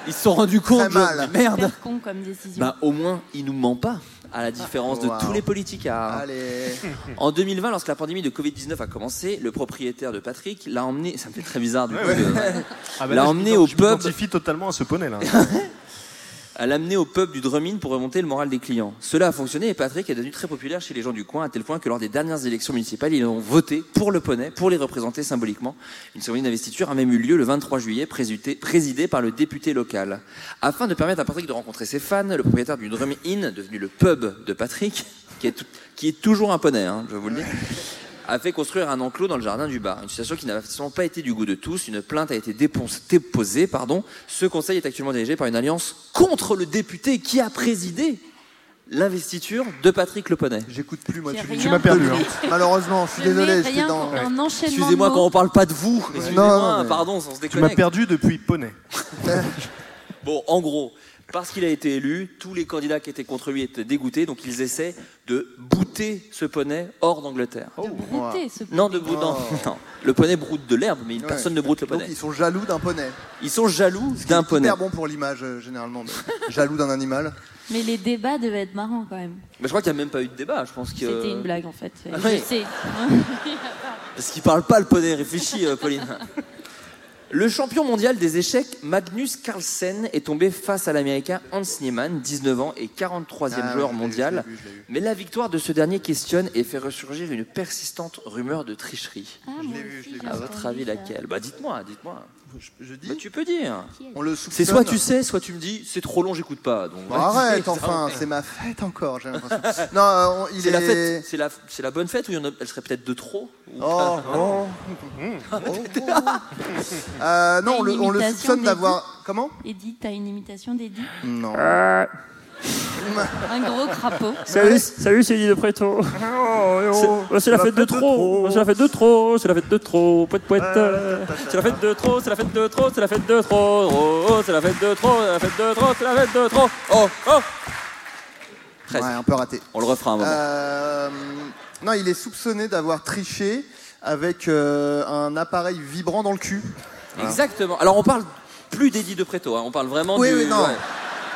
[SPEAKER 5] Ils se sont rendus compte.
[SPEAKER 4] Très mal.
[SPEAKER 5] mais Merde.
[SPEAKER 7] Super con comme décision.
[SPEAKER 5] Bah, au moins, il nous ment pas, à la différence
[SPEAKER 4] Wow.
[SPEAKER 5] de tous les politicards.
[SPEAKER 4] Allez.
[SPEAKER 5] En 2020, lorsque la pandémie de Covid-19 a commencé, le propriétaire de Patrick l'a emmené. Ça me fait très bizarre du coup. de-
[SPEAKER 8] Ah
[SPEAKER 5] L'a
[SPEAKER 8] là, je
[SPEAKER 5] emmené
[SPEAKER 8] m'ident-
[SPEAKER 5] au
[SPEAKER 8] je
[SPEAKER 5] pub.
[SPEAKER 8] m'identifie totalement à ce poney là.
[SPEAKER 5] à l'amener au pub du Drummond pour remonter le moral des clients. Cela a fonctionné et Patrick est devenu très populaire chez les gens du coin, à tel point que lors des dernières élections municipales, ils ont voté pour le poney, pour les représenter symboliquement. Une cérémonie d'investiture a même eu lieu le 23 juillet, présuté- présidée par le député local. Afin de permettre à Patrick de rencontrer ses fans, le propriétaire du Drummond Inn, devenu le pub de Patrick, qui est, tout- qui est toujours un poney, hein, je vous le dis, a fait construire un enclos dans le jardin du bar. Une situation qui n'a absolument pas été du goût de tous. Une plainte a été déponce- déposée. Pardon. Ce conseil est actuellement dirigé par une alliance contre le député qui a présidé l'investiture de Patrick Le Poney.
[SPEAKER 4] J'écoute plus, moi.
[SPEAKER 7] J'ai
[SPEAKER 4] Tu,
[SPEAKER 7] rien
[SPEAKER 4] tu m'as perdu. hein.
[SPEAKER 7] compris.
[SPEAKER 4] Malheureusement, je suis
[SPEAKER 7] Je mets
[SPEAKER 4] désolé. J'étais
[SPEAKER 7] rien
[SPEAKER 4] dans.
[SPEAKER 7] qu'en- un enchaînement
[SPEAKER 5] Excusez-moi
[SPEAKER 7] de
[SPEAKER 5] quand
[SPEAKER 7] mots.
[SPEAKER 5] on parle pas de vous.
[SPEAKER 4] non,
[SPEAKER 5] Excusez-moi,
[SPEAKER 4] mais-
[SPEAKER 5] pardon, on se
[SPEAKER 8] tu m'as
[SPEAKER 5] déconnecte.
[SPEAKER 8] perdu depuis poney.
[SPEAKER 5] Bon, en gros, Parce qu'il a été élu, tous les candidats qui étaient contre lui étaient dégoûtés, donc ils essaient de bouter ce poney hors d'Angleterre.
[SPEAKER 4] Oh,
[SPEAKER 7] Brouter, ce
[SPEAKER 5] Non, de broute, non, non. Le poney broute de l'herbe, mais
[SPEAKER 4] Ouais.
[SPEAKER 5] personne ne broute le
[SPEAKER 4] Donc
[SPEAKER 5] poney.
[SPEAKER 4] ils sont jaloux d'un poney.
[SPEAKER 5] Ils sont jaloux
[SPEAKER 4] C'est
[SPEAKER 5] d'un poney.
[SPEAKER 4] Hyper bon pour l'image euh, généralement. mais jaloux d'un animal.
[SPEAKER 7] Mais les débats devaient être marrants quand même.
[SPEAKER 5] Mais je crois qu'il n'y a même pas eu de débat. Je pense que.
[SPEAKER 7] C'était une blague en fait.
[SPEAKER 5] Ah
[SPEAKER 7] Je
[SPEAKER 5] oui.
[SPEAKER 7] sais.
[SPEAKER 5] Parce qu'il parle pas le poney, réfléchis, euh, Pauline. Le champion mondial des échecs, Magnus Carlsen, est tombé face à l'américain Hans Niemann, 19 ans et 43e
[SPEAKER 4] Ah,
[SPEAKER 5] joueur
[SPEAKER 4] je l'ai vu,
[SPEAKER 5] mondial.
[SPEAKER 4] je l'ai vu, je l'ai vu.
[SPEAKER 5] Mais la victoire de ce dernier questionne et fait ressurgir une persistante rumeur de tricherie.
[SPEAKER 7] Ah,
[SPEAKER 4] Je
[SPEAKER 7] moi
[SPEAKER 4] l'ai vu,
[SPEAKER 7] aussi,
[SPEAKER 4] je l'ai
[SPEAKER 7] j'ai
[SPEAKER 4] vu.
[SPEAKER 5] À votre avis,
[SPEAKER 7] entendu ça.
[SPEAKER 5] laquelle Bah, dites-moi, dites-moi.
[SPEAKER 4] Je, je dis,
[SPEAKER 5] Bah, tu peux dire.
[SPEAKER 4] on le soupçonne.
[SPEAKER 5] C'est soit tu sais, soit tu me dis, c'est trop long, j'écoute pas. Donc,
[SPEAKER 4] Bon,
[SPEAKER 5] vas-y.
[SPEAKER 4] Bah, arrête enfin, c'est ma fête encore. J'ai l'impression. non, euh, on- il
[SPEAKER 5] C'est
[SPEAKER 4] est.
[SPEAKER 5] la fête, c'est la, c'est la bonne fête ou il y en a- elle serait peut-être de trop ou
[SPEAKER 4] Oh, oh.
[SPEAKER 5] Ah,
[SPEAKER 4] Euh, non, on le, on le
[SPEAKER 7] Imitation
[SPEAKER 4] soupçonne
[SPEAKER 7] des
[SPEAKER 4] d'avoir. Comment Euh,
[SPEAKER 7] Eddie, t'as une imitation d'Eddie
[SPEAKER 4] Non.
[SPEAKER 7] Un gros crapaud.
[SPEAKER 9] Salut, salut, c'est Guy de Préto. Oh, C'est c'est la fête de trop. Ah, C'est la fête de trop. C'est la fête de trop. Poète, poète. C'est la fête de trop. C'est la fête de trop. C'est la fête de trop. Oh, oh, C'est la fête de trop. C'est la fête de trop. C'est la fête de trop.
[SPEAKER 5] Oh, oh
[SPEAKER 4] Ouais,
[SPEAKER 5] Presque.
[SPEAKER 4] un peu raté.
[SPEAKER 5] On le refera un moment.
[SPEAKER 4] Euh, non, il est soupçonné d'avoir triché avec euh, un appareil vibrant dans le cul.
[SPEAKER 5] Exactement. Alors on parle plus d'Eddie de Preto, hein. on parle vraiment
[SPEAKER 4] Oui,
[SPEAKER 5] du.
[SPEAKER 4] oui, non.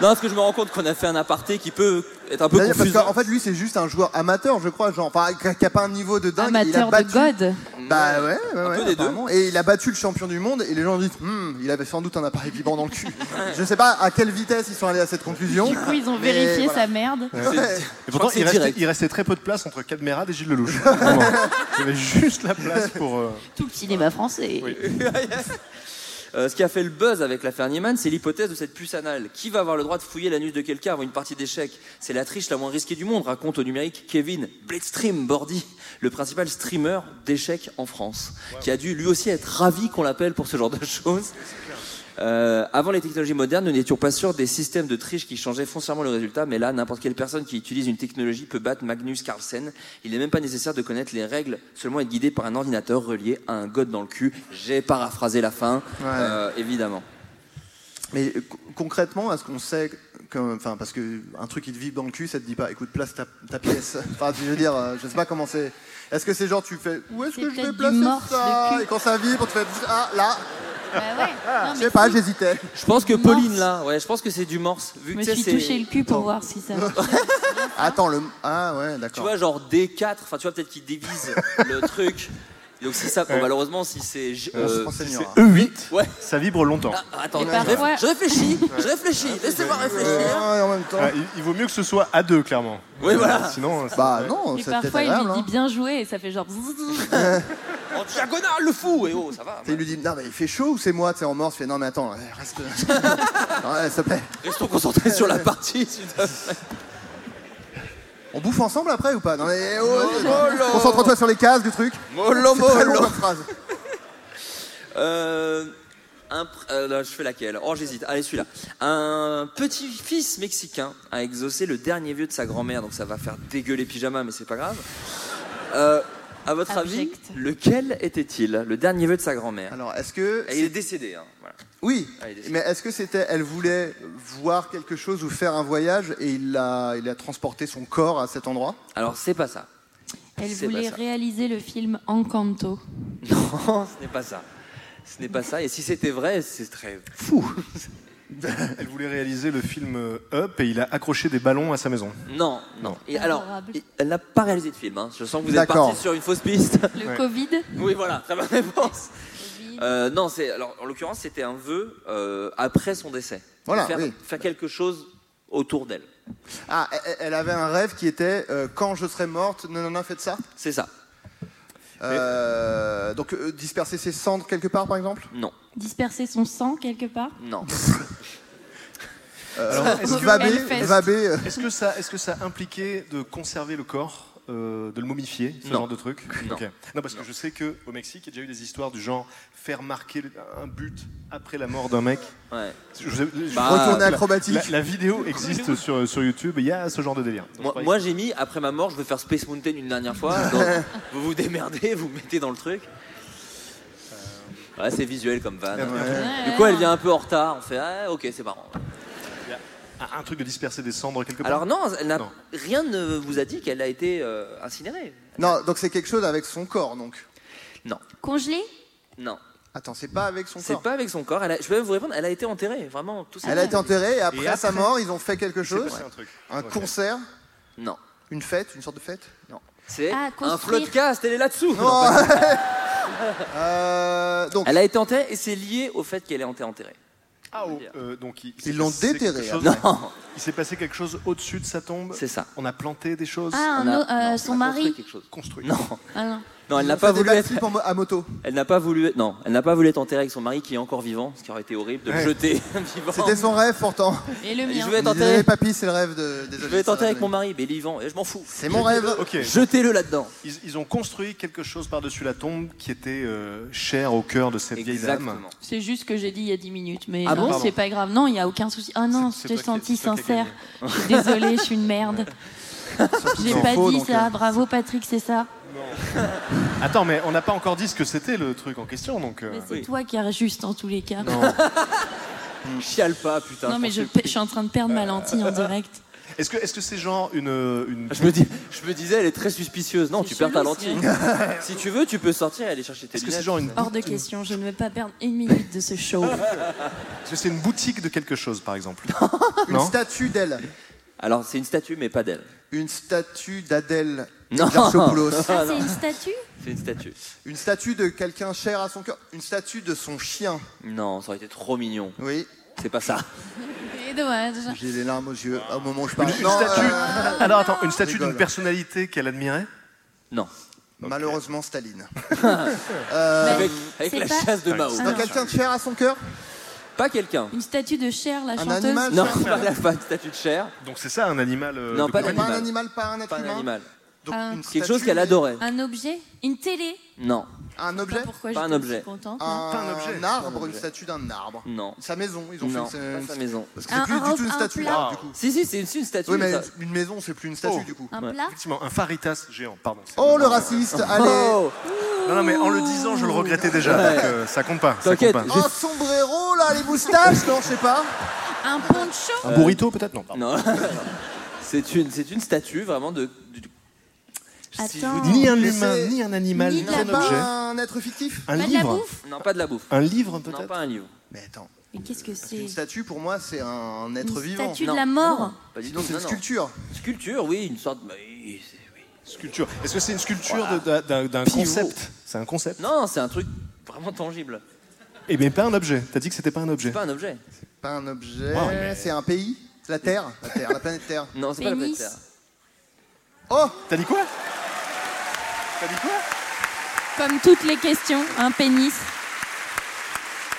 [SPEAKER 5] Non, parce que je me rends compte qu'on a fait un aparté qui peut être un peu
[SPEAKER 4] D'ailleurs, Parce
[SPEAKER 5] confusant.
[SPEAKER 4] qu'en fait, lui, c'est juste un joueur amateur, je crois, genre, enfin, qui a- qui a pas un niveau de dingue. il a
[SPEAKER 7] Amateur de
[SPEAKER 4] battu-
[SPEAKER 7] God.
[SPEAKER 4] Bah ouais, ouais,
[SPEAKER 5] Un
[SPEAKER 4] ouais,
[SPEAKER 5] peu des deux.
[SPEAKER 4] apparemment. Et il a battu le champion du monde et les gens disent, Hmm, il avait sans doute un appareil vibrant dans le cul. je sais pas à quelle vitesse ils sont allés à cette conclusion.
[SPEAKER 7] Du coup, ils ont
[SPEAKER 4] Ah, Mais
[SPEAKER 7] vérifié
[SPEAKER 4] voilà.
[SPEAKER 7] sa merde.
[SPEAKER 4] Ouais.
[SPEAKER 8] Et
[SPEAKER 5] Je crois
[SPEAKER 8] pourtant,
[SPEAKER 5] que c'est
[SPEAKER 8] il restait,
[SPEAKER 5] direct.
[SPEAKER 8] il restait très peu de place entre Cadmerade et Gilles Lelouch. Vraiment. Il y avait juste la place pour. euh,
[SPEAKER 7] Tout le cinéma français.
[SPEAKER 5] Euh, ce qui a fait le buzz avec l'affaire Niemann, c'est l'hypothèse de cette puce anale. Qui va avoir le droit de fouiller l'anus de quelqu'un avant une partie d'échecs C'est la triche la moins risquée du monde, raconte au numérique Kevin Blitzstream Bordy, le principal streamer d'échecs en France, qui a dû lui aussi être ravi qu'on l'appelle pour ce genre de choses. Euh, avant les technologies modernes, nous n'étions pas sûrs des systèmes de triche qui changeaient foncièrement le résultat, mais là, n'importe quelle personne qui utilise une technologie peut battre Magnus Carlsen. Il n'est même pas nécessaire de connaître les règles, seulement être guidé par un ordinateur relié à un god dans le cul. J'ai paraphrasé la fin, euh, évidemment.
[SPEAKER 4] Mais euh, co- concrètement, est-ce qu'on sait, que- enfin, parce que un truc qui te vibre dans le cul, ça te dit pas, écoute, place ta, ta pièce. Enfin, je veux dire, euh, je sais pas comment c'est. Est-ce que c'est genre tu fais, où est-ce
[SPEAKER 7] C'est
[SPEAKER 4] que je vais
[SPEAKER 7] peut-être du
[SPEAKER 4] placer
[SPEAKER 7] morse,
[SPEAKER 4] ça
[SPEAKER 7] le cul.
[SPEAKER 4] Et quand ça vibre, tu fais, ah là,
[SPEAKER 7] Bah ouais. Non,
[SPEAKER 4] je
[SPEAKER 7] mais
[SPEAKER 4] sais pas, j'hésitais.
[SPEAKER 5] Je pense que
[SPEAKER 7] Du morse.
[SPEAKER 5] Pauline, là, ouais, je pense que c'est du morse. Vu
[SPEAKER 7] Je
[SPEAKER 5] que
[SPEAKER 7] me
[SPEAKER 5] tu sais,
[SPEAKER 7] suis
[SPEAKER 5] c'est-
[SPEAKER 7] touché le cul pour
[SPEAKER 4] Attends.
[SPEAKER 7] voir si ça.
[SPEAKER 4] Attends le, ah ouais,
[SPEAKER 5] Tu
[SPEAKER 4] d'accord.
[SPEAKER 5] vois, genre D4, enfin, tu vois, peut-être qu'il dévise le truc. Donc, si ça, bon, malheureusement, si c'est. j-
[SPEAKER 4] On
[SPEAKER 5] euh,
[SPEAKER 4] se renseignera.
[SPEAKER 8] E8,
[SPEAKER 5] Ouais.
[SPEAKER 8] ça vibre longtemps.
[SPEAKER 5] Ah, attends,
[SPEAKER 7] Et
[SPEAKER 5] je,
[SPEAKER 7] parfois-
[SPEAKER 5] réf- je réfléchis, je réfléchis, laissez-moi réfléchir.
[SPEAKER 4] Ouais, en même temps.
[SPEAKER 8] Ah, il, il vaut mieux que ce soit à deux, clairement. Euh,
[SPEAKER 5] Oui, voilà.
[SPEAKER 8] Sinon, ça-
[SPEAKER 4] Bah non,
[SPEAKER 7] Et
[SPEAKER 4] c'est peut-être
[SPEAKER 7] parfois, il
[SPEAKER 4] agréable.
[SPEAKER 7] me dit
[SPEAKER 4] hein.
[SPEAKER 7] bien joué et ça fait genre. zzzz.
[SPEAKER 5] En diagonale, le fou Et oh, ça va.
[SPEAKER 4] Tu sais, Il lui dit, non mais il fait chaud ou c'est moi, tu sais, en mort, je fais, non mais attends, ouais, reste. ouais, s'il te plaît.
[SPEAKER 5] Restons concentrés sur la partie. s'il te plaît.
[SPEAKER 4] On bouffe ensemble après ou pas Non mais, oh,
[SPEAKER 5] mollo.
[SPEAKER 4] concentre-toi sur les cases du truc.
[SPEAKER 5] Mollo,
[SPEAKER 4] C'est très long
[SPEAKER 5] mollo.
[SPEAKER 4] comme phrase.
[SPEAKER 5] Euh, un pr- euh, là, je fais laquelle Oh, j'hésite. Allez, celui-là. Un petit-fils mexicain a exaucé le dernier vœu de sa grand-mère, donc ça va faire dégueuler pyjama, mais c'est pas grave. Euh, à votre
[SPEAKER 7] Abject.
[SPEAKER 5] avis, lequel était-il Le dernier vœu de sa grand-mère.
[SPEAKER 4] Alors, est-ce que.
[SPEAKER 5] Et il est décédé. hein, voilà.
[SPEAKER 4] Oui,
[SPEAKER 5] Ah, il est décédé.
[SPEAKER 4] mais est-ce que c'était. Elle voulait voir quelque chose ou faire un voyage et il a, il a transporté son corps à cet endroit
[SPEAKER 5] Alors, c'est pas ça.
[SPEAKER 7] Elle
[SPEAKER 5] C'est
[SPEAKER 7] voulait
[SPEAKER 5] pas ça.
[SPEAKER 7] réaliser le film Encanto.
[SPEAKER 5] Non, ce n'est pas ça. Ce n'est pas ça. Et si c'était vrai, c'est très fou.
[SPEAKER 8] elle voulait réaliser le film euh, Up et il a accroché des ballons à sa maison.
[SPEAKER 5] Non, non.
[SPEAKER 8] Non.
[SPEAKER 5] Et alors,
[SPEAKER 7] Adorable.
[SPEAKER 5] il- elle n'a pas réalisé de film. hein. Je sens que vous êtes
[SPEAKER 4] D'accord.
[SPEAKER 5] parti sur une fausse piste.
[SPEAKER 7] Le
[SPEAKER 8] Ouais.
[SPEAKER 7] Covid.
[SPEAKER 5] Oui, voilà, très bonne réponse. Euh, non, c'est alors en l'occurrence c'était un vœu euh, après son décès.
[SPEAKER 4] Voilà,
[SPEAKER 5] Faire,
[SPEAKER 4] oui.
[SPEAKER 5] faire quelque chose autour d'elle.
[SPEAKER 4] Ah, elle- elle avait un rêve qui était euh, quand je serai morte, non, non, non, faites ça.
[SPEAKER 5] C'est ça.
[SPEAKER 4] Euh, donc, euh, disperser ses cendres quelque part, par exemple
[SPEAKER 5] Non,
[SPEAKER 7] Disperser son sang quelque part.
[SPEAKER 5] non.
[SPEAKER 8] Alors, est-ce que,
[SPEAKER 4] Vabé,
[SPEAKER 7] Hellfest.
[SPEAKER 4] vabé, euh,
[SPEAKER 8] est-ce que ça, est-ce que ça impliquait de conserver le corps euh, de le momifier, ce
[SPEAKER 5] Non.
[SPEAKER 8] genre de truc
[SPEAKER 5] Non.
[SPEAKER 8] Ok. parce que je sais qu'au Mexique, il y a déjà eu des histoires du genre faire marquer un but après la mort d'un mec.
[SPEAKER 5] Ouais.
[SPEAKER 8] Je- je- je-
[SPEAKER 5] Bah,
[SPEAKER 4] retourner
[SPEAKER 8] Ah, la-
[SPEAKER 4] acrobatique.
[SPEAKER 8] La, la vidéo existe sur, sur YouTube, il y a ce genre de délire. Donc,
[SPEAKER 5] Moi,
[SPEAKER 8] pareil.
[SPEAKER 5] moi, j'ai mis après ma mort, je veux faire Space Mountain une dernière fois. Donc, vous vous démerdez, vous vous mettez dans le truc. Euh, Ouais, c'est visuel comme van.
[SPEAKER 8] Ouais.
[SPEAKER 5] Du coup, elle vient un peu en retard. On fait ah ok, c'est marrant.
[SPEAKER 8] un- un truc de disperser des cendres quelque part
[SPEAKER 5] Alors non, elle n'a-
[SPEAKER 8] Non.
[SPEAKER 5] rien ne vous a dit qu'elle a été euh, incinérée.
[SPEAKER 4] Non, donc c'est quelque chose avec son corps, donc.
[SPEAKER 5] Non.
[SPEAKER 7] Congelé
[SPEAKER 5] Non.
[SPEAKER 4] Attends, c'est pas avec son
[SPEAKER 5] C'est
[SPEAKER 4] corps.
[SPEAKER 5] pas avec son corps. Elle a- je peux même vous répondre, elle a été enterrée, vraiment. Tout
[SPEAKER 4] Elle a été enterrée et
[SPEAKER 8] Et
[SPEAKER 4] après,
[SPEAKER 8] après-
[SPEAKER 4] sa mort, ils ont fait quelque
[SPEAKER 8] Je sais pas,
[SPEAKER 4] chose.
[SPEAKER 8] c'est un truc.
[SPEAKER 4] Un
[SPEAKER 8] Ok.
[SPEAKER 4] concert,
[SPEAKER 5] Non,
[SPEAKER 4] une fête, une sorte de fête.
[SPEAKER 5] non. C'est
[SPEAKER 7] Ah,
[SPEAKER 5] un
[SPEAKER 7] construire.
[SPEAKER 5] floodcast, elle est là-dessous.
[SPEAKER 4] Non.
[SPEAKER 5] Non, pas-
[SPEAKER 4] Euh, donc,
[SPEAKER 5] Elle a été enterrée et c'est lié au fait qu'elle ait été enterrée.
[SPEAKER 8] Ah, oh, euh, donc il- il
[SPEAKER 4] Ils
[SPEAKER 8] s'est
[SPEAKER 4] l'ont
[SPEAKER 8] passé
[SPEAKER 4] déterré,
[SPEAKER 8] quelque chose-
[SPEAKER 5] Non,
[SPEAKER 8] Il s'est passé quelque chose au-dessus de sa tombe.
[SPEAKER 5] c'est ça.
[SPEAKER 8] On a planté des choses.
[SPEAKER 7] Ah, un
[SPEAKER 5] On a-
[SPEAKER 7] autre, euh,
[SPEAKER 5] non,
[SPEAKER 7] son
[SPEAKER 5] on a construit
[SPEAKER 7] mari
[SPEAKER 5] quelque chose.
[SPEAKER 8] Construit.
[SPEAKER 5] Non,
[SPEAKER 7] Ah non.
[SPEAKER 5] non, elle
[SPEAKER 4] ils
[SPEAKER 5] n'a
[SPEAKER 4] ont
[SPEAKER 5] pas
[SPEAKER 4] fait des
[SPEAKER 5] voulu être. Oh.
[SPEAKER 4] backflips en mo- à moto.
[SPEAKER 5] Elle n'a pas voulu. être- Non, elle n'a pas voulu être enterrée avec son mari qui est encore vivant, ce qui aurait été horrible de le
[SPEAKER 8] Ouais.
[SPEAKER 5] jeter vivant.
[SPEAKER 4] C'était son rêve pourtant.
[SPEAKER 7] Et le mien.
[SPEAKER 5] Je vais
[SPEAKER 4] Il
[SPEAKER 5] être
[SPEAKER 4] disait,
[SPEAKER 5] enterrée.
[SPEAKER 4] papy, c'est le rêve de. Désolé,
[SPEAKER 5] Je vais être
[SPEAKER 4] ça,
[SPEAKER 5] enterrée avec
[SPEAKER 4] désolé.
[SPEAKER 5] mon mari, mais il est vivant. Et je m'en fous.
[SPEAKER 4] C'est mon rêve.
[SPEAKER 8] Ok.
[SPEAKER 5] Jetez-le là-dedans.
[SPEAKER 8] Ils, ils ont construit quelque chose par-dessus la tombe qui était euh, cher au cœur de cette vieille dame.
[SPEAKER 5] Exactement.
[SPEAKER 7] C'est juste ce que j'ai dit il y a 10 minutes, mais
[SPEAKER 5] Ah
[SPEAKER 7] non,
[SPEAKER 5] bon
[SPEAKER 7] c'est pas grave. Non, il n'y a aucun souci. Ah non,
[SPEAKER 8] C'est-
[SPEAKER 7] je
[SPEAKER 8] c'est
[SPEAKER 7] t'ai
[SPEAKER 8] toi qui-
[SPEAKER 7] senti
[SPEAKER 8] c'est toi qui as
[SPEAKER 7] sincère. Je suis désolée, je suis une merde. J'ai
[SPEAKER 4] c'est
[SPEAKER 7] pas
[SPEAKER 4] faux,
[SPEAKER 7] dit
[SPEAKER 4] donc,
[SPEAKER 7] ça.
[SPEAKER 4] euh,
[SPEAKER 7] Bravo Patrick, c'est ça.
[SPEAKER 8] Attends, mais on n'a pas encore dit ce que c'était le truc en question, donc. euh,
[SPEAKER 7] Mais c'est
[SPEAKER 5] oui.
[SPEAKER 7] toi qui as juste en tous les cas. Non,
[SPEAKER 5] Chiale pas, putain.
[SPEAKER 7] mais je, je suis en train de perdre ma lentille en direct.
[SPEAKER 8] Est-ce que est-ce que c'est genre une euh, une
[SPEAKER 5] Je me, dis, je me disais, elle est très suspicieuse. Non,
[SPEAKER 7] C'est
[SPEAKER 5] tu perds ta
[SPEAKER 7] chelou,
[SPEAKER 5] lentille. si tu veux, tu peux sortir et aller chercher tes
[SPEAKER 8] est-ce que
[SPEAKER 5] lunettes.
[SPEAKER 8] c'est genre une
[SPEAKER 7] Hors de question, je ne vais pas perdre une minute de ce show.
[SPEAKER 8] est-ce que c'est une boutique de quelque chose par exemple
[SPEAKER 4] Une
[SPEAKER 8] Non.
[SPEAKER 4] statue d'elle.
[SPEAKER 5] Alors, c'est une statue, mais pas d'elle.
[SPEAKER 4] Une statue d'Adèle.
[SPEAKER 5] Non.
[SPEAKER 4] Exarchopoulos.
[SPEAKER 7] Ah, c'est une statue
[SPEAKER 5] C'est une statue.
[SPEAKER 4] Une statue de quelqu'un cher à son cœur. Une statue de son chien.
[SPEAKER 5] Non, ça aurait été trop mignon.
[SPEAKER 4] Oui.
[SPEAKER 5] C'est pas ça.
[SPEAKER 7] C'est dommage.
[SPEAKER 4] J'ai les larmes aux yeux au moment où je parle.
[SPEAKER 8] Une
[SPEAKER 4] Non,
[SPEAKER 8] statue.
[SPEAKER 4] euh,
[SPEAKER 8] Ah non, attends, une statue
[SPEAKER 4] Rigole.
[SPEAKER 8] d'une personnalité qu'elle admirait.
[SPEAKER 5] Non.
[SPEAKER 4] Malheureusement, Staline. Euh,
[SPEAKER 7] Bah,
[SPEAKER 5] Avec, avec
[SPEAKER 7] c'est
[SPEAKER 5] la
[SPEAKER 7] pas-
[SPEAKER 5] chasse de Mao.
[SPEAKER 7] Ah non.
[SPEAKER 4] Quelqu'un de cher à son cœur
[SPEAKER 5] Pas quelqu'un.
[SPEAKER 7] Une statue de Cher, la
[SPEAKER 4] Un
[SPEAKER 7] chanteuse.
[SPEAKER 4] animal
[SPEAKER 5] Non,
[SPEAKER 4] cher
[SPEAKER 5] pas, la, pas une statue de chair.
[SPEAKER 8] Donc c'est ça un animal. euh,
[SPEAKER 5] Non,
[SPEAKER 8] de
[SPEAKER 5] pas
[SPEAKER 8] compagnie.
[SPEAKER 4] Pas un
[SPEAKER 5] Animal.
[SPEAKER 4] animal, pas un être
[SPEAKER 5] Pas un
[SPEAKER 4] humain.
[SPEAKER 5] animal.
[SPEAKER 4] Donc,
[SPEAKER 7] Un-
[SPEAKER 4] une
[SPEAKER 5] Quelque
[SPEAKER 4] statue,
[SPEAKER 5] chose qu'elle
[SPEAKER 4] mais-
[SPEAKER 5] adorait.
[SPEAKER 7] Un objet Une télé
[SPEAKER 5] Non.
[SPEAKER 4] Un
[SPEAKER 7] Je sais
[SPEAKER 4] objet
[SPEAKER 7] pas pourquoi
[SPEAKER 5] Pas un
[SPEAKER 7] j'étais
[SPEAKER 5] objet.
[SPEAKER 7] aussi contente. hein.
[SPEAKER 4] un,
[SPEAKER 8] un objet.
[SPEAKER 4] arbre, une statue d'un arbre.
[SPEAKER 5] Non.
[SPEAKER 4] Sa maison, ils ont
[SPEAKER 5] Non,
[SPEAKER 4] fait une-
[SPEAKER 5] pas sa maison.
[SPEAKER 4] Parce que
[SPEAKER 7] Un-
[SPEAKER 4] c'est plus
[SPEAKER 7] un
[SPEAKER 4] du tout une
[SPEAKER 7] repas, un
[SPEAKER 4] statue,
[SPEAKER 7] plat.
[SPEAKER 4] du coup.
[SPEAKER 5] Si, si, c'est une, c'est une statue.
[SPEAKER 4] Oui, mais
[SPEAKER 5] ça.
[SPEAKER 4] une maison, c'est plus une statue,
[SPEAKER 8] Oh.
[SPEAKER 4] du coup.
[SPEAKER 7] Un
[SPEAKER 5] Ouais.
[SPEAKER 7] plat
[SPEAKER 8] Effectivement, un faritas géant, pardon.
[SPEAKER 4] Oh, le raciste, allez
[SPEAKER 5] Oh
[SPEAKER 8] Non, non, mais en le disant, je le regrettais déjà.
[SPEAKER 5] Ouais.
[SPEAKER 8] donc, euh, ça compte pas. ça
[SPEAKER 5] T'inquiète,
[SPEAKER 8] compte pas.
[SPEAKER 5] j'ai-
[SPEAKER 4] Oh, sombrero, là, les moustaches, non, je sais pas.
[SPEAKER 7] Un poncho
[SPEAKER 8] Un burrito peut-être non. pardon.
[SPEAKER 5] Non. c'est une, c'est une statue vraiment de. du- si je vous
[SPEAKER 7] Attends.
[SPEAKER 5] dis-
[SPEAKER 8] Ni un
[SPEAKER 4] Mais
[SPEAKER 8] humain,
[SPEAKER 4] c'est-
[SPEAKER 8] ni un animal,
[SPEAKER 7] Ni
[SPEAKER 8] ni,
[SPEAKER 7] de
[SPEAKER 8] un
[SPEAKER 7] la barbe.
[SPEAKER 8] objet.
[SPEAKER 4] Pas un être fictif
[SPEAKER 5] Ah.
[SPEAKER 8] Un
[SPEAKER 7] Pas de la
[SPEAKER 8] livre.
[SPEAKER 7] bouffe
[SPEAKER 5] Non, pas de la bouffe.
[SPEAKER 8] Un livre
[SPEAKER 5] Non,
[SPEAKER 8] peut-être.
[SPEAKER 5] pas un livre.
[SPEAKER 4] Mais attends,
[SPEAKER 7] Mais qu'est-ce que c'est
[SPEAKER 4] une statue, pour moi, c'est un être
[SPEAKER 7] Une
[SPEAKER 4] vivant.
[SPEAKER 7] statue de
[SPEAKER 5] Non.
[SPEAKER 7] la mort
[SPEAKER 5] Non, pas du
[SPEAKER 4] Sinon,
[SPEAKER 5] tout,
[SPEAKER 4] c'est
[SPEAKER 5] non,
[SPEAKER 4] une
[SPEAKER 5] non.
[SPEAKER 4] sculpture.
[SPEAKER 5] Sculpture, oui, une sorte. bah, oui, c'est- oui.
[SPEAKER 8] Sculpture. Est-ce que c'est une sculpture de- d'un d'un
[SPEAKER 5] Pivot.
[SPEAKER 8] concept C'est un concept.
[SPEAKER 5] Non, c'est un truc vraiment tangible.
[SPEAKER 8] Et mais Eh pas un objet. T'as dit que c'était pas un objet.
[SPEAKER 5] C'est pas un objet.
[SPEAKER 4] Pas un objet,
[SPEAKER 8] Ouais, mais-
[SPEAKER 4] c'est un pays. La Terre, la Terre, la planète Terre.
[SPEAKER 5] Non, c'est pas la
[SPEAKER 7] Pénis.
[SPEAKER 5] planète Terre.
[SPEAKER 4] Oh
[SPEAKER 8] T'as dit quoi T'as dit quoi
[SPEAKER 7] Comme toutes les questions, un pénis.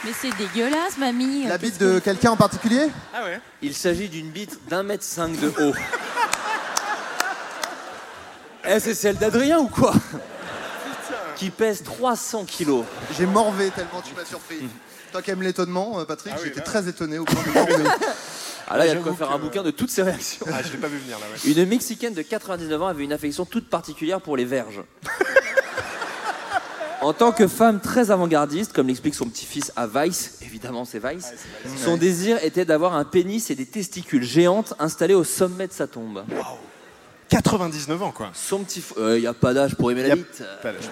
[SPEAKER 7] Mais c'est dégueulasse, mamie.
[SPEAKER 4] La
[SPEAKER 7] Euh,
[SPEAKER 4] bite
[SPEAKER 7] qu'est-ce que-
[SPEAKER 4] de quelqu'un en particulier
[SPEAKER 8] Ah ouais.
[SPEAKER 5] Il s'agit d'une bite d'un mètre cinq de haut. Eh, c'est celle d'Adrien ou quoi Qui pèse 300 kilos.
[SPEAKER 4] J'ai morvé tellement tu m'as
[SPEAKER 5] Mhm.
[SPEAKER 4] surpris. Toi qui aimes l'étonnement, euh, Patrick, j'étais très étonné au point de morver.
[SPEAKER 5] Ah là, il y a de quoi
[SPEAKER 8] J'avoue
[SPEAKER 5] faire un
[SPEAKER 8] que-
[SPEAKER 5] bouquin de toutes ses réactions.
[SPEAKER 8] Ah, je l'ai pas vu venir là. Ouais.
[SPEAKER 5] Une Mexicaine de 99 ans avait une affection toute particulière pour les verges. En tant que femme très avant-gardiste, comme l'explique son petit-fils à Vice, évidemment c'est Vice, son désir était d'avoir un pénis et des testicules géantes installés au sommet de sa tombe.
[SPEAKER 8] 99 ans quoi.
[SPEAKER 5] Son petit... Il n'y a pas d'âge pour aimer
[SPEAKER 8] Y
[SPEAKER 5] la
[SPEAKER 8] a
[SPEAKER 5] bite. Euh,
[SPEAKER 8] pas d'âge.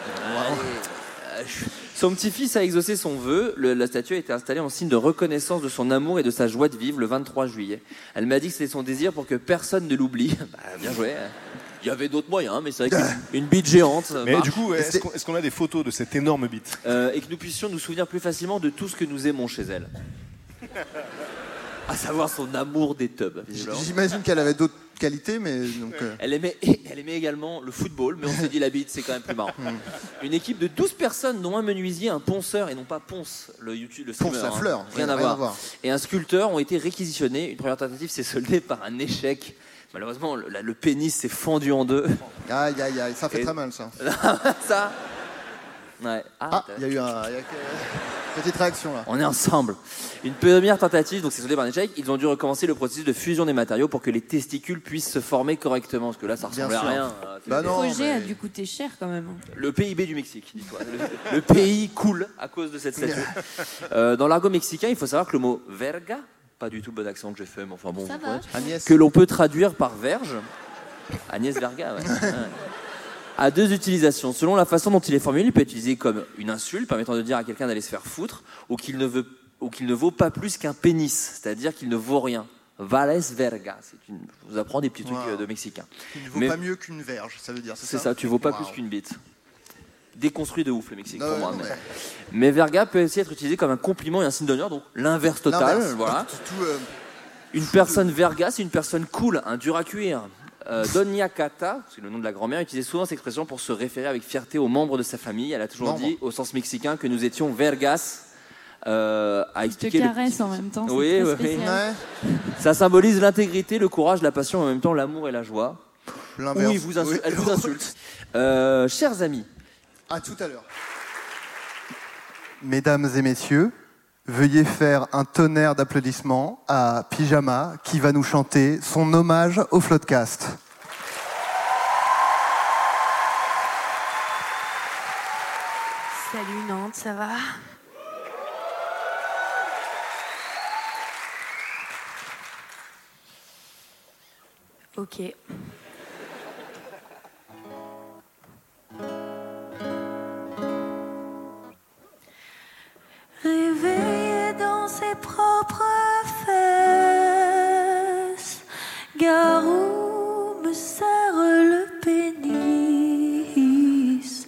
[SPEAKER 5] allez, euh, je- Son petit-fils a exaucé son vœu. Le- la statue a été installée en signe de reconnaissance de son amour et de sa joie de vivre le 23 juillet. Elle m'a dit que c'était son désir pour que personne ne l'oublie. Bah, bien joué. hein. Il y avait d'autres moyens, hein, mais c'est vrai qu'une une bite géante. euh,
[SPEAKER 8] Mais
[SPEAKER 5] marche.
[SPEAKER 8] du coup, est-ce qu'on est-ce qu'on a des photos de cette énorme bite
[SPEAKER 5] Euh, et que nous puissions nous souvenir plus facilement de tout ce que nous aimons chez elle. à savoir son amour des tubs. visiblement.
[SPEAKER 4] J'imagine qu'elle avait d'autres qualités, mais donc. euh,
[SPEAKER 5] Elle aimait, elle aimait également le football, mais on s'est dit la bite, c'est quand même plus marrant.
[SPEAKER 4] Hmm.
[SPEAKER 5] Une équipe de 12 personnes, dont un menuisier, un ponceur, et non pas Ponce, le YouTube, le
[SPEAKER 4] Ponce
[SPEAKER 5] streamer,
[SPEAKER 4] la
[SPEAKER 5] hein.
[SPEAKER 4] fleur,
[SPEAKER 5] rien, à, voir. et un sculpteur ont été réquisitionnés. Une première tentative s'est soldée par un échec. Malheureusement, le, la- le pénis s'est fendu en deux.
[SPEAKER 4] euh, Aïe, aïe, aïe, ça fait
[SPEAKER 5] Et-
[SPEAKER 4] très mal ça.
[SPEAKER 5] Ça. Ouais. Ah,
[SPEAKER 4] Ah,
[SPEAKER 5] t'as-
[SPEAKER 4] il y a eu un. il y a eu- euh, Petite réaction là.
[SPEAKER 5] On est ensemble. Une première tentative, donc c'est soldé par un échec. Ils ont dû recommencer le processus de fusion des matériaux pour que les testicules puissent se former correctement. Parce que là, ça
[SPEAKER 4] Bien
[SPEAKER 5] ressemblait à
[SPEAKER 4] sûr.
[SPEAKER 5] rien. Euh,
[SPEAKER 4] Bah
[SPEAKER 5] c'était-
[SPEAKER 7] Le
[SPEAKER 4] non,
[SPEAKER 7] projet a
[SPEAKER 4] mais-
[SPEAKER 7] dû coûter cher quand même. hein.
[SPEAKER 5] Le PIB du Mexique, dis-toi. Le, le pays coule à cause de cette statue. Euh, dans l'argot mexicain, il faut savoir que le mot verga Pas du tout le bon accent que j'ai fait, mais enfin bon.
[SPEAKER 10] Ça
[SPEAKER 5] vous
[SPEAKER 10] va.
[SPEAKER 5] comprenez.
[SPEAKER 4] Agnès.
[SPEAKER 5] Que l'on peut traduire par verge. Agnès Verga, ouais. Ouais. À deux utilisations. Selon la façon dont il est formulé, il peut être utilisé comme une insulte permettant de dire à quelqu'un d'aller se faire foutre ou qu'il ne veut ou qu'il ne vaut pas plus qu'un pénis, c'est-à-dire qu'il ne vaut rien. Vales verga, c'est une... je vous apprends des petits trucs
[SPEAKER 4] Wow.
[SPEAKER 5] euh, de mexicains.
[SPEAKER 4] Il ne vaut
[SPEAKER 5] Mais-
[SPEAKER 4] pas mieux qu'une verge, ça veut dire.
[SPEAKER 5] C'est ça, tu vaux pas plus
[SPEAKER 4] Wow.
[SPEAKER 5] qu'une bite. Déconstruit de ouf le Mexique
[SPEAKER 4] Non,
[SPEAKER 5] pour moi.
[SPEAKER 4] non,
[SPEAKER 5] mais...
[SPEAKER 4] mais-
[SPEAKER 5] mais verga peut aussi être utilisé comme un compliment et un signe d'honneur, donc l'inverse total.
[SPEAKER 4] L'inverse.
[SPEAKER 5] Voilà.
[SPEAKER 4] Tout, euh,
[SPEAKER 5] Une personne verga, c'est une personne cool, un dur à cuire. Euh, Doña Cata, c'est le nom de la grand-mère, utilisait souvent cette expression pour se référer avec fierté aux membres de sa famille. Elle a toujours
[SPEAKER 4] Membre.
[SPEAKER 5] dit, au sens mexicain, que nous étions vergas. euh, à
[SPEAKER 10] Je te
[SPEAKER 5] expliquer le-
[SPEAKER 10] caresse en même temps. c'est
[SPEAKER 5] Oui,
[SPEAKER 10] très
[SPEAKER 5] oui, oui.
[SPEAKER 10] spécial.
[SPEAKER 4] ouais,
[SPEAKER 5] Ça symbolise l'intégrité, le courage, la passion, en même temps l'amour et la joie.
[SPEAKER 4] l'inverse.
[SPEAKER 5] Oui, vous insu-
[SPEAKER 4] Oui.
[SPEAKER 5] elle vous insulte. Euh, chers amis,
[SPEAKER 4] À tout à l'heure. Mesdames et messieurs, veuillez faire un tonnerre d'applaudissements à Pyjama qui va nous chanter son hommage au Floodcast.
[SPEAKER 7] Salut Nantes, ça va Ok. Réveillé dans ses propres fesses, Garou me serre le pénis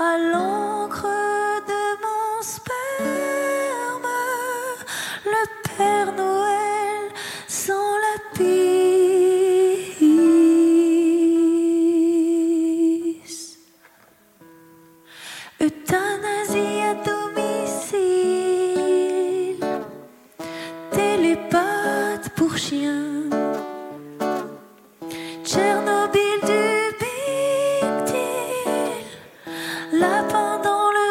[SPEAKER 7] à l'encre de mon sperme. Le Père Noël sans la pisse. Euthanasie à domicile, télépathe pour chien, Tchernobyl du Big Deal, lapin dans le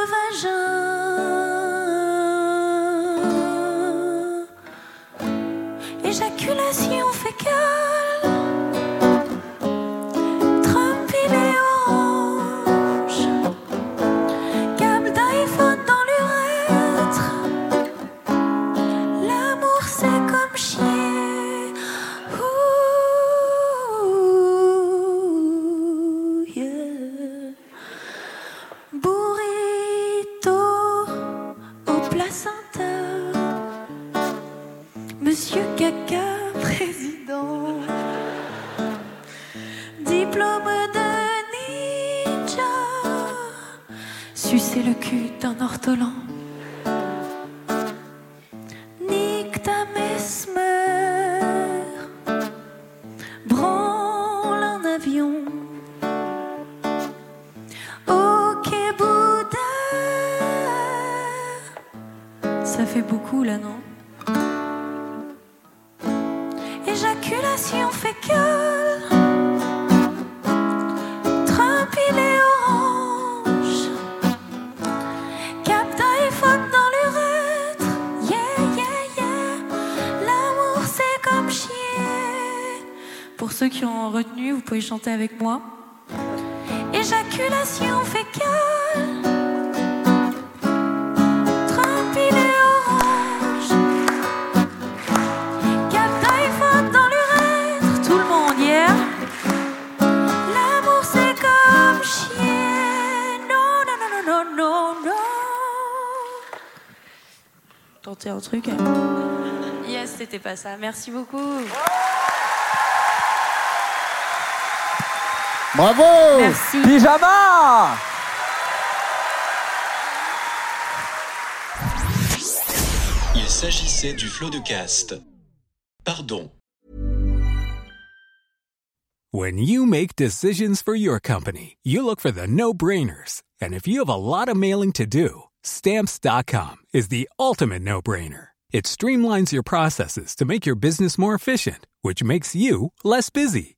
[SPEAKER 7] vagin, éjaculation fécale, Trump il est orange câble d'iPhone dans l'urètre. L'amour, c'est comme chier. Ouh, yeah. Burrito au placenta. Monsieur Caca, président. Diplôme de ninja sucer le cul d'un ortolan. Nique ta mesmère, branle un avion. Ok, Bouddha, ça fait beaucoup là, non? Éjaculation fécale, Trump il est orange. Cap d'iPhone dans l'urètre. Yeah, yeah, yeah. L'amour, c'est comme chier.
[SPEAKER 10] Pour ceux qui ont retenu, vous pouvez chanter avec moi.
[SPEAKER 7] Éjaculation fécale. Trump, il est orange. Cap d'iPhone dans l'urètre. Tout le monde, yeah. L'amour, c'est comme chier. Non, non, non, non, non, non, non.
[SPEAKER 10] Tenter un truc.
[SPEAKER 7] hein.
[SPEAKER 10] Yes, c'était pas ça. Merci beaucoup.
[SPEAKER 4] Bravo
[SPEAKER 10] Merci.
[SPEAKER 11] Pyjama
[SPEAKER 1] Il s'agissait du flot de caste. Pardon.
[SPEAKER 8] When you make decisions for your company, you look for the no brainers. And if you have a lot of mailing to do, stamps.com is the ultimate no brainer. It streamlines your processes to make your business more efficient, which makes you less busy.